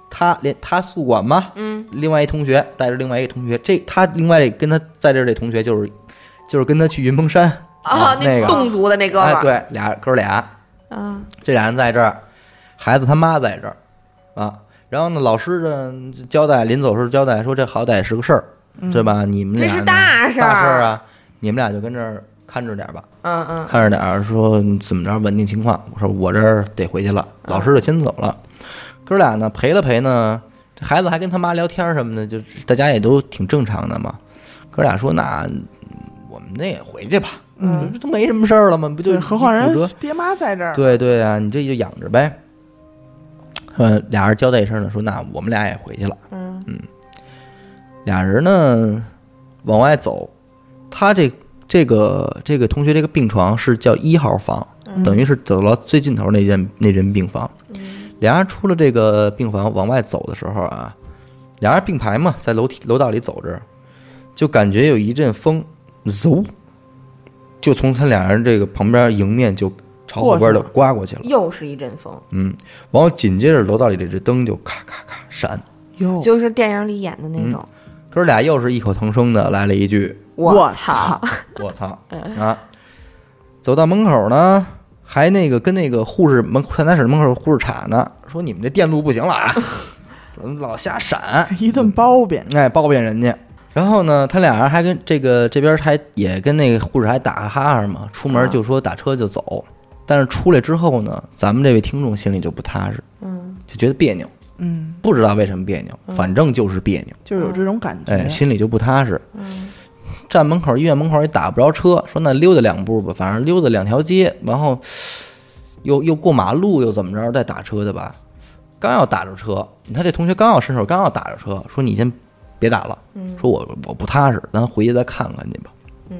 Speaker 3: 他连他宿管嘛，
Speaker 2: 嗯
Speaker 3: 另外一同学带着另外一个同学，这他另外跟他在这儿这同学就是就是跟他去云蒙山
Speaker 2: 啊
Speaker 3: 那个
Speaker 2: 侗族的那哥们
Speaker 3: 哎，
Speaker 2: 儿，
Speaker 3: 对，俩哥俩，
Speaker 2: 啊
Speaker 3: 这俩人在这儿，孩子他妈在这儿啊。然后呢，老师呢交代，临走时候交代说，这好歹是个事儿，对吧？你们
Speaker 2: 嗯这
Speaker 3: 俩
Speaker 2: 是
Speaker 3: 呢
Speaker 2: 大事儿
Speaker 3: 大事儿啊！你们俩就跟这儿看着点儿吧。
Speaker 2: 嗯嗯
Speaker 3: 看着点儿，说怎么着稳定情况。我说我这儿得回去了，老师就先走了。哥俩呢陪了陪呢，这孩子还跟他妈聊天儿什么的，就大家也都挺正常的嘛。哥俩说那我们那也回去吧，
Speaker 2: 嗯
Speaker 3: 这都没什么事儿了吗？不就
Speaker 1: 对，何况人
Speaker 3: 骨折
Speaker 1: 爹妈在这儿，
Speaker 3: 对对啊，你这就养着呗。呃，俩人交代一声呢，说那我们俩也回去了。
Speaker 2: 嗯
Speaker 3: 俩人呢往外走，他这这个这个同学这个病床是叫一号房，等于是走到最尽头那间那间病房。俩人出了这个病房往外走的时候啊，俩人并排嘛，在楼梯楼道里走着，就感觉有一阵风，嗖，就从他俩人这个旁边迎面就
Speaker 1: 过
Speaker 3: 朝后边
Speaker 1: 去了
Speaker 3: 就刮过去了。
Speaker 2: 又是一阵风，
Speaker 3: 嗯，然后紧接着楼道里的这灯就咔咔咔闪，
Speaker 1: 哟，
Speaker 2: 就是电影里演的
Speaker 3: 嗯
Speaker 2: 那种。
Speaker 3: 哥俩又是异口同声的来了一句
Speaker 1: 我
Speaker 2: 操！！
Speaker 3: 我操啊！走到门口呢，还那个跟那个护士门传达室门口护士吵呢，说你们这电路不行了啊，怎么老瞎闪，
Speaker 1: *laughs* 一顿包贬，
Speaker 3: 哎，抱怨人家。然后呢，他俩人还跟这个这边还也跟那个护士还打哈哈嘛，出门就说打车就走。但是出来之后呢，咱们这位听众心里就不踏实，
Speaker 2: 嗯，
Speaker 3: 就觉得别扭，
Speaker 1: 嗯，
Speaker 3: 不知道为什么别扭，反正就是别扭，
Speaker 1: 就有这种感觉。
Speaker 3: 哎，心里就不踏实。站门口医院门口也打不着车，说那溜达两步吧，反正溜达两条街，然后又又过马路又怎么着，再打车的吧。刚要打着车，他这同学刚要伸手，刚要打着车，说你先别打了，说我我不踏实，咱回去再看看去吧。嗯，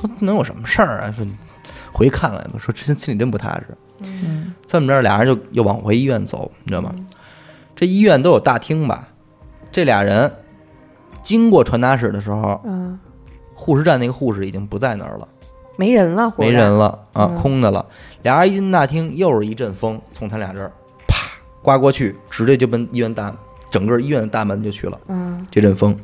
Speaker 3: 说能有什么事儿啊？说回去看看吧。说真心里真不踏实。嗯，这么着俩人就又往回医院走，你知道吗？这医院都有大厅吧？这俩人经过传达室的时候，
Speaker 2: 嗯，
Speaker 3: 护士站那个护士已经不在那儿了，
Speaker 2: 没人了，忽
Speaker 3: 没
Speaker 2: 然
Speaker 3: 人。了啊，
Speaker 2: 嗯
Speaker 3: 空的了。俩人一进大厅，又是一阵风从他俩这儿啪刮过去，直接就奔医院大整个医院的大门就去了。
Speaker 2: 嗯
Speaker 3: 这阵风，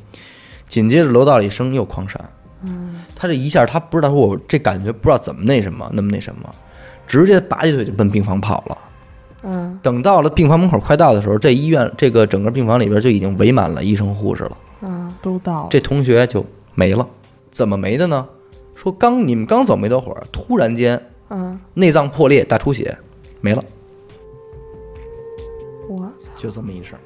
Speaker 3: 紧接着楼道里声又狂闪。
Speaker 2: 嗯
Speaker 3: 他这一下，他不知道说我这感觉不知道怎么那什么，那么那什么，直接拔起腿就奔病房跑了。
Speaker 2: 嗯
Speaker 3: 等到了病房门口快到的时候，这医院这个整个病房里边就已经围满了医生护士了。
Speaker 2: 嗯
Speaker 1: 都到了，
Speaker 3: 哎这同学就没了，怎么没的呢？说刚你们刚走没多会儿，突然间
Speaker 2: 嗯，
Speaker 3: 内脏破裂，大出血，没了，
Speaker 2: 我操！
Speaker 3: 就这么一事儿。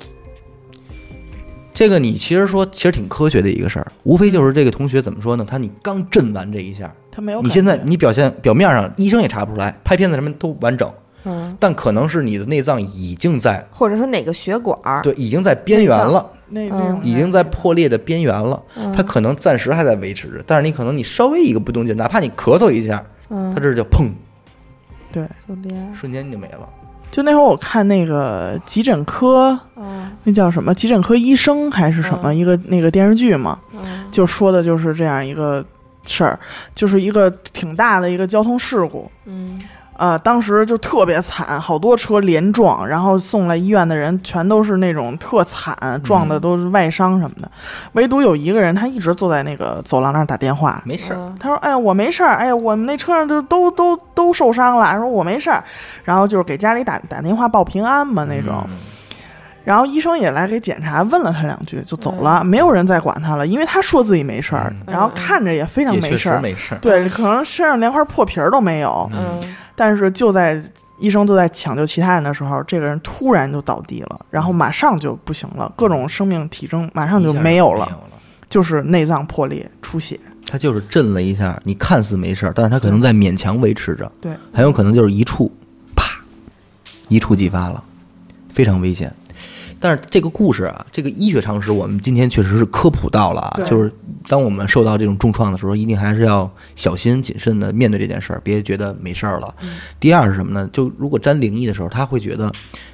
Speaker 3: 这个你其实说其实挺科学的一个事儿，无非就是这个同学怎么说呢？他你刚震完这一下，
Speaker 1: 他没有感
Speaker 3: 你
Speaker 1: 觉。
Speaker 3: 现在你表现表面上医生也查不出来，拍片子什么都完整，
Speaker 2: 嗯，
Speaker 3: 但可能是你的内脏已经在
Speaker 2: 或者说哪个血管
Speaker 1: 啊
Speaker 2: 儿？
Speaker 3: 对已经在边缘了，
Speaker 1: 那
Speaker 2: 嗯
Speaker 1: 这种
Speaker 3: 已经在破裂的边缘了，
Speaker 1: 嗯
Speaker 3: 它可能暂时还在维持着，但是你可能你稍微一个不动劲儿，哪怕你咳嗽一下，
Speaker 2: 嗯
Speaker 3: 它，这就砰，
Speaker 1: 对，
Speaker 2: 就别
Speaker 3: 瞬间就没了。
Speaker 1: 就那会儿我看那个急诊科，
Speaker 2: 嗯
Speaker 1: 那叫什么急诊科医生还是什么、
Speaker 2: 嗯
Speaker 1: 一个那个电视剧嘛，
Speaker 2: 嗯
Speaker 1: 就说的就是这样一个事儿，就是一个挺大的一个交通事故。
Speaker 2: 嗯
Speaker 1: 呃，当时就特别惨，好多车连撞，然后送来医院的人全都是那种特惨，撞的都是外伤什么的，唯独有一个人他一直坐在那个走廊那儿打电话，
Speaker 3: 没事儿，
Speaker 2: 嗯
Speaker 1: 他说：“哎呀，我没事儿，哎呀，我们那车上都都都都受伤了。”说：“我没事儿。”然后就是给家里打打电话报平安嗯嘛那种。
Speaker 3: 嗯
Speaker 1: 然后医生也来给检查，问了他两句就走了，没有人再管他了，因为他说自己没事儿，然后看着也非常
Speaker 3: 也
Speaker 1: 没
Speaker 3: 确
Speaker 1: 事
Speaker 3: 实
Speaker 1: 儿。
Speaker 3: 没事儿。
Speaker 1: 对，可能身上连块破皮儿都没有，
Speaker 2: 嗯
Speaker 1: 但是就在医生就在抢救其他人的时候，这个人突然就倒地了，然后马上就不行了，各种生命体征马上就
Speaker 3: 一下
Speaker 1: 没有了，
Speaker 3: 没
Speaker 1: 就是内脏破裂出血。
Speaker 3: 它就是震了一下，你看似没事儿，但是它可能在勉强维持着，
Speaker 1: 对，
Speaker 3: 很有可能就是一触，啪，一触即发了，非常危险。但是这个故事啊，这个医学常识，我们今天确实是科普到了啊。
Speaker 1: 对
Speaker 3: 就是当我们受到这种重创的时候，一定还是要小心谨慎的面对这件事儿，别觉得没事儿了。
Speaker 1: 嗯
Speaker 3: 第二是什么呢？就如果沾灵异的时候，他会觉得，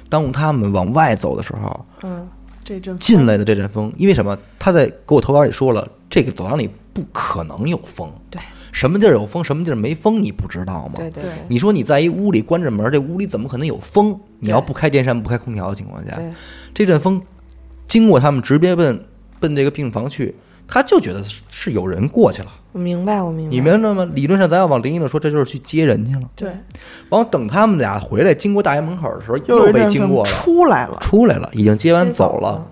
Speaker 3: 当他们往外走的时候，
Speaker 2: 嗯
Speaker 1: 这阵
Speaker 3: 进来的这阵风，因为什么？他在给我投稿里说了，这个走廊里不可能有风。
Speaker 2: 对，
Speaker 3: 什么地儿有风，什么地儿没风，你不知道吗？
Speaker 2: 对对对
Speaker 3: 你说你在一屋里关着门，这屋里怎么可能有风？你要不开电扇、不开空调的情况下，
Speaker 2: 对，
Speaker 3: 这阵风经过他们，直接奔奔这个病房去，他就觉得是是有人过去了。
Speaker 2: 我明白，我明白。
Speaker 3: 你明白吗？理论上咱要往灵异的说，这就是去接人去了。
Speaker 1: 对，
Speaker 3: 然后等他们俩回来，经过大爷门口的时候，
Speaker 1: 又有
Speaker 3: 又
Speaker 1: 一
Speaker 3: 被
Speaker 1: 阵
Speaker 3: 经
Speaker 1: 风
Speaker 3: 过了，
Speaker 1: 出来了。
Speaker 3: 出来了，已经接完
Speaker 2: 这
Speaker 3: 走
Speaker 2: 走嗯
Speaker 3: 了，，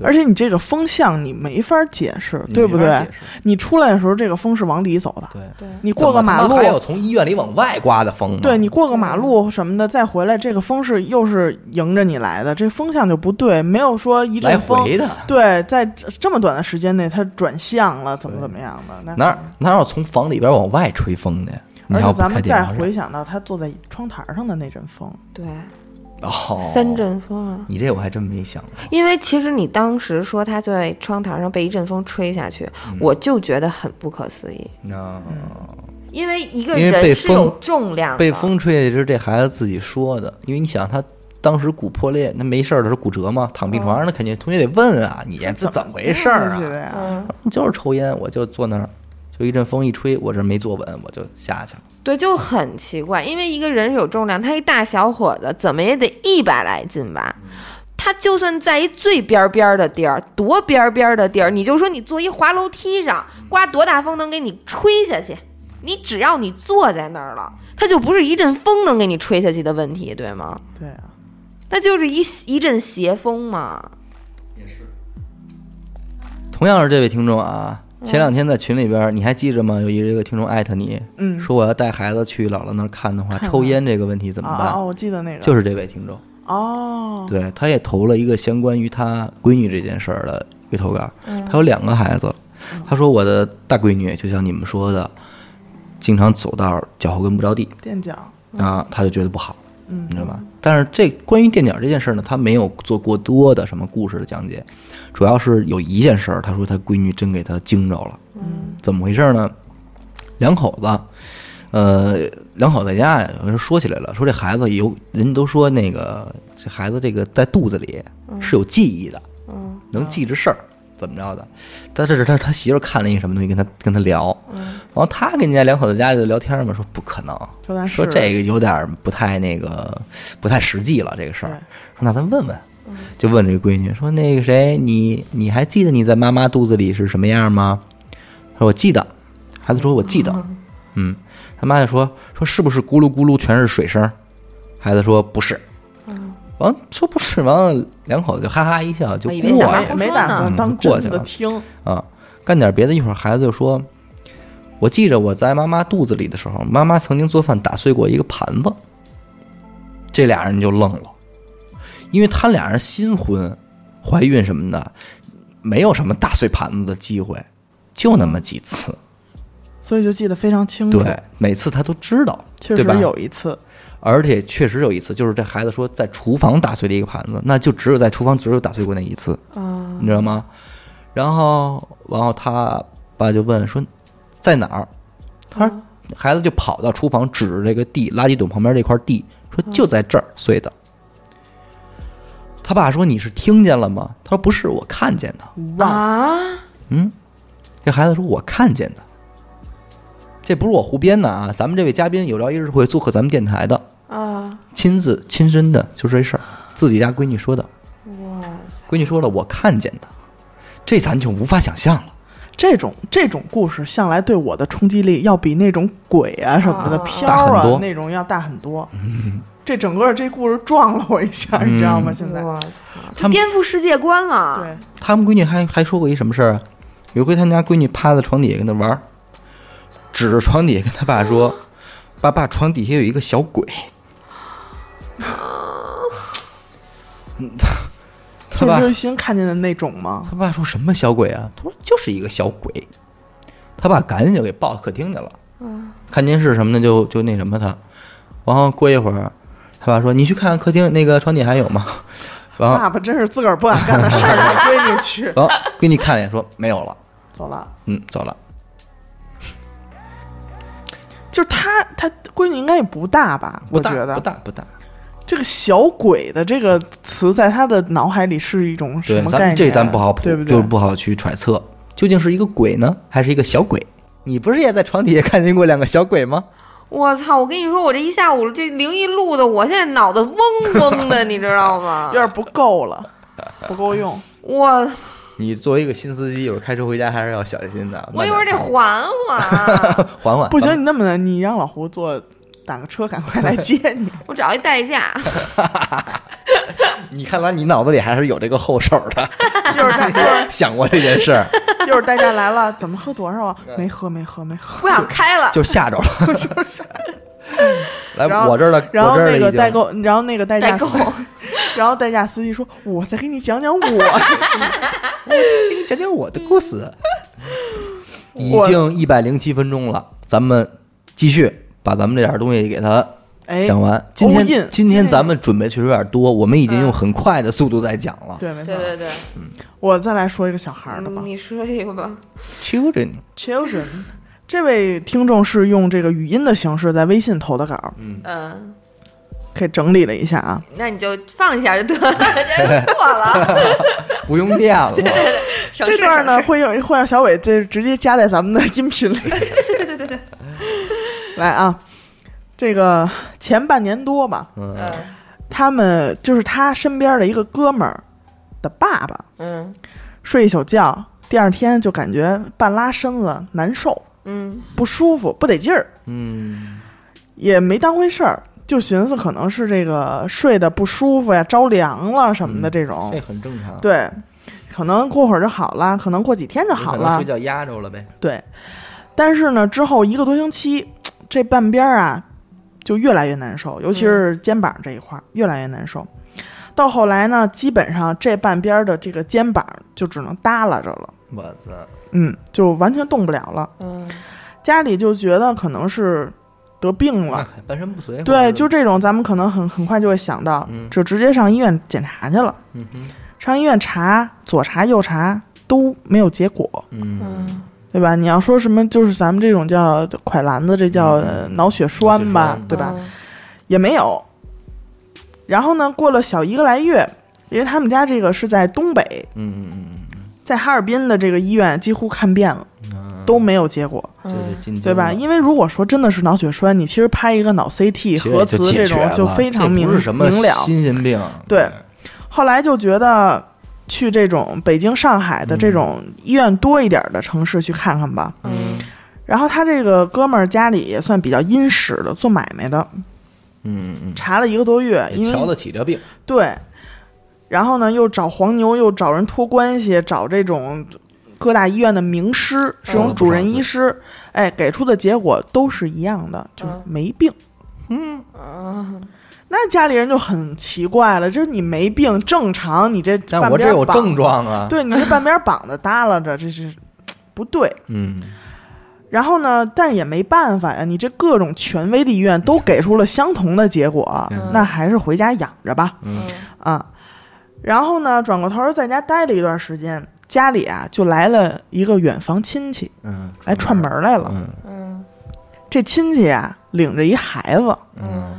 Speaker 3: 对
Speaker 1: 而且你这个风向你没法解释，
Speaker 3: 你
Speaker 1: 对不
Speaker 3: 没法
Speaker 1: 对
Speaker 3: 解？释？
Speaker 1: 你出来的时候，这个风是往里走的，
Speaker 3: 对。
Speaker 2: 对，
Speaker 1: 你过个马
Speaker 3: 怎么他妈还有
Speaker 1: 路，
Speaker 3: 从医院里往外刮的风吗？
Speaker 1: 对你过个马路什么的，再回来，这个风是又是迎着你来的，这风向就不对，没有说一
Speaker 3: 来
Speaker 1: 阵风
Speaker 3: 回的，
Speaker 1: 对，在这这么短的时间内它转向了，怎么怎么样的？那
Speaker 3: 哪哪有从房里边往外吹风的呀？你
Speaker 1: 而
Speaker 3: 要
Speaker 1: 且
Speaker 3: 不
Speaker 1: 咱
Speaker 3: 开
Speaker 1: 们
Speaker 3: 电
Speaker 1: 再
Speaker 3: 风扇
Speaker 1: 回想到他坐在窗台上的那阵风，
Speaker 2: 对
Speaker 3: 哦，
Speaker 2: 三，阵风啊。
Speaker 3: 你这我还真没想过。
Speaker 2: 因为其实你当时说他在窗台上被一阵风吹下去，
Speaker 3: 嗯
Speaker 2: 我就觉得很不可思议，
Speaker 3: 那
Speaker 1: 嗯
Speaker 2: 因为一个
Speaker 3: 因为被
Speaker 2: 人是
Speaker 3: 风
Speaker 2: 有重量的，
Speaker 3: 被风吹下去是这孩子自己说的，因为你想他当时骨破裂，那没事儿的时候骨折嘛，躺病
Speaker 1: 嗯
Speaker 3: 床上，那肯定同学得问啊，你这怎么回事儿
Speaker 1: 对
Speaker 3: 啊？
Speaker 1: 呀，
Speaker 2: 嗯，
Speaker 3: 就是抽烟，我就坐那儿，就一阵风一吹，我这没坐稳，我就下去了。
Speaker 2: 对，就很奇怪，因为一个人有重量，他一大小伙子怎么也得一百来斤吧。
Speaker 3: 嗯
Speaker 2: 他就算在一最边边的地儿，多边边的地儿，你就说你坐一滑楼梯上，
Speaker 3: 嗯
Speaker 2: 刮多大风能给你吹下去？你只要你坐在那儿了，它就不是一阵风能给你吹下去的问题，对吗？
Speaker 1: 对啊，
Speaker 2: 那就是一一阵斜风嘛。
Speaker 3: 同样是这位听众啊，前两天在群里边儿，你还记着吗？有一个听众艾特你，
Speaker 1: 嗯
Speaker 3: 说我要带孩子去姥姥那儿看的话，
Speaker 1: 看
Speaker 3: 抽
Speaker 1: 看
Speaker 3: 烟这个问题怎么
Speaker 1: 啊啊！
Speaker 3: 办？
Speaker 1: 我记得那个，
Speaker 3: 就是这位听众，
Speaker 1: 哦，
Speaker 3: 对，他也投了一个相关于他闺女这件事儿的一个投稿。
Speaker 1: 嗯
Speaker 3: 他有两个孩子，他说我的大闺女就像你们说的，经常走道儿脚后跟不着地
Speaker 1: 垫脚，
Speaker 3: 啊，他就觉得不好，你知道吧？但是这关于垫脚这件事儿呢，他没有做过多的什么故事的讲解，主要是有一件事儿，他说他闺女真给他惊着了。怎么回事呢？两口子，呃，两口子在家呀，有人说起来了，说这孩子有人都说那个这孩子这个在肚子里是有记忆的，嗯，能记着事儿，怎么着的？但这是他他媳妇儿看了一个什么东西，跟他跟他聊，然后他跟人家两口子家就聊天嘛，说不可能，
Speaker 1: 说咱
Speaker 3: 说
Speaker 1: 试
Speaker 3: 这个有点儿不太那个不太实际了，这个事儿，说那咱问问。就问这个闺女说：“那个谁，你你还记得你在妈妈肚子里是什么样吗？”她说：“我记得。”孩子说：“我记得。”嗯，他妈就说：“说是不是咕噜咕噜全是水声？”孩子说：“不是。”完说不是，完了两口子就哈哈一笑就
Speaker 2: 我以为
Speaker 3: 过
Speaker 2: 小孩
Speaker 3: 呀
Speaker 2: 不
Speaker 1: 没
Speaker 2: 说
Speaker 1: 打
Speaker 2: 呢
Speaker 1: 算当
Speaker 3: 嗯过
Speaker 1: 真
Speaker 3: 去
Speaker 1: 的
Speaker 3: 了
Speaker 1: 听，
Speaker 3: 啊，干点别的。一会儿孩子就说：“我记着我在妈妈肚子里的时候，妈妈曾经做饭打碎过一个盘子。”这俩人就愣了，因为他俩人新婚，怀孕什么的，没有什么打碎盘子的机会，就那么几
Speaker 1: 嗯
Speaker 3: 次。
Speaker 1: 所以就记得非常清楚。
Speaker 3: 对，每次他都知道，
Speaker 1: 确
Speaker 3: 对吧啊
Speaker 1: 实有一次，
Speaker 3: 而且确实有一次，就是这孩子说在厨房打碎了一个盘子，那就只有在厨房只有打碎过那一次，
Speaker 2: 啊，
Speaker 3: 你知道吗？然后，然后他爸就问说在哪儿？他说孩子就跑到厨房，指着这个地垃圾桶旁边这块地，说就在这儿碎的。他爸说你是听见了吗？他说不是，我看见的。
Speaker 1: 哇，
Speaker 2: 啊，
Speaker 3: 这孩子说：“我看见的，这不是我胡编的啊！咱们这位嘉宾有朝一日会做客咱们电台的
Speaker 2: 啊，
Speaker 3: 亲自亲身的，就是这事儿，自己家闺女说的。
Speaker 2: 哇
Speaker 3: 闺女说了，我看见的，这咱就无法想象了。
Speaker 1: 这种这种故事向来对我的冲击力要比那种鬼啊什么的
Speaker 2: 啊
Speaker 1: 飘
Speaker 3: 大很
Speaker 1: 啊
Speaker 3: 多嗯
Speaker 1: 那种要大很多。这整个这故事撞了我一下，你知道吗？现在
Speaker 2: 我操，
Speaker 3: 他
Speaker 2: 这
Speaker 3: 们
Speaker 2: 颠覆世界观了。
Speaker 1: 对，
Speaker 3: 他们闺女还还说过一什么事儿啊？有一回他们家闺女趴在床底下跟他玩儿，指着床底下跟他爸
Speaker 2: 啊
Speaker 3: 说：‘爸爸，床底下有一个小鬼。’
Speaker 2: 啊
Speaker 3: 嗯他 *laughs* 他
Speaker 1: 就
Speaker 3: 爸
Speaker 1: 是刘雨欣看见的那种吗？
Speaker 3: 他爸说什么小鬼啊？他说就是一个小鬼。他爸赶紧就给抱到客厅去了。
Speaker 1: 嗯
Speaker 3: 看电视什么的就就那什么他。然后过一会儿，他爸说：“你去看看客厅那个床底还有吗？”然后，
Speaker 1: 爸爸真是自个儿不敢干的事儿，让闺女
Speaker 3: *laughs*
Speaker 1: 去
Speaker 3: 然后闺女看了一眼说：“没有了。
Speaker 1: 走了。”
Speaker 3: 嗯，走了。
Speaker 1: 就是她，她闺女应该也不大吧？
Speaker 3: 不
Speaker 1: 我
Speaker 3: 大
Speaker 1: 觉得
Speaker 3: 不大不大。
Speaker 1: 这个“小鬼”的这个词，在她的脑海里是一种什
Speaker 3: 对，
Speaker 1: 么概念啊？
Speaker 3: 咱这咱不好
Speaker 1: 对不
Speaker 3: 就
Speaker 1: 对？
Speaker 3: 不好去揣测，究竟是一个鬼呢，还是一个小鬼？你不是也在床底下看见过两个小鬼吗？
Speaker 2: 我操！我跟你说，我这一下午这灵异录的，我现在脑子嗡嗡的，你知道吗
Speaker 1: 有？点不够了，不够用。
Speaker 2: 我
Speaker 3: 你作为一个新司机，我开车回家还是要小心的。
Speaker 2: 我
Speaker 3: 慢
Speaker 2: 一
Speaker 3: 点
Speaker 2: 会儿得
Speaker 3: 开
Speaker 2: 缓缓，
Speaker 3: 缓 *laughs* 缓。
Speaker 1: 不
Speaker 3: 咱
Speaker 1: 行，你那么的，你让老胡坐，打个车赶快来接
Speaker 3: *laughs*
Speaker 1: 你。
Speaker 2: 我找一代驾。
Speaker 3: 你看来你脑子里还是有这个后手
Speaker 1: *laughs*
Speaker 3: 的，
Speaker 1: 一会儿代一会儿
Speaker 3: 想过这件
Speaker 1: *laughs*
Speaker 3: 事儿，
Speaker 1: 一会儿代驾来了，怎么喝多少啊？没喝，没喝，没喝。
Speaker 2: 不想开了，
Speaker 3: 就吓着了，就是吓。
Speaker 1: *laughs* 然
Speaker 3: 来
Speaker 1: 后
Speaker 3: *laughs* 我这儿了，
Speaker 1: 然后
Speaker 3: 我这儿
Speaker 1: 那
Speaker 3: 了
Speaker 1: 个
Speaker 3: 已经
Speaker 1: 代购，然后那个代驾
Speaker 2: 代购
Speaker 1: 司， *laughs* 然后代驾司机说：“我再给你讲讲
Speaker 3: *laughs*
Speaker 1: 我。哎
Speaker 3: 给你讲讲我的故事。已
Speaker 1: 我
Speaker 3: 经一百零七分钟了，咱们继续把咱们这点东西给它”
Speaker 1: 哎，
Speaker 3: 讲完。今天
Speaker 1: all in
Speaker 3: 今天咱们准备确实有点多，我们已经用很快的速度在讲了。
Speaker 1: 对，没错
Speaker 2: 对。对对，
Speaker 1: 我再来说一个小孩儿的吧。
Speaker 2: 嗯你说一个吧。
Speaker 3: Children，
Speaker 1: Children，这位听众是用这个语音的形式在微信投的稿，
Speaker 2: 嗯，
Speaker 1: 给整理了一下啊。
Speaker 2: 那你就放一下就得了，人家过了，
Speaker 3: 不用念了。
Speaker 2: 省
Speaker 1: 这
Speaker 2: 事
Speaker 1: 段呢
Speaker 2: 省事
Speaker 1: 会用会让小伟这直接加在咱们的音频
Speaker 2: *laughs*
Speaker 1: 里。 *laughs*
Speaker 2: 对对对对对，
Speaker 1: 来啊，这个前半年多吧，
Speaker 2: 嗯
Speaker 1: 他们就是他身边的一个哥们儿的爸爸，
Speaker 2: 嗯
Speaker 1: 睡一宿觉，第二天就感觉半拉身子难受，
Speaker 2: 嗯
Speaker 1: 不舒服，不得劲儿，
Speaker 4: 嗯，
Speaker 1: 也没当回事儿，就寻思可能是这个睡得不舒服呀，着凉了什么的这种，
Speaker 4: 嗯这很正常。
Speaker 1: 对，可能过会儿就好了，可能过几天就
Speaker 4: 你
Speaker 1: 好
Speaker 4: 可能
Speaker 1: 了
Speaker 4: 睡，觉压着了呗。
Speaker 1: 对。但是呢，之后一个多星期，这半边儿啊就越来越难受，尤其是肩膀这一块儿、越来越难受。到后来呢，基本上这半边儿的这个肩膀就只能耷拉着了，
Speaker 4: 我操，
Speaker 1: 嗯，就完全动不了了。
Speaker 2: 嗯，
Speaker 1: 家里就觉得可能是得病
Speaker 4: 那
Speaker 1: 了，
Speaker 4: 还半身不遂。
Speaker 1: 对，就这种咱们可能很很快就会想到，
Speaker 4: 嗯
Speaker 1: 就直接上医院检查去了。
Speaker 4: 嗯哼
Speaker 1: 上医院查，左查右查都没有结果，
Speaker 4: 嗯，
Speaker 2: 嗯
Speaker 1: 对吧？你要说什么，就是咱们这种叫快篮子，这叫、呃脑血栓吧，
Speaker 4: 嗯脑血栓嗯
Speaker 1: 对吧？？也没有。然后呢，过了小一个来月，因为他们家这个是在东北，
Speaker 4: 嗯嗯
Speaker 1: 在哈尔滨的这个医院几乎看遍了，
Speaker 4: 嗯嗯，
Speaker 1: 都没有结果。
Speaker 4: 这
Speaker 2: 嗯
Speaker 4: 是进
Speaker 1: 对吧？因为如果说真的是脑血栓，你其实拍一个脑 CT 核磁这种就非常明
Speaker 4: 不是什么
Speaker 1: 明了。
Speaker 4: 新鲜病，
Speaker 1: 对，后来就觉得去这种北京、上海的这种医院多一点的城市去看看吧。
Speaker 2: 嗯
Speaker 1: 然后他这个哥们儿家里也算比较殷实的，做买卖的，
Speaker 4: 嗯嗯
Speaker 1: 查了一个多月，
Speaker 4: 嗯，
Speaker 1: 因
Speaker 4: 瞧
Speaker 1: 为
Speaker 4: 得起这病，
Speaker 1: 对，然后呢又找黄牛，又找人托关系，找这种各大医院的名师，这
Speaker 2: 嗯
Speaker 1: 种主任医师，哎，给出的结果都是一样的，就是
Speaker 2: 嗯
Speaker 1: 没病。
Speaker 2: 嗯
Speaker 1: 那家里人就很奇怪了，就是你没病正常，你这
Speaker 4: 但
Speaker 1: 半
Speaker 4: 我这
Speaker 1: 边
Speaker 4: 有
Speaker 1: 绑
Speaker 4: 症，状啊，
Speaker 1: 对你这半边膀子耷拉着，这是不对。
Speaker 4: 嗯，
Speaker 1: 然后呢，但是也没办法呀，你这各种权威的医院都给出了相同的结果，
Speaker 4: 嗯
Speaker 1: 那还是回家养着吧，
Speaker 2: 嗯
Speaker 1: 啊。然后呢，转过头儿在家待了一段时间，家里啊就来了一个远房亲戚
Speaker 4: 嗯，
Speaker 1: 来串门儿来了。
Speaker 4: 嗯
Speaker 2: 嗯
Speaker 1: 这亲戚啊领着一孩子，
Speaker 2: 嗯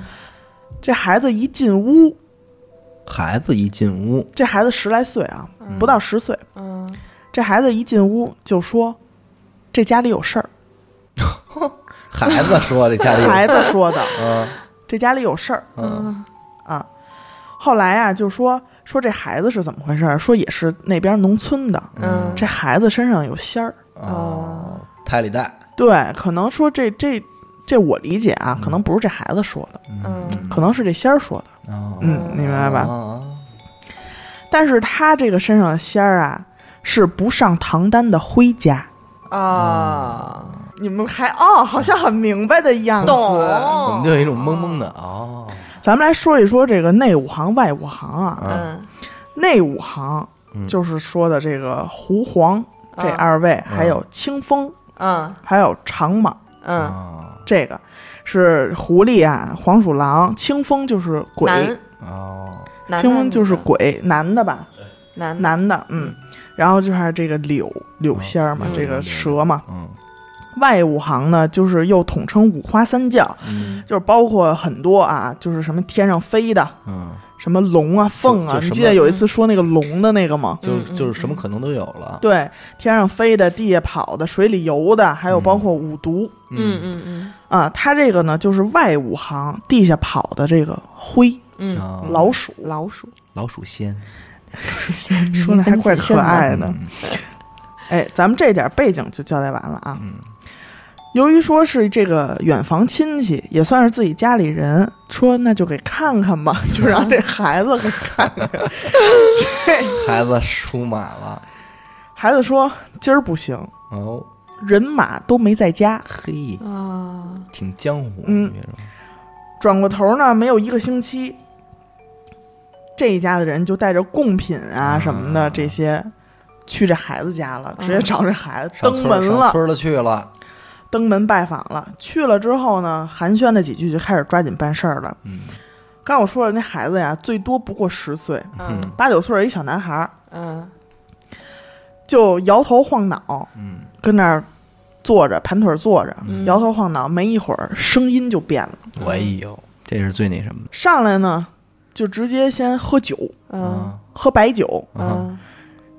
Speaker 1: 这孩子一进屋，
Speaker 4: 孩子一进屋，
Speaker 1: 这孩子十来岁啊，不到十岁。
Speaker 2: 嗯
Speaker 1: 这孩子一进屋就说：“这家里有事儿。
Speaker 4: 孩子说这”家里有，
Speaker 1: 孩子说的
Speaker 4: 嗯：“
Speaker 1: 这家里有事儿
Speaker 4: 嗯
Speaker 1: 啊。”后来啊，就说说这孩子是怎么回事儿，说也是那边农村的，
Speaker 2: 嗯，
Speaker 1: 这孩子身上有仙儿。
Speaker 4: 哦，胎里带，
Speaker 1: 对，可能说这这这我理解啊，可能不是这孩子说的，
Speaker 2: 嗯
Speaker 1: 可能是这仙儿说的。
Speaker 4: 哦，
Speaker 1: 嗯，你明白吧？
Speaker 4: 哦？
Speaker 1: 但是他这个身上的仙儿啊，是不上唐单的灰家。
Speaker 2: 啊，
Speaker 1: 你们还哦，好像很明白的样子。
Speaker 4: 我们就有一种懵懵的哦，
Speaker 1: 咱们来说一说这个内五行、外五行啊。嗯
Speaker 2: 嗯
Speaker 1: 内五行就是说的这个胡黄这
Speaker 2: 啊
Speaker 1: 二位，还有清风，
Speaker 2: 嗯
Speaker 1: 还有长蟒，
Speaker 2: 嗯，
Speaker 4: 哦
Speaker 1: 这个是狐狸啊，黄鼠狼，清风就是鬼，
Speaker 2: 男
Speaker 4: 哦，
Speaker 2: 男
Speaker 1: 清风就是鬼，男的吧，
Speaker 2: 男
Speaker 1: 男的，嗯。然后就还有这个柳柳仙儿嘛，
Speaker 4: 嗯
Speaker 1: 这个蛇嘛。
Speaker 4: 嗯
Speaker 1: 外五行呢，就是又统称五花三教，
Speaker 4: 嗯
Speaker 1: 就是包括很多啊，就是什么天上飞的，
Speaker 4: 嗯，
Speaker 1: 什么龙啊、凤啊
Speaker 4: 就，
Speaker 1: 你
Speaker 4: 什么
Speaker 1: 记得有一次说那个龙的那个吗？
Speaker 4: 就
Speaker 2: 嗯
Speaker 4: 就是什么可能都有了，
Speaker 1: 对，天上飞的、地下跑的、水里游的，还有包括五毒、
Speaker 2: 嗯嗯
Speaker 1: 啊。它这个呢，就是外五行地下跑的这个灰
Speaker 2: 嗯嗯，
Speaker 4: 哦
Speaker 1: 老鼠，
Speaker 2: 老鼠
Speaker 4: 老鼠仙，
Speaker 1: 说的还怪可爱的。
Speaker 4: 嗯
Speaker 1: 哎，咱们这点背景就交代完了啊。
Speaker 4: 嗯
Speaker 1: 由于说是这个远房亲戚，也算是自己家里人，说那就给看看吧，就让这孩子给看 *laughs* 看。这
Speaker 4: 孩子出马了，
Speaker 1: 孩子说今儿不行，
Speaker 4: 哦，
Speaker 1: 人马都没在家。
Speaker 4: 嘿，
Speaker 2: 啊，
Speaker 4: 挺江湖，
Speaker 1: 嗯
Speaker 4: 你别说，
Speaker 1: 转过头呢，没有一个星期，这一家的人就带着贡品啊
Speaker 4: 啊
Speaker 1: 什么的这些，去这孩子家了，直接找这孩子
Speaker 4: 上
Speaker 1: 登
Speaker 4: 村
Speaker 1: 门
Speaker 4: 上
Speaker 1: 了，
Speaker 4: 村了去了，
Speaker 1: 登门拜访了。去了之后呢，寒暄了几句，就开始抓紧办事儿了。
Speaker 4: 嗯
Speaker 1: 刚我说了，那孩子呀，最多不过十岁，
Speaker 2: 嗯
Speaker 1: 八九岁儿一小男孩儿，
Speaker 2: 嗯
Speaker 1: 就摇头晃脑，
Speaker 4: 嗯，
Speaker 1: 跟那儿坐着盘腿坐着，
Speaker 2: 嗯
Speaker 1: 摇头晃脑。没一会儿，声音就变了，
Speaker 4: 我有，这是最那什么的，
Speaker 1: 上来呢，就直接先喝酒，
Speaker 2: 嗯
Speaker 1: 喝白酒。
Speaker 2: 嗯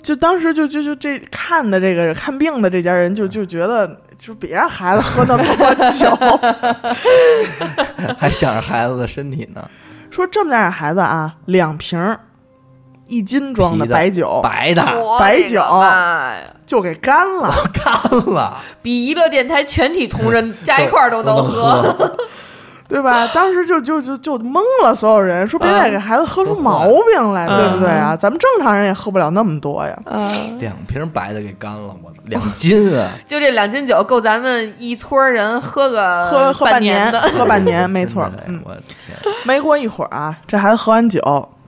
Speaker 1: 就当时就就就这看的这个看病的这家人就
Speaker 4: 嗯
Speaker 1: 就觉得。就别让孩子喝那么多
Speaker 4: *laughs*
Speaker 1: 酒，
Speaker 4: 还想着孩子的身体呢，
Speaker 1: 说这么大点孩子啊，两瓶儿一斤装的
Speaker 4: 啤的
Speaker 1: 白酒
Speaker 4: 白的
Speaker 2: 我
Speaker 1: 白
Speaker 2: 的
Speaker 1: 酒
Speaker 2: 妈呀
Speaker 1: 就给干
Speaker 4: *laughs*
Speaker 1: 了。
Speaker 4: 干了，
Speaker 2: 比娱乐电台全体同 *laughs* 仁加一块儿都
Speaker 4: 能
Speaker 2: 能喝。
Speaker 4: 喝，
Speaker 1: 对吧？当时就就就就懵了，所有人说别再给孩子喝出毛病来，
Speaker 4: 嗯
Speaker 1: 对不对啊？咱们正常人也喝不了那么多呀。
Speaker 2: 嗯，
Speaker 4: 两瓶白的给干了，我操，两斤啊！
Speaker 2: *laughs* 就这两斤酒够咱们一撮儿人喝个
Speaker 1: 喝喝半
Speaker 2: 半
Speaker 1: 年，
Speaker 2: 的。
Speaker 1: 喝半年，没错
Speaker 4: 真的。哎
Speaker 1: 嗯，
Speaker 4: 我的天，
Speaker 1: 没过一会儿啊，这孩子喝完酒，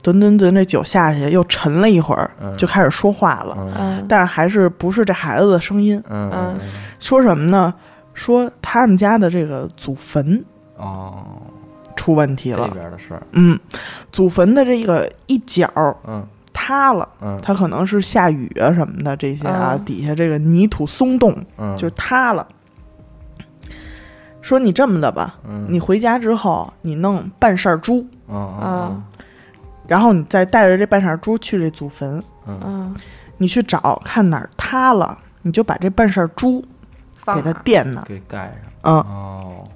Speaker 1: 吨吨吨，这酒下去又沉了一会儿，
Speaker 4: 嗯
Speaker 1: 就开始说话了，
Speaker 2: *laughs* 嗯
Speaker 1: 但是还是不是这孩子的声音，
Speaker 4: 嗯，
Speaker 2: 嗯，
Speaker 1: 说什么呢？说他们家的这个祖坟
Speaker 4: 哦，
Speaker 1: 出问题
Speaker 4: 这
Speaker 3: 哎
Speaker 1: 了，
Speaker 4: 边的事儿，
Speaker 1: 嗯，祖坟的这个一角
Speaker 4: 嗯
Speaker 1: 塌了。
Speaker 4: 嗯
Speaker 1: 它可能是下雨啊什么的这些啊，
Speaker 2: 嗯
Speaker 1: 底下这个泥土松动
Speaker 3: 啊
Speaker 4: 嗯，
Speaker 1: 就塌了。说你这么的吧，
Speaker 4: 嗯
Speaker 1: 你回家之后你弄半扇猪，
Speaker 4: 嗯
Speaker 1: 然后你再带着这半扇猪去这祖坟，
Speaker 2: 嗯，
Speaker 1: 你去找看哪儿塌了，你就把这半扇猪
Speaker 2: 放
Speaker 1: 给它
Speaker 2: 哪儿
Speaker 1: 垫
Speaker 4: 嗯，
Speaker 1: 那儿。
Speaker 4: 给盖上，
Speaker 1: 嗯，
Speaker 4: 哦，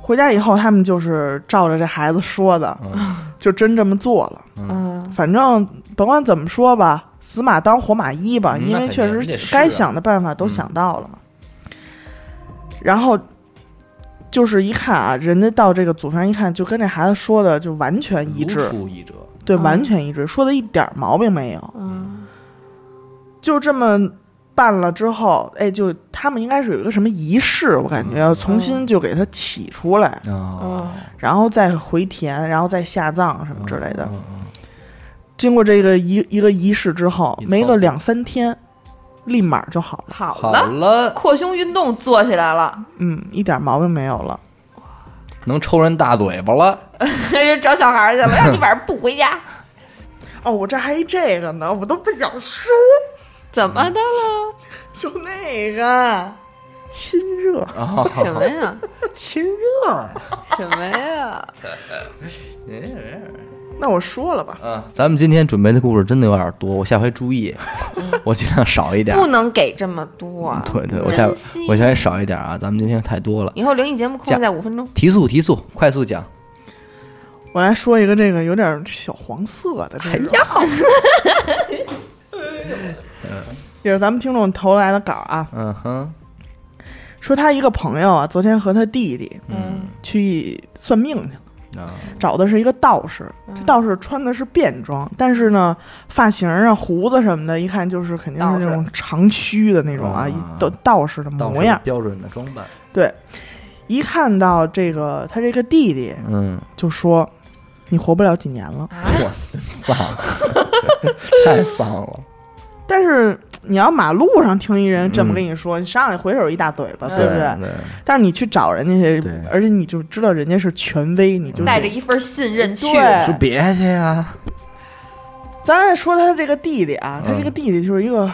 Speaker 1: 回家以后他们就是照着这孩子说
Speaker 3: 啊
Speaker 1: 的，
Speaker 4: 嗯
Speaker 1: 就真这么做了。
Speaker 2: 嗯
Speaker 1: 反正甭管怎么说吧，死马当活马医吧，
Speaker 4: 嗯
Speaker 1: 因
Speaker 4: 那
Speaker 1: 为
Speaker 4: 肯
Speaker 1: 确
Speaker 4: 定你得
Speaker 1: 实
Speaker 4: 试
Speaker 1: 该
Speaker 4: 啊
Speaker 1: 想的办法都想到了嘛。然后就是一看啊，人家到这个祖坟上一看，就跟这孩子说的就完全一致
Speaker 4: 如，出一辙，
Speaker 1: 对，
Speaker 2: 嗯
Speaker 1: 完全一致，说的一点儿毛病没有。
Speaker 2: 嗯
Speaker 1: 就这么办了之后，哎，就他们应该是有一个什么仪式，我感觉
Speaker 4: 嗯
Speaker 1: 要重新就给它起出来，
Speaker 4: 哦，
Speaker 2: 嗯
Speaker 1: 然后再回填，然后再下葬什么之类的。
Speaker 4: 嗯嗯
Speaker 1: 经过这个一一个仪式之后
Speaker 4: 一，操
Speaker 1: 没个两三天，立马就好了。
Speaker 2: 好
Speaker 4: 好
Speaker 2: 了，
Speaker 4: 了，
Speaker 2: 扩胸运动做起来了， *laughs*
Speaker 1: 嗯，一点毛病没有了。
Speaker 4: 能抽人大嘴巴了，
Speaker 2: 找小孩儿去了，让你晚上不回家，
Speaker 1: 哦，我这还一这个呢，我都不想说，
Speaker 2: 怎么的了？
Speaker 1: 就那个亲热，
Speaker 2: *laughs*
Speaker 4: 啊
Speaker 2: 什么呀？
Speaker 1: 亲热。
Speaker 2: 什么呀？
Speaker 1: 那我说了吧，
Speaker 4: 嗯，咱们今天准备的故事真的有点多，我下回注意，我尽量少一点。
Speaker 2: 嗯不能给这么多。
Speaker 3: 嗯
Speaker 4: 对对，我下
Speaker 2: 珍惜
Speaker 4: 我下回少一点啊，咱们今天太多了。
Speaker 2: 以后灵异节目控制在五分钟。
Speaker 4: 提速提速，快速讲。
Speaker 1: 我来说一个这个有点小黄色的这个， *laughs* 也是咱们听众投来的稿啊，
Speaker 4: 嗯哼，
Speaker 1: 说他一个朋友啊，昨天和他弟弟
Speaker 2: 嗯
Speaker 1: 去算命去了。
Speaker 4: 啊，
Speaker 1: 找的是一个道士，
Speaker 2: 嗯
Speaker 1: 这道士穿的是便装，但是呢，发型啊、胡子什么的，一看就是肯定
Speaker 2: 道
Speaker 1: 是
Speaker 2: 士
Speaker 1: 那种长须的那种啊，
Speaker 4: 啊
Speaker 1: 一道道士的
Speaker 4: 到
Speaker 1: 模样。
Speaker 4: 标准的装扮。
Speaker 1: 对，一看到这个他这个弟弟，
Speaker 4: 嗯，
Speaker 1: 就说：“你活不了几年了。
Speaker 2: 啊，
Speaker 4: 哇，真丧， *laughs* 太丧了。”
Speaker 1: 但是你要马路上听一人这么跟你说，你上来回手一大嘴巴，嗯对
Speaker 2: 嗯
Speaker 4: 对
Speaker 1: 不对？
Speaker 4: 对？
Speaker 1: 但是你去找人家去
Speaker 4: 对，
Speaker 1: 而且你就知道人家是权威，你就
Speaker 2: 带着一份信任去。
Speaker 1: 对
Speaker 4: 说别去啊呀。
Speaker 1: 咱再说他这个弟弟啊，他这个
Speaker 4: 嗯
Speaker 1: 弟弟就是一个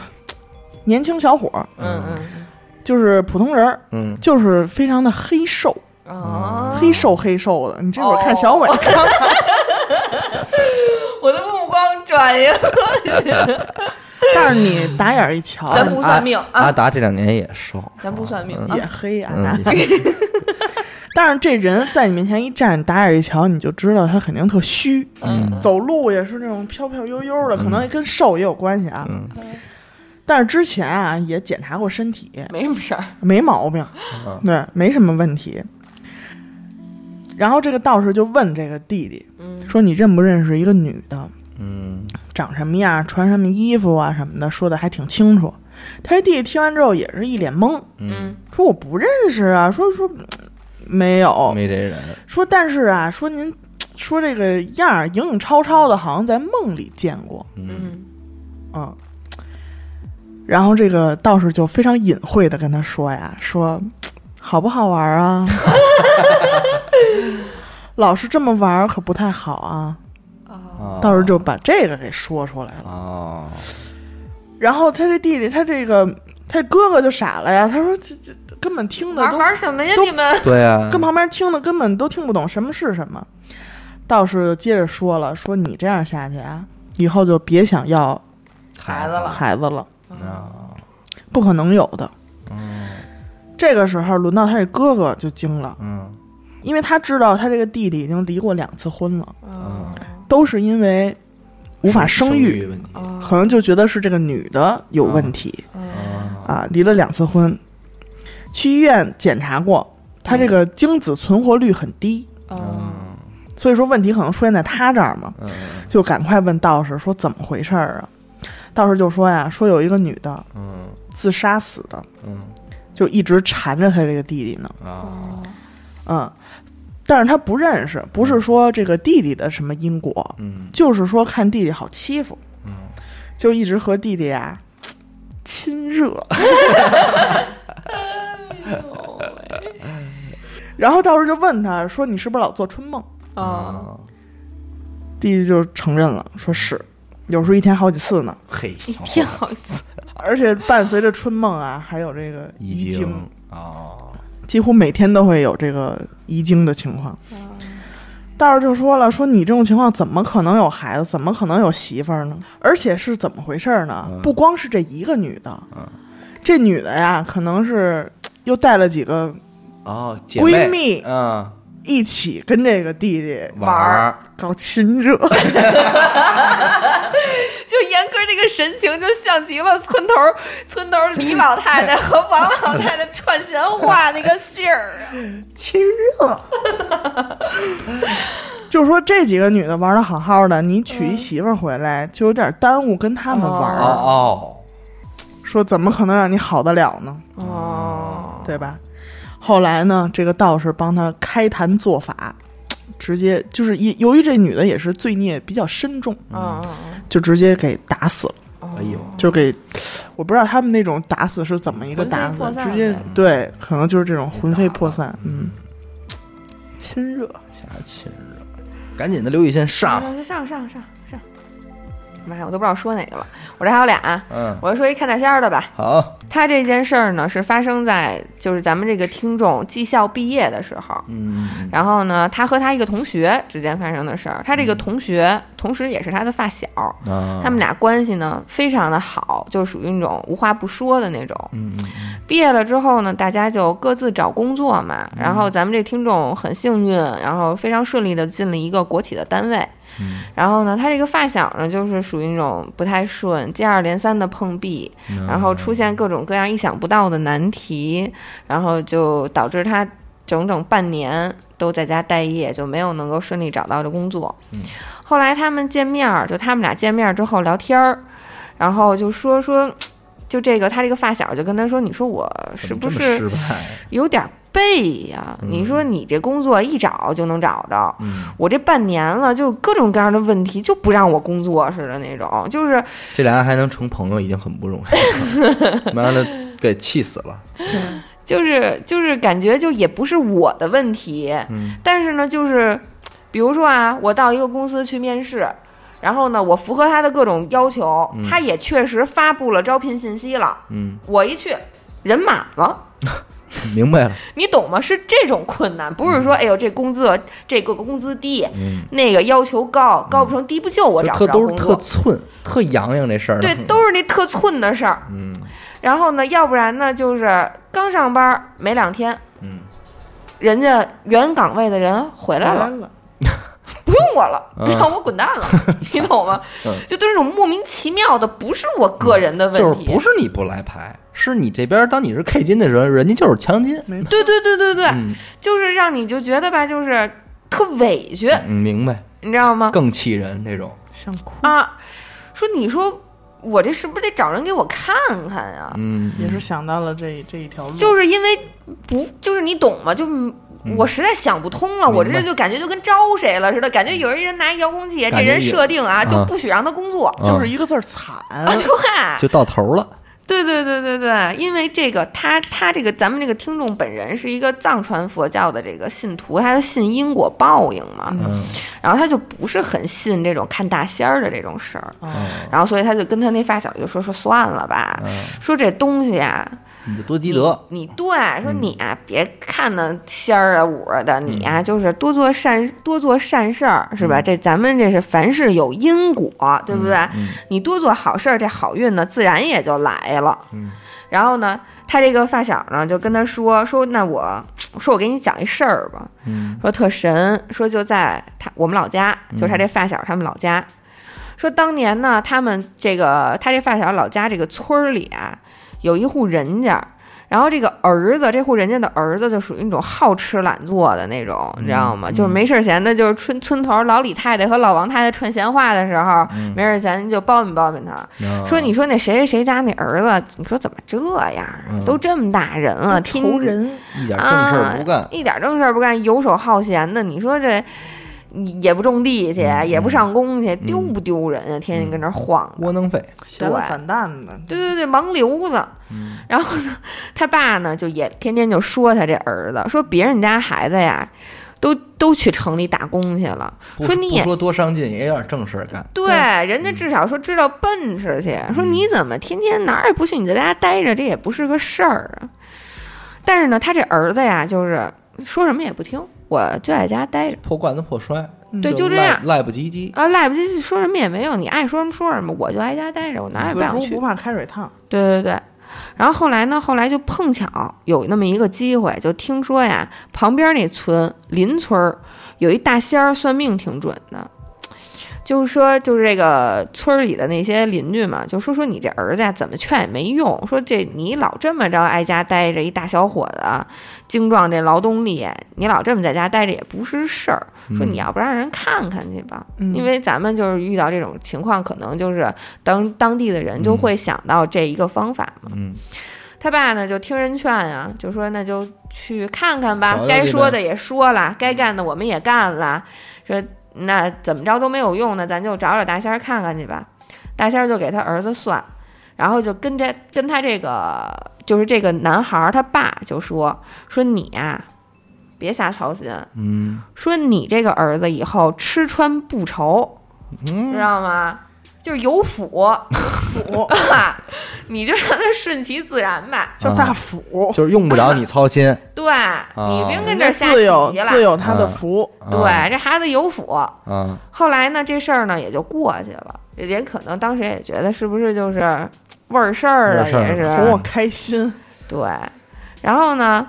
Speaker 1: 年轻小伙儿，
Speaker 2: 嗯嗯
Speaker 1: 就是普通人儿，
Speaker 4: 嗯，
Speaker 1: 就是非常的黑瘦，
Speaker 2: 嗯。哦，
Speaker 1: 黑瘦黑瘦的。你这会儿看小
Speaker 2: *laughs*
Speaker 1: 伟，
Speaker 2: 我的目光转移了，
Speaker 1: 但是你打眼儿一瞧，
Speaker 2: 咱不算命
Speaker 4: 阿阿
Speaker 2: 啊，
Speaker 4: 达这两年也瘦，
Speaker 2: 咱不算命啊
Speaker 1: 也。黑啊。
Speaker 4: 嗯，
Speaker 1: 但是这人在你面前一站，打眼儿一瞧，你就知道他肯定特虚，
Speaker 4: 嗯
Speaker 1: 走路也是那种飘飘悠悠的，可能跟瘦也有关系啊。
Speaker 4: 嗯
Speaker 1: 但是之前啊也检查过身体，
Speaker 2: 没什么事儿，
Speaker 1: 没毛病，
Speaker 4: 嗯
Speaker 1: 对，没什么问题。然后这个道士就问这个弟弟
Speaker 2: 嗯
Speaker 1: 说：“你认不认识一个女的？”
Speaker 4: 嗯
Speaker 1: 长什么样，穿什么衣服啊什么的，说的还挺清楚。他这弟弟听完之后也是一脸懵，
Speaker 2: 嗯
Speaker 1: 说我不认识啊，说说嗯没
Speaker 2: 嗯
Speaker 1: 有，
Speaker 4: 没这人。
Speaker 1: 说但是啊，说您说这个样儿影影绰绰的，好像在梦里见过，
Speaker 4: 嗯
Speaker 2: 嗯
Speaker 1: 嗯。然后这个道士就非常隐晦的跟他说呀，说好不好玩啊？ *laughs* 老是这么玩儿可不太好啊。
Speaker 2: 嗯哦
Speaker 4: 啊
Speaker 1: 道士就把这个给说出来了。
Speaker 4: 哦，
Speaker 1: 然后他这弟弟，他这个他哥哥就傻了呀，他说这这这根本听的
Speaker 2: 玩
Speaker 1: 都
Speaker 2: 玩什么呀？
Speaker 1: 都
Speaker 2: 你们
Speaker 4: 对啊，
Speaker 1: 跟旁边听的根本都听不懂什么是什么。道士接着说了，说你这样下去啊，以后就别想要
Speaker 2: 孩子了，
Speaker 1: 孩子了，
Speaker 4: 啊，
Speaker 1: 不可能有的。这个时候轮到他这哥哥就惊了，
Speaker 4: 嗯
Speaker 1: 因为他知道他这个弟弟已经离过两次婚了，
Speaker 2: 嗯
Speaker 1: 都是因为无法生育，
Speaker 4: 问题，
Speaker 2: 哦
Speaker 1: 可能就觉得是这个女的有问题
Speaker 4: 啊
Speaker 1: 啊，离了两次婚，去医院检查过，他这个精子存活率很低，
Speaker 2: 哦
Speaker 1: 所以说问题可能出现在他这儿嘛，
Speaker 4: 嗯
Speaker 1: 就赶快问道士说怎么回事儿啊？道士就说呀，说有一个女的
Speaker 4: 嗯
Speaker 1: 自杀死的，
Speaker 4: 嗯
Speaker 1: 就一直缠着他这个弟弟呢，
Speaker 4: 啊，
Speaker 1: 嗯，但是他不认识，不是说这个弟弟的什么因果，
Speaker 4: 嗯
Speaker 1: 就是说看弟弟好欺负，
Speaker 4: 嗯，
Speaker 1: 就一直和弟弟啊亲热，然后道士就问他说你是不是老做春梦？
Speaker 3: 嗯
Speaker 2: 哦，
Speaker 1: 弟弟就承认了，说是，有时候一天好几次呢。
Speaker 4: 嘿，
Speaker 2: 一天好几，
Speaker 1: 而且伴随着春梦啊，还有这个遗
Speaker 4: 已
Speaker 1: 精，
Speaker 4: 经哦，
Speaker 1: 几乎每天都会有这个遗精的情况。道士就说了，说你这种情况怎么可能有孩子，怎么可能有媳妇儿呢？而且是怎么回事儿呢？不光是这一个女的，这女的呀，可能是嘖又带了几个
Speaker 4: 哦，姐妹
Speaker 1: 闺蜜
Speaker 4: 嗯，
Speaker 1: 一起跟这个弟弟
Speaker 4: 玩儿，
Speaker 1: 搞亲热，
Speaker 2: 就严哥这个神情就像极了村头村头李老太 *laughs* 太和王老太太串闲话那个劲儿啊，
Speaker 1: *laughs* 亲热。 *laughs* 就是说这几个女的玩的好好的，你娶一媳妇儿回来，就有点耽误跟她们玩
Speaker 4: 哦
Speaker 1: 儿。
Speaker 4: 哦，
Speaker 1: 说怎么可能让你好得了呢？
Speaker 2: 哦，
Speaker 1: 对吧？后来呢，这个道士帮他开坛做法，直接就是一由于这女的也是罪孽比较深重，
Speaker 2: 嗯
Speaker 1: 就直接给打死了，
Speaker 2: 哦
Speaker 4: 哎呦，
Speaker 1: 就给我不知道他们那种打死是怎么一个打
Speaker 2: 魂飞
Speaker 1: 法，
Speaker 2: 魄散
Speaker 1: 直接
Speaker 2: 呗
Speaker 1: 对，可能就是这种魂飞魄散，嗯，亲热，
Speaker 4: 瞎亲热，赶紧的，刘雨欣
Speaker 3: 啊
Speaker 4: 上，
Speaker 2: 嗯，上上上上，妈呀，我都不知道说哪个了，我这还有俩啊，
Speaker 4: 嗯，
Speaker 2: 我就说一看大仙儿的吧，
Speaker 4: 好，
Speaker 2: 他这件事儿呢，是发生在就是咱们这个听众技校毕业的时候。
Speaker 4: 嗯
Speaker 2: 然后呢，他和他一个同学之间发生的事儿，他这个同学同时也是他的发小，
Speaker 4: 啊
Speaker 3: 嗯
Speaker 2: 他们俩关系呢非常的好，就属于那种无话不说的那种。
Speaker 4: 嗯
Speaker 2: 毕业了之后呢，大家就各自找工作嘛。然后咱们这听众很幸运，然后非常顺利的进了一个国企的单位。
Speaker 4: 嗯
Speaker 2: 然后呢，他这个发小呢，就是属于那种不太顺，接二连三的碰壁，
Speaker 4: 嗯
Speaker 2: 然后出现各种各样意想不到的难题，然后就导致他整整半年都在家待业，就没有能够顺利找到的工作。
Speaker 4: 嗯
Speaker 2: 后来他们见面儿，就他们俩见面儿之后聊天儿，然后就说说，就这个他这个发小就跟他说：“你说我是
Speaker 4: 怎么
Speaker 2: 不
Speaker 4: 这么嗯失
Speaker 2: 是
Speaker 4: 败？
Speaker 2: 有点背呀、你说你这工作一找就能找着，
Speaker 4: 嗯，
Speaker 2: 我这半年了就各种各样的问题，就不让我工作似的那种，就是
Speaker 4: 这俩人还能成朋友已经很不容易了，妈的，给气死了，
Speaker 2: 就是就是感觉就也不是我的问题，
Speaker 4: 嗯
Speaker 2: 但是呢，就是比如说啊，我到一个公司去面试。然后呢，我符合他的各种要求，他也确实发布了招聘信息了。
Speaker 4: 嗯，
Speaker 2: 我一去，人满了，
Speaker 4: 明白了，
Speaker 2: 你懂吗？是这种困难，不是说哎呦这工资这个工资低，
Speaker 4: 嗯。
Speaker 2: 那个要求高，高不成低不就，我
Speaker 4: 就
Speaker 2: 找
Speaker 4: 特
Speaker 2: 不着
Speaker 4: 都是
Speaker 2: 工
Speaker 4: 特
Speaker 2: 作。
Speaker 4: 寸、特洋洋这事儿呢。
Speaker 2: 对，都是那特寸的事儿。
Speaker 4: 嗯
Speaker 2: 然后呢，要不然呢，就是刚上班儿没两天，
Speaker 4: 嗯
Speaker 2: 人家原岗位的人回来了，
Speaker 1: 了，
Speaker 2: 不用我了，
Speaker 4: 嗯
Speaker 2: 让我滚蛋了，你懂吗
Speaker 4: 嗯？
Speaker 2: 就都是那种莫名其妙的，不是我个人的
Speaker 4: 就
Speaker 2: 问
Speaker 4: 是
Speaker 2: 题，
Speaker 4: 不是你不来牌，是你这边当你是 K 金的时候，人家就是强金。
Speaker 1: 没错，
Speaker 2: 对对对对对， *laughs*
Speaker 4: 嗯
Speaker 2: 就是让你就觉得吧，就是特委屈，
Speaker 4: 嗯，明白，
Speaker 2: 你知道吗？
Speaker 4: 更气人这种。
Speaker 1: 想哭，
Speaker 2: 啊，说你说我这是不是得找人给我看看呀？
Speaker 4: 嗯，
Speaker 1: 也是想到了这这一条路，
Speaker 2: 就是因为不，就是你懂吗？就我实在想不通了，
Speaker 4: 嗯明白
Speaker 2: 我这就感觉就跟招谁了似的，感觉有一人拿遥控器，
Speaker 4: 感觉
Speaker 2: 这人
Speaker 4: 有
Speaker 2: 设定啊
Speaker 4: 啊
Speaker 2: 就不许让他工作，
Speaker 4: 啊
Speaker 1: 就是一个字儿惨，
Speaker 2: 对
Speaker 4: 就到头了。
Speaker 2: 对对对对对，因为这个他他这个咱们这个听众本人是一个藏传佛教的这个信徒，他就信因果报应嘛，
Speaker 4: 嗯
Speaker 2: 然后他就不是很信这种看大仙儿的这种
Speaker 4: 哦嗯
Speaker 2: 事儿，
Speaker 1: 啊
Speaker 2: 然后所以他就跟他那发小就说说算了吧，
Speaker 4: 嗯
Speaker 2: 说这东西啊，
Speaker 4: 你得多积德。
Speaker 2: 你对说你啊，别看那仙儿啊五儿的，你啊就是多做善多做善事儿，是吧？这咱们这是凡事有因果，对不对？你多做好事儿，这好运呢自然也就来了。
Speaker 4: 嗯
Speaker 2: 然后呢，他这个发小呢就跟他说说，那我说我给你讲一事儿吧，
Speaker 4: 嗯
Speaker 2: 说特神，说就在他我们老家，就是他这发小他们老家。说当年呢，他们这个他这发小老家这个村儿里啊，有一户人家，然后这个儿子，这户人家的儿子就属于那种好吃懒做的那种，你知道吗？就是没事儿闲的，就是村村头老李太太和老王太太串闲话的时候，没事儿闲就包庇包庇他。
Speaker 4: 啊嗯
Speaker 2: 说你说那谁谁谁家那儿子，你说怎么这样啊？
Speaker 4: 嗯
Speaker 2: 都这么大啊人了，天
Speaker 1: 仇人
Speaker 4: 一点正事儿不干
Speaker 2: 啊，，一点正事儿不干，游手好闲的，你说这。也不种地去，
Speaker 4: 嗯
Speaker 2: 也不上工去，丢不丢人啊？天天跟这儿晃的，
Speaker 4: 窝囊废。
Speaker 1: 闲了
Speaker 2: 对
Speaker 1: 散淡的，
Speaker 2: 对对对，盲流子。
Speaker 4: 嗯
Speaker 2: 然后呢，他爸呢就也天天就说他这儿子，说别人家孩子呀，都都去城里打工去了，
Speaker 4: 不
Speaker 2: 说你也
Speaker 4: 不说多上进，也有点正事儿干。
Speaker 2: 对，人家至少说知道奔着去，说你怎么天天哪儿也不去，你在家待着，这也不是个事儿啊。但是呢，他这儿子呀，就是说什么也不听，我就在家待着。
Speaker 4: 破罐子破摔，
Speaker 2: 对，就这
Speaker 4: 赖
Speaker 2: 样
Speaker 4: 赖不唧唧。
Speaker 2: 啊，赖不唧唧，说什么也没用，你爱说什么说什么，我就挨家待着，我哪儿也不
Speaker 1: 死
Speaker 2: 想
Speaker 1: 猪
Speaker 2: 去
Speaker 1: 不。怕开水烫，
Speaker 2: 对对对。然后后来呢？后来就碰巧有那么一个机会，就听说呀，旁边那村邻村儿有一大仙儿算命挺准的，就是说就是这个村儿里的那些邻居嘛，就说说你这儿子呀怎么劝也没用，说这你老这么着挨家待着，一大小伙子啊精壮这劳动力，你老这么在家待着也不是事儿，说
Speaker 3: 嗯
Speaker 2: 你要不让人看看去吧，
Speaker 1: 嗯
Speaker 2: 因为咱们就是遇到这种情况，可能就是当当地的人就会想到这一个方法嘛。
Speaker 4: 嗯，
Speaker 2: 他爸呢就听人劝啊，就说那就去看看
Speaker 4: 瞧
Speaker 2: 吧
Speaker 4: 瞧，
Speaker 2: 该
Speaker 4: 这
Speaker 2: 说
Speaker 4: 边
Speaker 2: 的也说了，该干的我们也干了，说那怎么着都没有用呢，咱就找找大仙儿看看去吧。大仙儿就给他儿子算，然后就跟这跟他这个就是这个男孩儿他爸就说说你啊呀、别瞎操心，
Speaker 4: 嗯
Speaker 2: 说你这个儿子以后吃穿不愁，知道吗？就是有福， *laughs*
Speaker 1: 斧
Speaker 2: 你就让他顺其自然吧。
Speaker 1: 叫
Speaker 3: 啊
Speaker 1: 大斧，
Speaker 4: 啊就是用不着你操心。
Speaker 2: 对，你别跟这儿
Speaker 1: 人
Speaker 2: 瞎
Speaker 1: 家
Speaker 2: 起
Speaker 1: 自有
Speaker 2: 急了。
Speaker 1: 自有他的福，
Speaker 4: 啊
Speaker 2: *laughs* 对，这孩子有福。
Speaker 4: 啊，
Speaker 2: 后来呢，这事儿呢也就过去了。人可能当时也觉得是不是就是味儿事儿了，
Speaker 4: 味儿事儿
Speaker 2: 也是
Speaker 1: 哄我开心，
Speaker 2: 对。然后呢，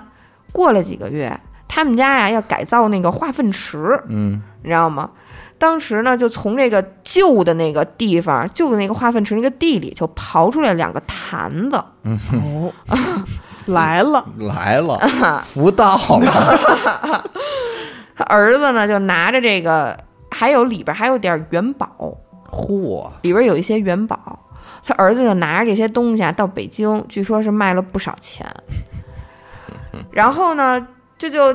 Speaker 2: 过了几个月，他们家呀要改造那个化粪池，
Speaker 4: 嗯
Speaker 2: 你知道吗？当时呢，就从这个旧的那个地方，旧的那个化粪池那个地里，就刨出来两个坛子，
Speaker 1: 哦， *laughs* 来了，
Speaker 4: 来了，
Speaker 2: *laughs*
Speaker 4: 福到了。
Speaker 2: 他儿子呢就拿着这个，还有里边还有点元宝，
Speaker 4: 嚯，
Speaker 2: 里边有一些元宝，他儿子就拿着这些东西啊到北京，据说是卖了不少钱。然后呢，这就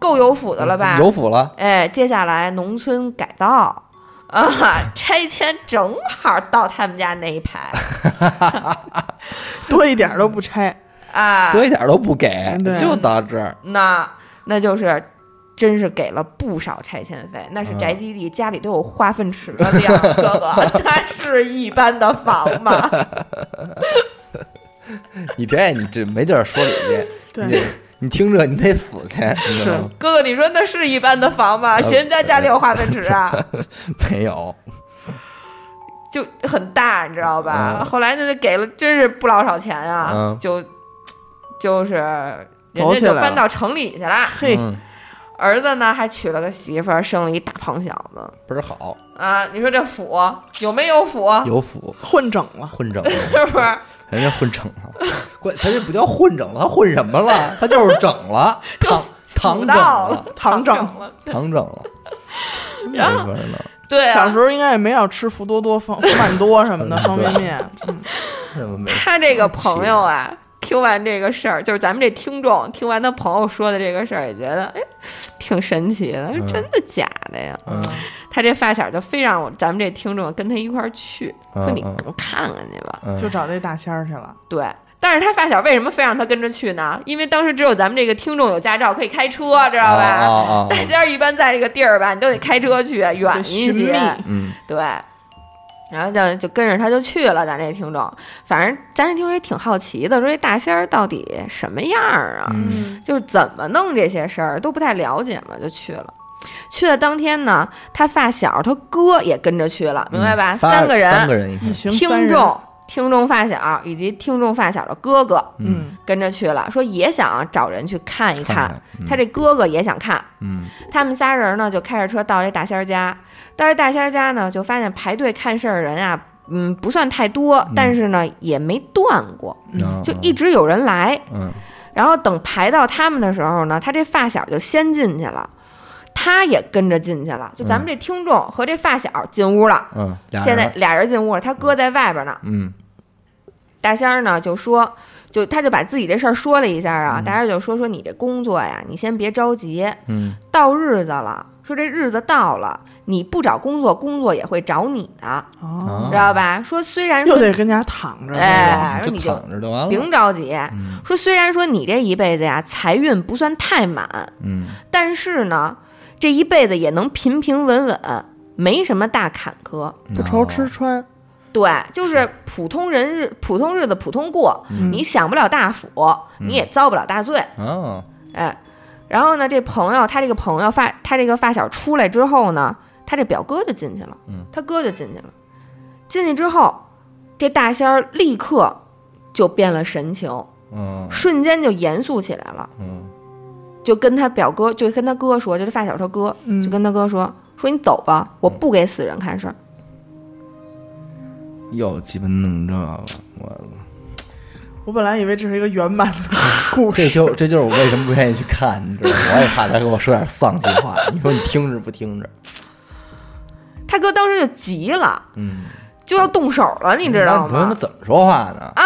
Speaker 2: 够有福的了
Speaker 3: 嗯
Speaker 2: 吧？
Speaker 4: 有福了。
Speaker 2: 哎，接下来农村改造啊，拆迁正好到他们家那一排
Speaker 1: 多一点都不拆，
Speaker 2: 啊，
Speaker 4: 多一点都不给
Speaker 1: 对，
Speaker 4: 就到这儿。
Speaker 2: 那那就是真是给了不少拆迁费，那是宅
Speaker 1: 嗯
Speaker 2: 基地，家里都有化粪池了，这样哥
Speaker 1: *laughs*
Speaker 2: 哥，那是一般的房吗？
Speaker 4: 你这你这没地儿说理去，
Speaker 1: 对
Speaker 4: 你这你听着你得死去，你知道吗？
Speaker 2: 哥哥，你说那是一般的房吗？谁家家里有化粪池啊？
Speaker 4: *laughs* 没有，
Speaker 2: 就很大，你知道吧？
Speaker 4: 嗯
Speaker 2: 后来那就给了，真是不老少钱啊，
Speaker 4: 嗯
Speaker 2: 就就是人
Speaker 1: 走
Speaker 2: 家
Speaker 1: 起
Speaker 2: 就
Speaker 1: 来
Speaker 2: 搬
Speaker 1: 了
Speaker 2: 到城里去了。
Speaker 1: 嘿，
Speaker 4: 嗯
Speaker 2: 儿子呢还娶了个媳妇儿，生了一大胖小子
Speaker 4: 倍儿好，
Speaker 2: 啊！你说这福有没有福？
Speaker 4: 有福，
Speaker 1: 混整了，
Speaker 4: 混整了，
Speaker 2: 是不是？
Speaker 4: 人家混整了，关他这不叫混整了，他混什么了？他就是整
Speaker 2: *laughs*
Speaker 4: 了，躺躺整
Speaker 2: 到
Speaker 4: 了，
Speaker 1: 躺整。
Speaker 2: 了。
Speaker 4: 躺整
Speaker 2: *laughs*
Speaker 4: 了，没
Speaker 2: 然
Speaker 4: 法
Speaker 2: 后
Speaker 4: 弄。
Speaker 2: 对、啊，
Speaker 1: 小时候应该也没少吃福多多、方福满多什么的方便面，嗯
Speaker 4: 那么没
Speaker 2: 他这个朋友啊，听完这个事儿，就是咱们这听众听完他朋友说的这个事儿，也觉得哎，挺神奇的，是真的假的呀？
Speaker 4: 嗯
Speaker 2: 他这发小就非让我咱们这听众跟他一块儿去，
Speaker 4: 嗯
Speaker 2: 说你
Speaker 4: 嗯
Speaker 2: 看看去吧。
Speaker 4: 嗯
Speaker 1: 就找这大仙儿去了。
Speaker 2: 对。但是他发小为什么非让他跟着去呢？因为当时只有咱们这个听众有驾照可以开车，知道吧？
Speaker 4: 哦哦哦哦
Speaker 2: *laughs* 大仙儿一般在这个地儿吧，你都得开车去，远
Speaker 1: 得
Speaker 2: 一
Speaker 1: 寻
Speaker 2: 些。
Speaker 1: 觅
Speaker 4: 嗯
Speaker 2: 对，然后就就跟着他就去了，咱这听众，反正咱这听众也挺好奇的，说这大仙儿到底什么样儿啊？
Speaker 1: 嗯
Speaker 2: 就是怎么弄这些事儿都不太了解嘛，就去了。去的当天呢，他发小他哥也跟着去了，明白
Speaker 3: 嗯
Speaker 2: 吧？
Speaker 4: 仨
Speaker 2: 个
Speaker 4: 三
Speaker 2: 人，
Speaker 4: 人一块
Speaker 1: 一
Speaker 4: 儿，
Speaker 1: 行三
Speaker 2: 听
Speaker 1: 人，
Speaker 2: 众、听众发小以及听众发小的哥哥
Speaker 4: 嗯，
Speaker 1: 嗯
Speaker 2: 跟着去了，说也想找人去看一
Speaker 4: 看
Speaker 2: 看。
Speaker 4: 看嗯
Speaker 2: 他这哥哥也想看，
Speaker 4: 嗯
Speaker 2: 他们仨人呢就开着车到这大仙儿家，到这大仙儿家呢就发现排队看事儿的人啊，嗯，不算太多，但是呢也没断过，
Speaker 4: 嗯
Speaker 2: 就一直有人来。
Speaker 4: 嗯
Speaker 2: 然后等排到他们的时候呢，他这发小就先进去了，他也跟着进去了。就咱们这听众和这发小进屋了，
Speaker 4: 嗯，俩
Speaker 2: 现在
Speaker 4: 人
Speaker 2: 俩人进屋了，他哥在外边呢。
Speaker 4: 嗯
Speaker 2: 大仙儿呢就说，就他就把自己这事儿说了一下啊。大仙儿就说说你这工作呀，你先别着急，
Speaker 4: 嗯
Speaker 2: 到日子了，说这日子到了，你不找工作，工作也会找你的，
Speaker 1: 哦，
Speaker 2: 知道吧？说虽然
Speaker 1: 又
Speaker 2: 说
Speaker 1: 得跟家躺着，
Speaker 2: 哎
Speaker 4: 就
Speaker 2: 你就
Speaker 4: 躺着就完了，
Speaker 2: 别着急，
Speaker 4: 嗯
Speaker 2: 说虽然说你这一辈子呀财运不算太满，
Speaker 4: 嗯
Speaker 2: 但是呢，这一辈子也能平平稳稳，没什么大坎坷。
Speaker 3: 嗯
Speaker 4: 嗯
Speaker 1: 不愁吃穿，
Speaker 2: 对，就是普通人日普通日子普通过，
Speaker 1: 嗯
Speaker 2: 你享不了大福，你也遭不了大罪，
Speaker 4: 啊，
Speaker 2: 哎。然后呢，这朋友他这个朋友发他这个发小出来之后呢，他这表哥就进去了，
Speaker 4: 嗯
Speaker 2: 他哥就进去了。进去之后，这大仙儿立刻就变了神情，
Speaker 4: 嗯
Speaker 2: 瞬间就严肃起来了。
Speaker 4: 嗯
Speaker 2: 就跟他表哥，就跟他哥说，就是发小他哥，
Speaker 1: 嗯
Speaker 2: 就跟他哥说，说你走吧，我
Speaker 4: 嗯
Speaker 2: 不给死人看事儿。
Speaker 4: 又鸡巴弄这个了，我
Speaker 1: 我本来以为这是一个圆满的故
Speaker 2: *laughs*
Speaker 4: 这
Speaker 1: 事，
Speaker 4: 就这就是我为什么不愿意去看，你知道吗？我也怕他跟我说点丧气话，你说你听着不听着？
Speaker 2: 他哥当时就急了，
Speaker 4: 嗯，
Speaker 2: 就要动手了，你知道
Speaker 4: 你
Speaker 3: 嗯
Speaker 4: 他妈
Speaker 2: 吗？
Speaker 4: 怎么说话呢？
Speaker 2: 啊，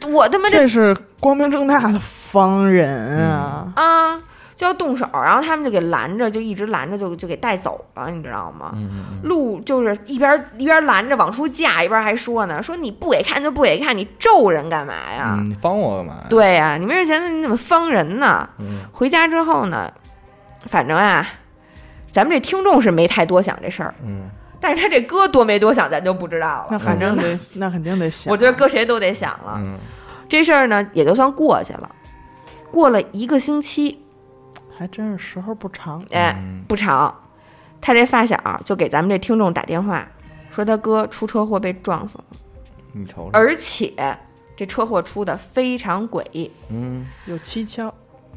Speaker 2: 这我他妈这
Speaker 1: 这是光明正大的方人啊！
Speaker 2: 啊就要动手，然后他们就给拦着，就一直拦着，就就给带走了，你知道吗？
Speaker 4: 嗯
Speaker 2: 路就是一边一边拦着往出架，一边还说呢，说你不给看就不给看，你咒人干嘛呀？
Speaker 4: 嗯，你帮我干嘛呀？
Speaker 2: 对呀、你没事闲的你怎么方人呢？
Speaker 4: 嗯
Speaker 2: 回家之后呢，反正啊，咱们这听众是没太多想这事儿，
Speaker 4: 嗯
Speaker 2: 但是他这哥多没多想，咱就不知道
Speaker 1: 那肯
Speaker 2: 了。反
Speaker 1: 定
Speaker 2: 正呢，
Speaker 1: 得，那肯定得想。
Speaker 2: 嗯我觉得搁谁都得想了。
Speaker 4: 嗯
Speaker 2: 这事儿呢，也就算过去了。过了一个星期，
Speaker 1: 还真是时候不长，
Speaker 2: 哎，
Speaker 4: 嗯
Speaker 2: 不长，他这发小就给咱们这听众打电话，说他哥出车祸被撞死了，
Speaker 4: 你瞅瞅，
Speaker 2: 而且这车祸出的非常诡异。
Speaker 4: 嗯
Speaker 1: 有蹊跷，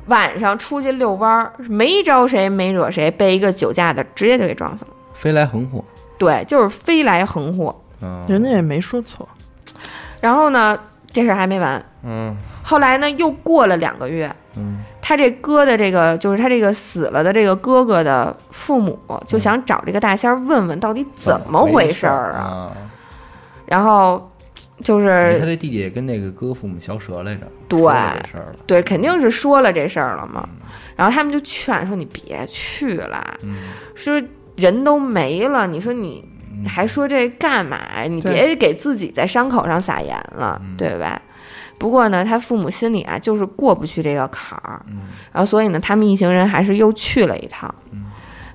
Speaker 2: 晚上出去遛弯儿，没招谁，没惹谁，被一个酒驾的直接就给撞死了。
Speaker 4: 飞来横祸，
Speaker 2: 对，就是飞来横祸。
Speaker 4: 嗯
Speaker 1: 人家也没说错，
Speaker 2: 然后呢，这事儿还没完。
Speaker 4: 嗯
Speaker 2: 后来呢，又过了两个月，
Speaker 4: 嗯
Speaker 2: 他这哥的这个就是他这个死了的这个哥哥的父母就想找这个大仙儿问问到底嗯怎么回事儿啊。
Speaker 4: 啊？
Speaker 2: 然后就
Speaker 4: 你
Speaker 3: 嗯
Speaker 4: 看
Speaker 2: 是
Speaker 4: 这弟弟也跟那个哥父母嚼舌来着，
Speaker 2: 对
Speaker 4: 说了这事儿了，
Speaker 2: 对，肯定是说了这事儿了嘛。然后他们就劝说你别去了，
Speaker 4: 嗯
Speaker 2: 说人都没了，你说你
Speaker 4: 嗯
Speaker 2: 还说这干嘛呀？你
Speaker 1: 对
Speaker 2: 别给自己在伤口上撒盐了，
Speaker 4: 嗯
Speaker 2: 对吧？不过呢，他父母心里啊就是过不去这个坎儿，
Speaker 4: 嗯
Speaker 2: 然后所以呢，他们一行人还是又去了一趟。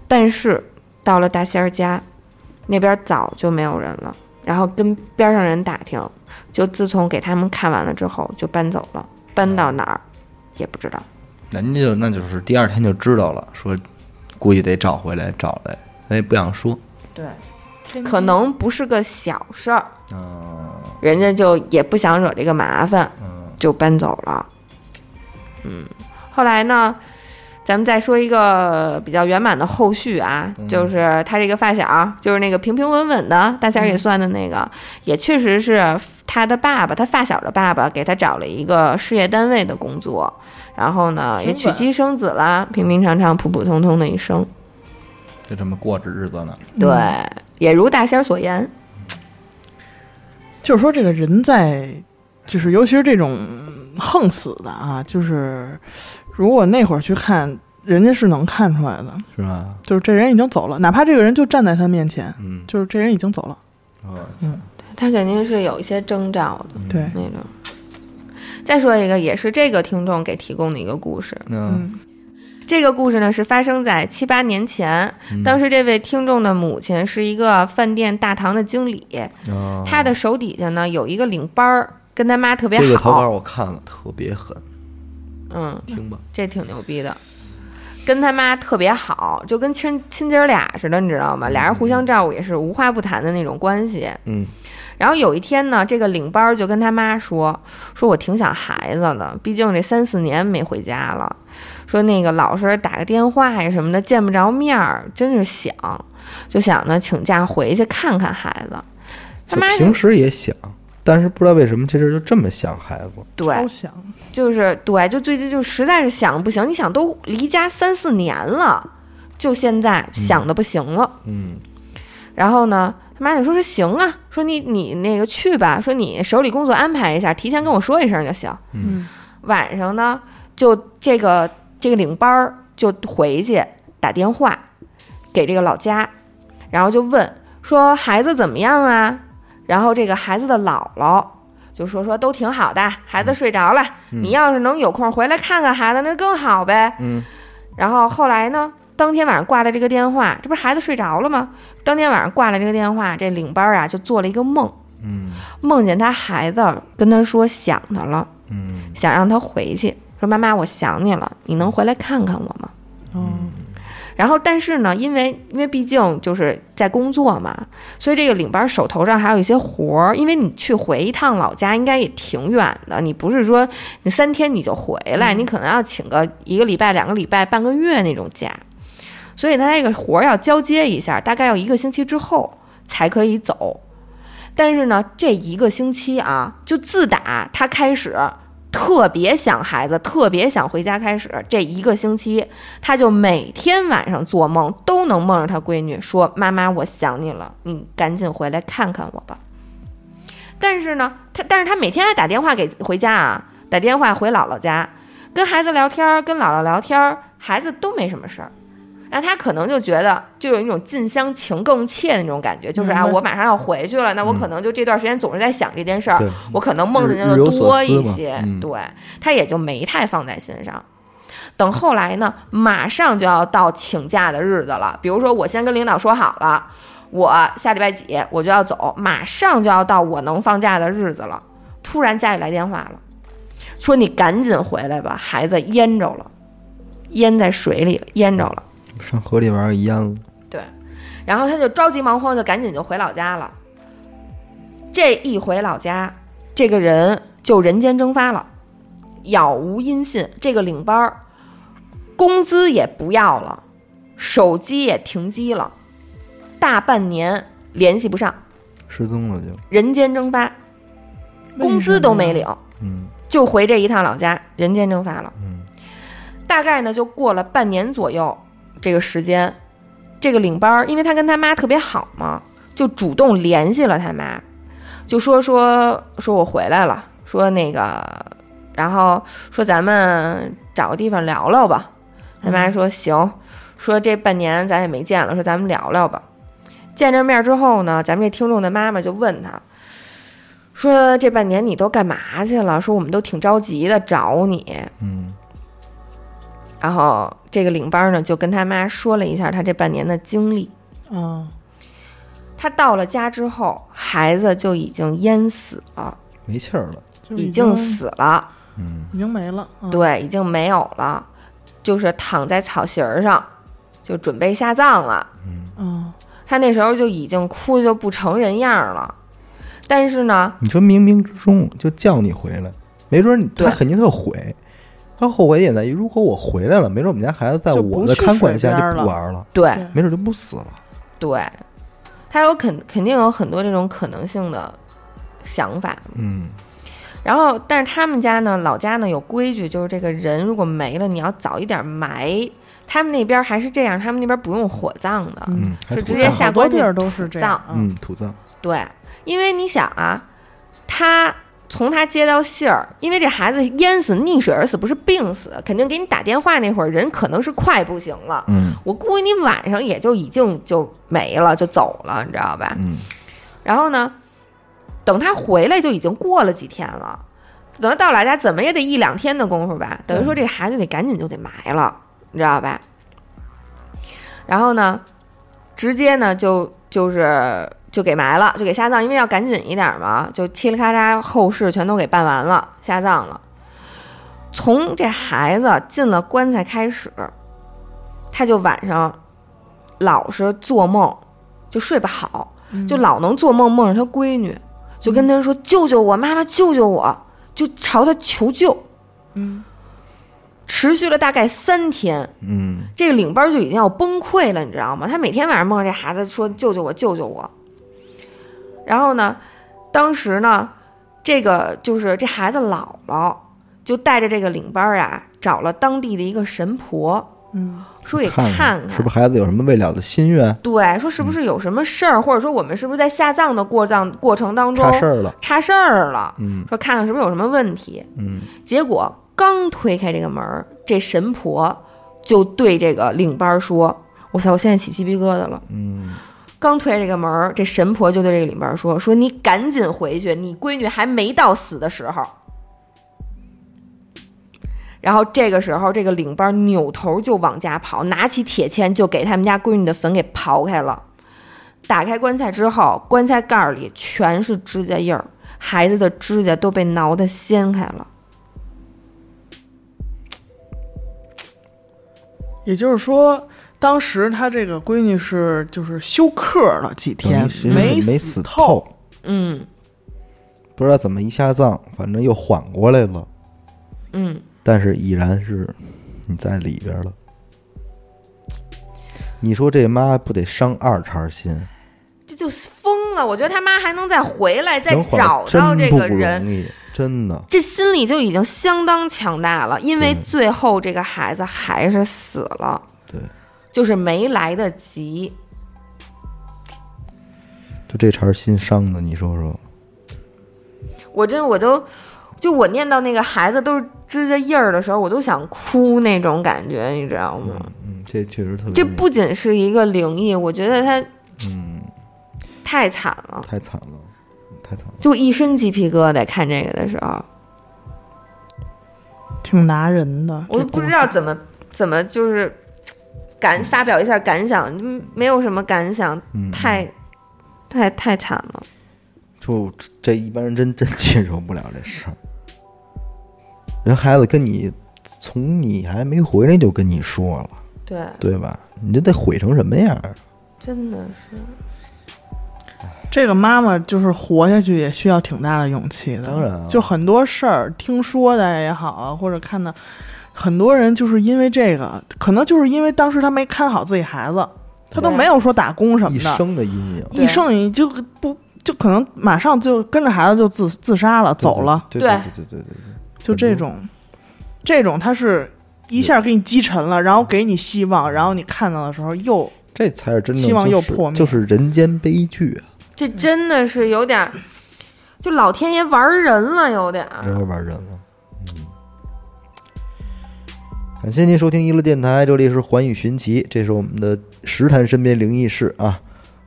Speaker 2: 但是到了大仙儿家，那边早就没有人了。然后跟边上人打听，就自从给他们看完了之后，就搬走了，搬
Speaker 4: 嗯
Speaker 2: 到哪儿也不知道。
Speaker 4: 人家就那就是第二天就知道了，说估计得找回来找来，他也不想说，
Speaker 2: 对，
Speaker 1: 天
Speaker 2: 可
Speaker 1: 机
Speaker 2: 能不是个小事儿，
Speaker 4: 嗯
Speaker 2: 人家就也不想惹这个麻烦，
Speaker 4: 嗯
Speaker 2: 就搬走了。嗯，后来呢，咱们再说一个比较圆满的后续啊，就是他这个发小，就是那个平平稳稳的大仙儿给算的那个，也确实是他的爸爸，他发小的爸爸给他找了一个事业单位的工作，然后呢
Speaker 1: 平
Speaker 2: 也
Speaker 1: 稳
Speaker 2: 娶妻生子啦，平平常常、普普通通的一生。
Speaker 4: 就这么过着日子呢。
Speaker 2: 对，也如大仙儿所言，
Speaker 1: 就是说这个人在，就是尤其是这种横死的啊，就是如果那会儿去看，人家是能看出来的，
Speaker 4: 是吧？
Speaker 1: 就是这人已经走了，哪怕这个人就站在他面前，
Speaker 4: 嗯，
Speaker 1: 就是这人已经走了。
Speaker 4: 我
Speaker 2: 他肯定是有一些征兆的。
Speaker 4: 嗯
Speaker 1: 对，
Speaker 2: 那种。再说一个，也是这个听众给提供的一个故事。
Speaker 4: 嗯
Speaker 1: 嗯，
Speaker 2: 这个故事呢是发生在七八年前，
Speaker 4: 嗯
Speaker 2: 当时这位听众的母亲是一个饭店大堂的经理，
Speaker 4: 哦
Speaker 2: 她的手底下呢有一个领班儿，跟他妈特别好。
Speaker 4: 这个投稿我看了，特别狠，
Speaker 2: 嗯，
Speaker 4: 听吧。
Speaker 2: 这挺牛逼的。跟他妈特别好，就跟亲亲姐儿俩似的，你知道吗？俩人互相照顾也是无话不谈的那种关系。
Speaker 4: 嗯，
Speaker 2: 然后有一天呢，这个领班儿就跟他妈说：“说我挺想孩子的，毕竟这三四年没回家了。说那个老是打个电话呀什么的，见不着面儿，真是想，就想呢请假回去看看孩子。”他
Speaker 4: 就
Speaker 2: 妈就
Speaker 4: 平时也想，但是不知道为什么这阵儿就这么想孩子。
Speaker 2: 对，
Speaker 1: 超想，
Speaker 2: 就是对，就最近就实在是想不行，你想都离家三四年了，就现在想的不行了。
Speaker 4: 嗯，
Speaker 2: 然后呢，他妈就说是行啊，说你你那个去吧，说你手里工作安排一下，提前跟我说一声就行。
Speaker 1: 嗯，
Speaker 2: 晚上呢，就这个这个领班儿就回去打电话给这个老家，然后就问说孩子怎么样啊？然后这个孩子的姥姥就说说都挺好的，孩子睡着了，你要是能有空回来看看孩子，那更好呗。
Speaker 4: 嗯。
Speaker 2: 然后后来呢，当天晚上挂了这个电话，这不是孩子睡着了吗？当天晚上挂了这个电话，这领班儿啊就做了一个梦，
Speaker 4: 嗯
Speaker 2: 梦见他孩子跟他说想他了。
Speaker 4: 嗯
Speaker 2: 想让他回去，说妈妈，我想你了，你能回来看看我吗？
Speaker 1: 嗯，
Speaker 2: 然后，但是呢，因为因为毕竟就是在工作嘛，所以这个领班手头上还有一些活儿。因为你去回一趟老家，应该也挺远的，你不是说你三天你就回来，你可能要请个一个礼拜、两个礼拜、半个月那种假。所以他这个活儿要交接一下，大概要一个星期之后才可以走。但是呢，这一个星期啊，就自打他开始特别想孩子，特别想回家开始，这一个星期，他就每天晚上做梦都能梦着他闺女说：“妈妈，我想你了，你赶紧回来看看我吧。”但是呢，他但是他每天还打电话给回家啊，打电话回姥姥家，跟孩子聊天儿，跟姥姥聊天儿，孩子都没什么事儿。那他可能就觉得，就有一种近乡情更怯的那种感觉，就是啊，
Speaker 1: 明白
Speaker 2: 我马上要回去了，那我可能就这段时间总是在想这件事儿，
Speaker 4: 嗯对
Speaker 2: 我可能梦见
Speaker 4: 日
Speaker 2: 的
Speaker 4: 日有所
Speaker 2: 多
Speaker 4: 思
Speaker 2: 一
Speaker 4: 嘛
Speaker 2: 些，
Speaker 4: 嗯
Speaker 2: 对他也就没太放在心上。等后来呢，马上就要到请假的日子了，比如说我先跟领导说好了，我下礼拜几我就要走，马上就要到我能放假的日子了，突然家里来电话了，说你赶紧回来吧，孩子淹着了，淹在水里了，淹着了。
Speaker 4: 上河里玩儿一样的。
Speaker 2: 然后他就着急忙慌，就赶紧就回老家了。这一回老家，这个人就人间蒸发了，杳无音信。这个领班儿，工资也不要了，手机也停机了，大半年联系不上，
Speaker 4: 失踪了就，
Speaker 2: 人间蒸发，工资都没领，
Speaker 4: 嗯
Speaker 2: 就回这一趟老家，人间蒸发了。
Speaker 4: 嗯
Speaker 2: 大概呢就过了半年左右这个时间，这个领班儿，因为他跟他妈特别好嘛，就主动联系了他妈，就说说说我回来了，说那个，然后说咱们找个地方聊聊吧。他妈说行，说这半年咱也没见了，说咱们聊聊吧。见着面之后呢，咱们这听众的妈妈就问他。说这半年你都干嘛去了？说我们都挺着急的找你。
Speaker 4: 嗯
Speaker 2: 然后这个领班呢就跟他妈说了一下他这半年的经历。
Speaker 1: 嗯，
Speaker 2: 他到了家之后，孩子就已经淹死了，
Speaker 4: 没气儿了。
Speaker 1: 就是
Speaker 2: 已
Speaker 1: 已
Speaker 2: 经
Speaker 1: 经，
Speaker 2: 死了，
Speaker 4: 嗯
Speaker 1: 已经没了，嗯，
Speaker 2: 对，已经没有了，就是躺在草席儿上，就准备下葬了。
Speaker 1: 嗯，
Speaker 2: 他那时候就已经哭就不成人样了，但是呢，
Speaker 4: 你说冥冥之中就叫你回来，没准儿你他
Speaker 2: 对
Speaker 4: 肯定特悔，他后悔也在于，如果我回来了，没准我们家孩子在
Speaker 1: 就
Speaker 4: 我
Speaker 1: 不
Speaker 4: 的
Speaker 1: 去
Speaker 4: 看管
Speaker 1: 水
Speaker 4: 下
Speaker 1: 边儿
Speaker 4: 就不
Speaker 1: 了
Speaker 4: 玩儿了，
Speaker 2: 对
Speaker 1: 对
Speaker 4: 没准就不死了。
Speaker 2: 对，他有肯肯定有很多这种可能性的想法。
Speaker 4: 嗯
Speaker 2: 然后，但是他们家呢，老家呢有规矩，就是这个人如果没了，你要早一点埋。他们那边还是这样，他们那边不用火葬的，
Speaker 1: 嗯
Speaker 4: 嗯，还
Speaker 2: 是
Speaker 4: 土
Speaker 2: 直接
Speaker 4: 葬
Speaker 2: 下
Speaker 1: 好多
Speaker 2: 关
Speaker 1: 地
Speaker 2: 就
Speaker 1: 儿都是这样，嗯
Speaker 4: 嗯土葬，
Speaker 2: 对，因为你想啊，他从他接到信儿，因为这孩子淹死、溺水而死，不是病死，肯定给你打电话那会儿人可能是快不行了，
Speaker 4: 嗯
Speaker 2: 我估计你晚上也就已经就没了，就走了，你知道吧？
Speaker 4: 嗯
Speaker 2: 然后呢，等他回来就已经过了几天了，等他到老家怎么也得一两天的功夫吧。等于说这孩子得赶紧就得埋了，你知道吧？然后呢，直接呢就就是就给埋了，就给下葬，因为要赶紧一点嘛，就嘁哩咔嚓，后事全都给办完了，下葬了。从这孩子进了棺材开始，他就晚上老是做梦，就睡不好，就老能做梦，梦着他闺女，就跟他说：“救救我，妈妈救救我！”就朝他求救，
Speaker 1: 嗯，
Speaker 2: 持续了大概三天，
Speaker 3: 嗯，
Speaker 2: 这个领班就已经要崩溃了，你知道吗？他每天晚上梦着这孩子说：“救救我，救救我。”然后呢，当时呢，这个就是这孩子姥姥就带着这个领班啊，找了当地的一个神婆，
Speaker 1: 嗯，
Speaker 2: 说给
Speaker 3: 看
Speaker 2: 看
Speaker 3: 是不是孩子有什么未了的心愿，
Speaker 2: 对，说
Speaker 3: 嗯
Speaker 2: 是不是有什么事儿，或者说我们是不是在下葬的过葬过程当中
Speaker 3: 差事儿了，
Speaker 2: 差事儿了？
Speaker 3: 嗯
Speaker 2: 说看看是不是有什么问题。
Speaker 3: 嗯，
Speaker 2: 结果刚推开这个门儿，这神婆就对这个领班儿说：“我操，我现在起鸡皮疙瘩了。”嗯，刚推这个门儿，这神婆就对这个领班儿说：“说你赶紧回去，你闺女还没到死的时候。”然后这个时候，这个领班儿扭头就往家跑，拿起铁锨就给他们家闺女的坟给刨开了。打开棺材之后，棺材盖儿里全是指甲印儿，孩子的指甲都被挠得掀开了。
Speaker 1: 也就是说，当时她这个闺女是就是休克了几天
Speaker 3: 等于，是
Speaker 1: 没
Speaker 3: 没
Speaker 1: 死
Speaker 3: 死透，
Speaker 2: 嗯
Speaker 3: 不知道怎么一下葬，反正又缓过来了，
Speaker 2: 嗯，
Speaker 3: 但是已然是你在里边了。你说这妈不得伤二茬心？
Speaker 2: 这就疯了。我觉得他妈还能再回来，再
Speaker 3: 能缓
Speaker 2: 找到这
Speaker 3: 真
Speaker 2: 个
Speaker 3: 不
Speaker 2: 人，
Speaker 3: 容易，真的。
Speaker 2: 这心理就已经相当强大了。因为
Speaker 3: 对
Speaker 2: 最后这个孩子还是死了，
Speaker 3: 对，
Speaker 2: 就是没来得及。
Speaker 3: 就这茬心伤的，你说说，
Speaker 2: 我真我都，就我念到那个孩子都是指甲印儿的时候，我都想哭那种感觉，你知道吗？
Speaker 3: 嗯，这确实特别，
Speaker 2: 这不仅是一个灵异，我觉得他
Speaker 3: 嗯，
Speaker 2: 太惨了，
Speaker 3: 太惨了，太惨了。
Speaker 2: 就一身鸡皮疙瘩。看这个的时候，
Speaker 1: 挺拿人的。
Speaker 2: 我
Speaker 1: 这
Speaker 2: 都不
Speaker 1: 故
Speaker 2: 知
Speaker 1: 事
Speaker 2: 道怎么怎么就是感发表一下感想，嗯没有什么感想，
Speaker 3: 嗯，
Speaker 2: 太太太惨了。
Speaker 3: 就这一般人真真接受不了这事儿。人孩子跟你从你还没回来就跟你说了，
Speaker 2: 对，
Speaker 3: 对吧？你这得毁成什么样儿？
Speaker 2: 真的是，
Speaker 1: 这个妈妈就是活下去也需要挺大的勇气的。
Speaker 3: 当然啊
Speaker 1: 就很多事儿听说的也好啊，或者看到很多人就是因为这个，可能就是因为当时他没看好自己孩子，他都
Speaker 2: 对
Speaker 1: 没有说打工什
Speaker 3: 一
Speaker 1: 么的，
Speaker 3: 生的阴影，
Speaker 2: 对
Speaker 1: 一生一就不就可能马上就跟着孩子就自自杀了，走了，
Speaker 3: 对
Speaker 2: 对
Speaker 3: 对对对对对对，
Speaker 1: 就这种，这种他是。一下给你击沉了，然后给你希望，然后你看到的时候又
Speaker 3: 这才是真正
Speaker 1: 希望
Speaker 3: 就
Speaker 1: 又
Speaker 3: 是
Speaker 1: 破灭
Speaker 3: 就是人间悲剧啊！
Speaker 2: 这真的是有点儿，就老天爷玩人了，有点儿。
Speaker 3: 这玩人了。嗯，感谢您收听娱乐电台，这里是环宇寻奇，这是我们的实谈身边灵异事啊。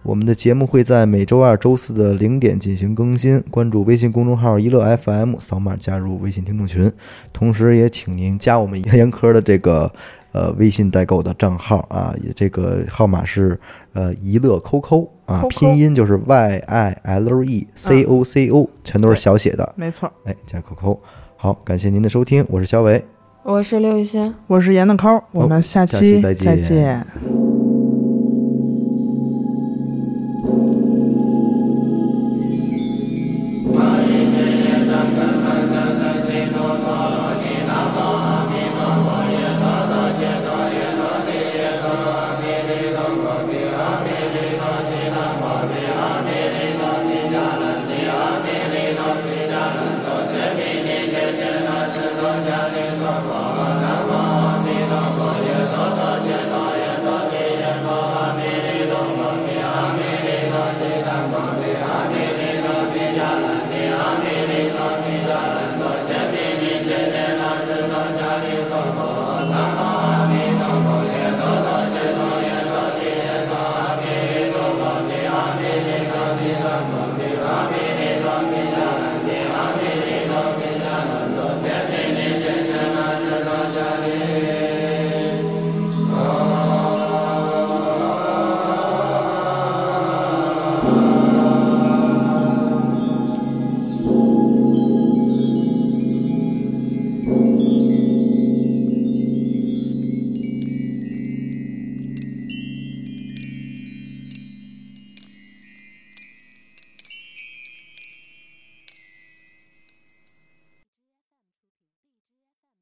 Speaker 3: 我们的节目会在每周二、周四的零点进行更新，关注微信公众号“一乐 FM”，扫码加入微信听众群。同时，也请您加我们严科的这个呃微信代购的账号啊，也这个号码是呃一乐 QQ 啊，
Speaker 1: QQ
Speaker 3: 拼音就是 Y I L E C O C O，、全都是小写的。
Speaker 1: 没错。
Speaker 3: 哎，加扣扣。好，感谢您的收听，我是小伟。
Speaker 2: 我是刘雨欣。
Speaker 1: 我是严的抠，我们下
Speaker 3: 下
Speaker 1: 期
Speaker 3: 期再见
Speaker 1: 再见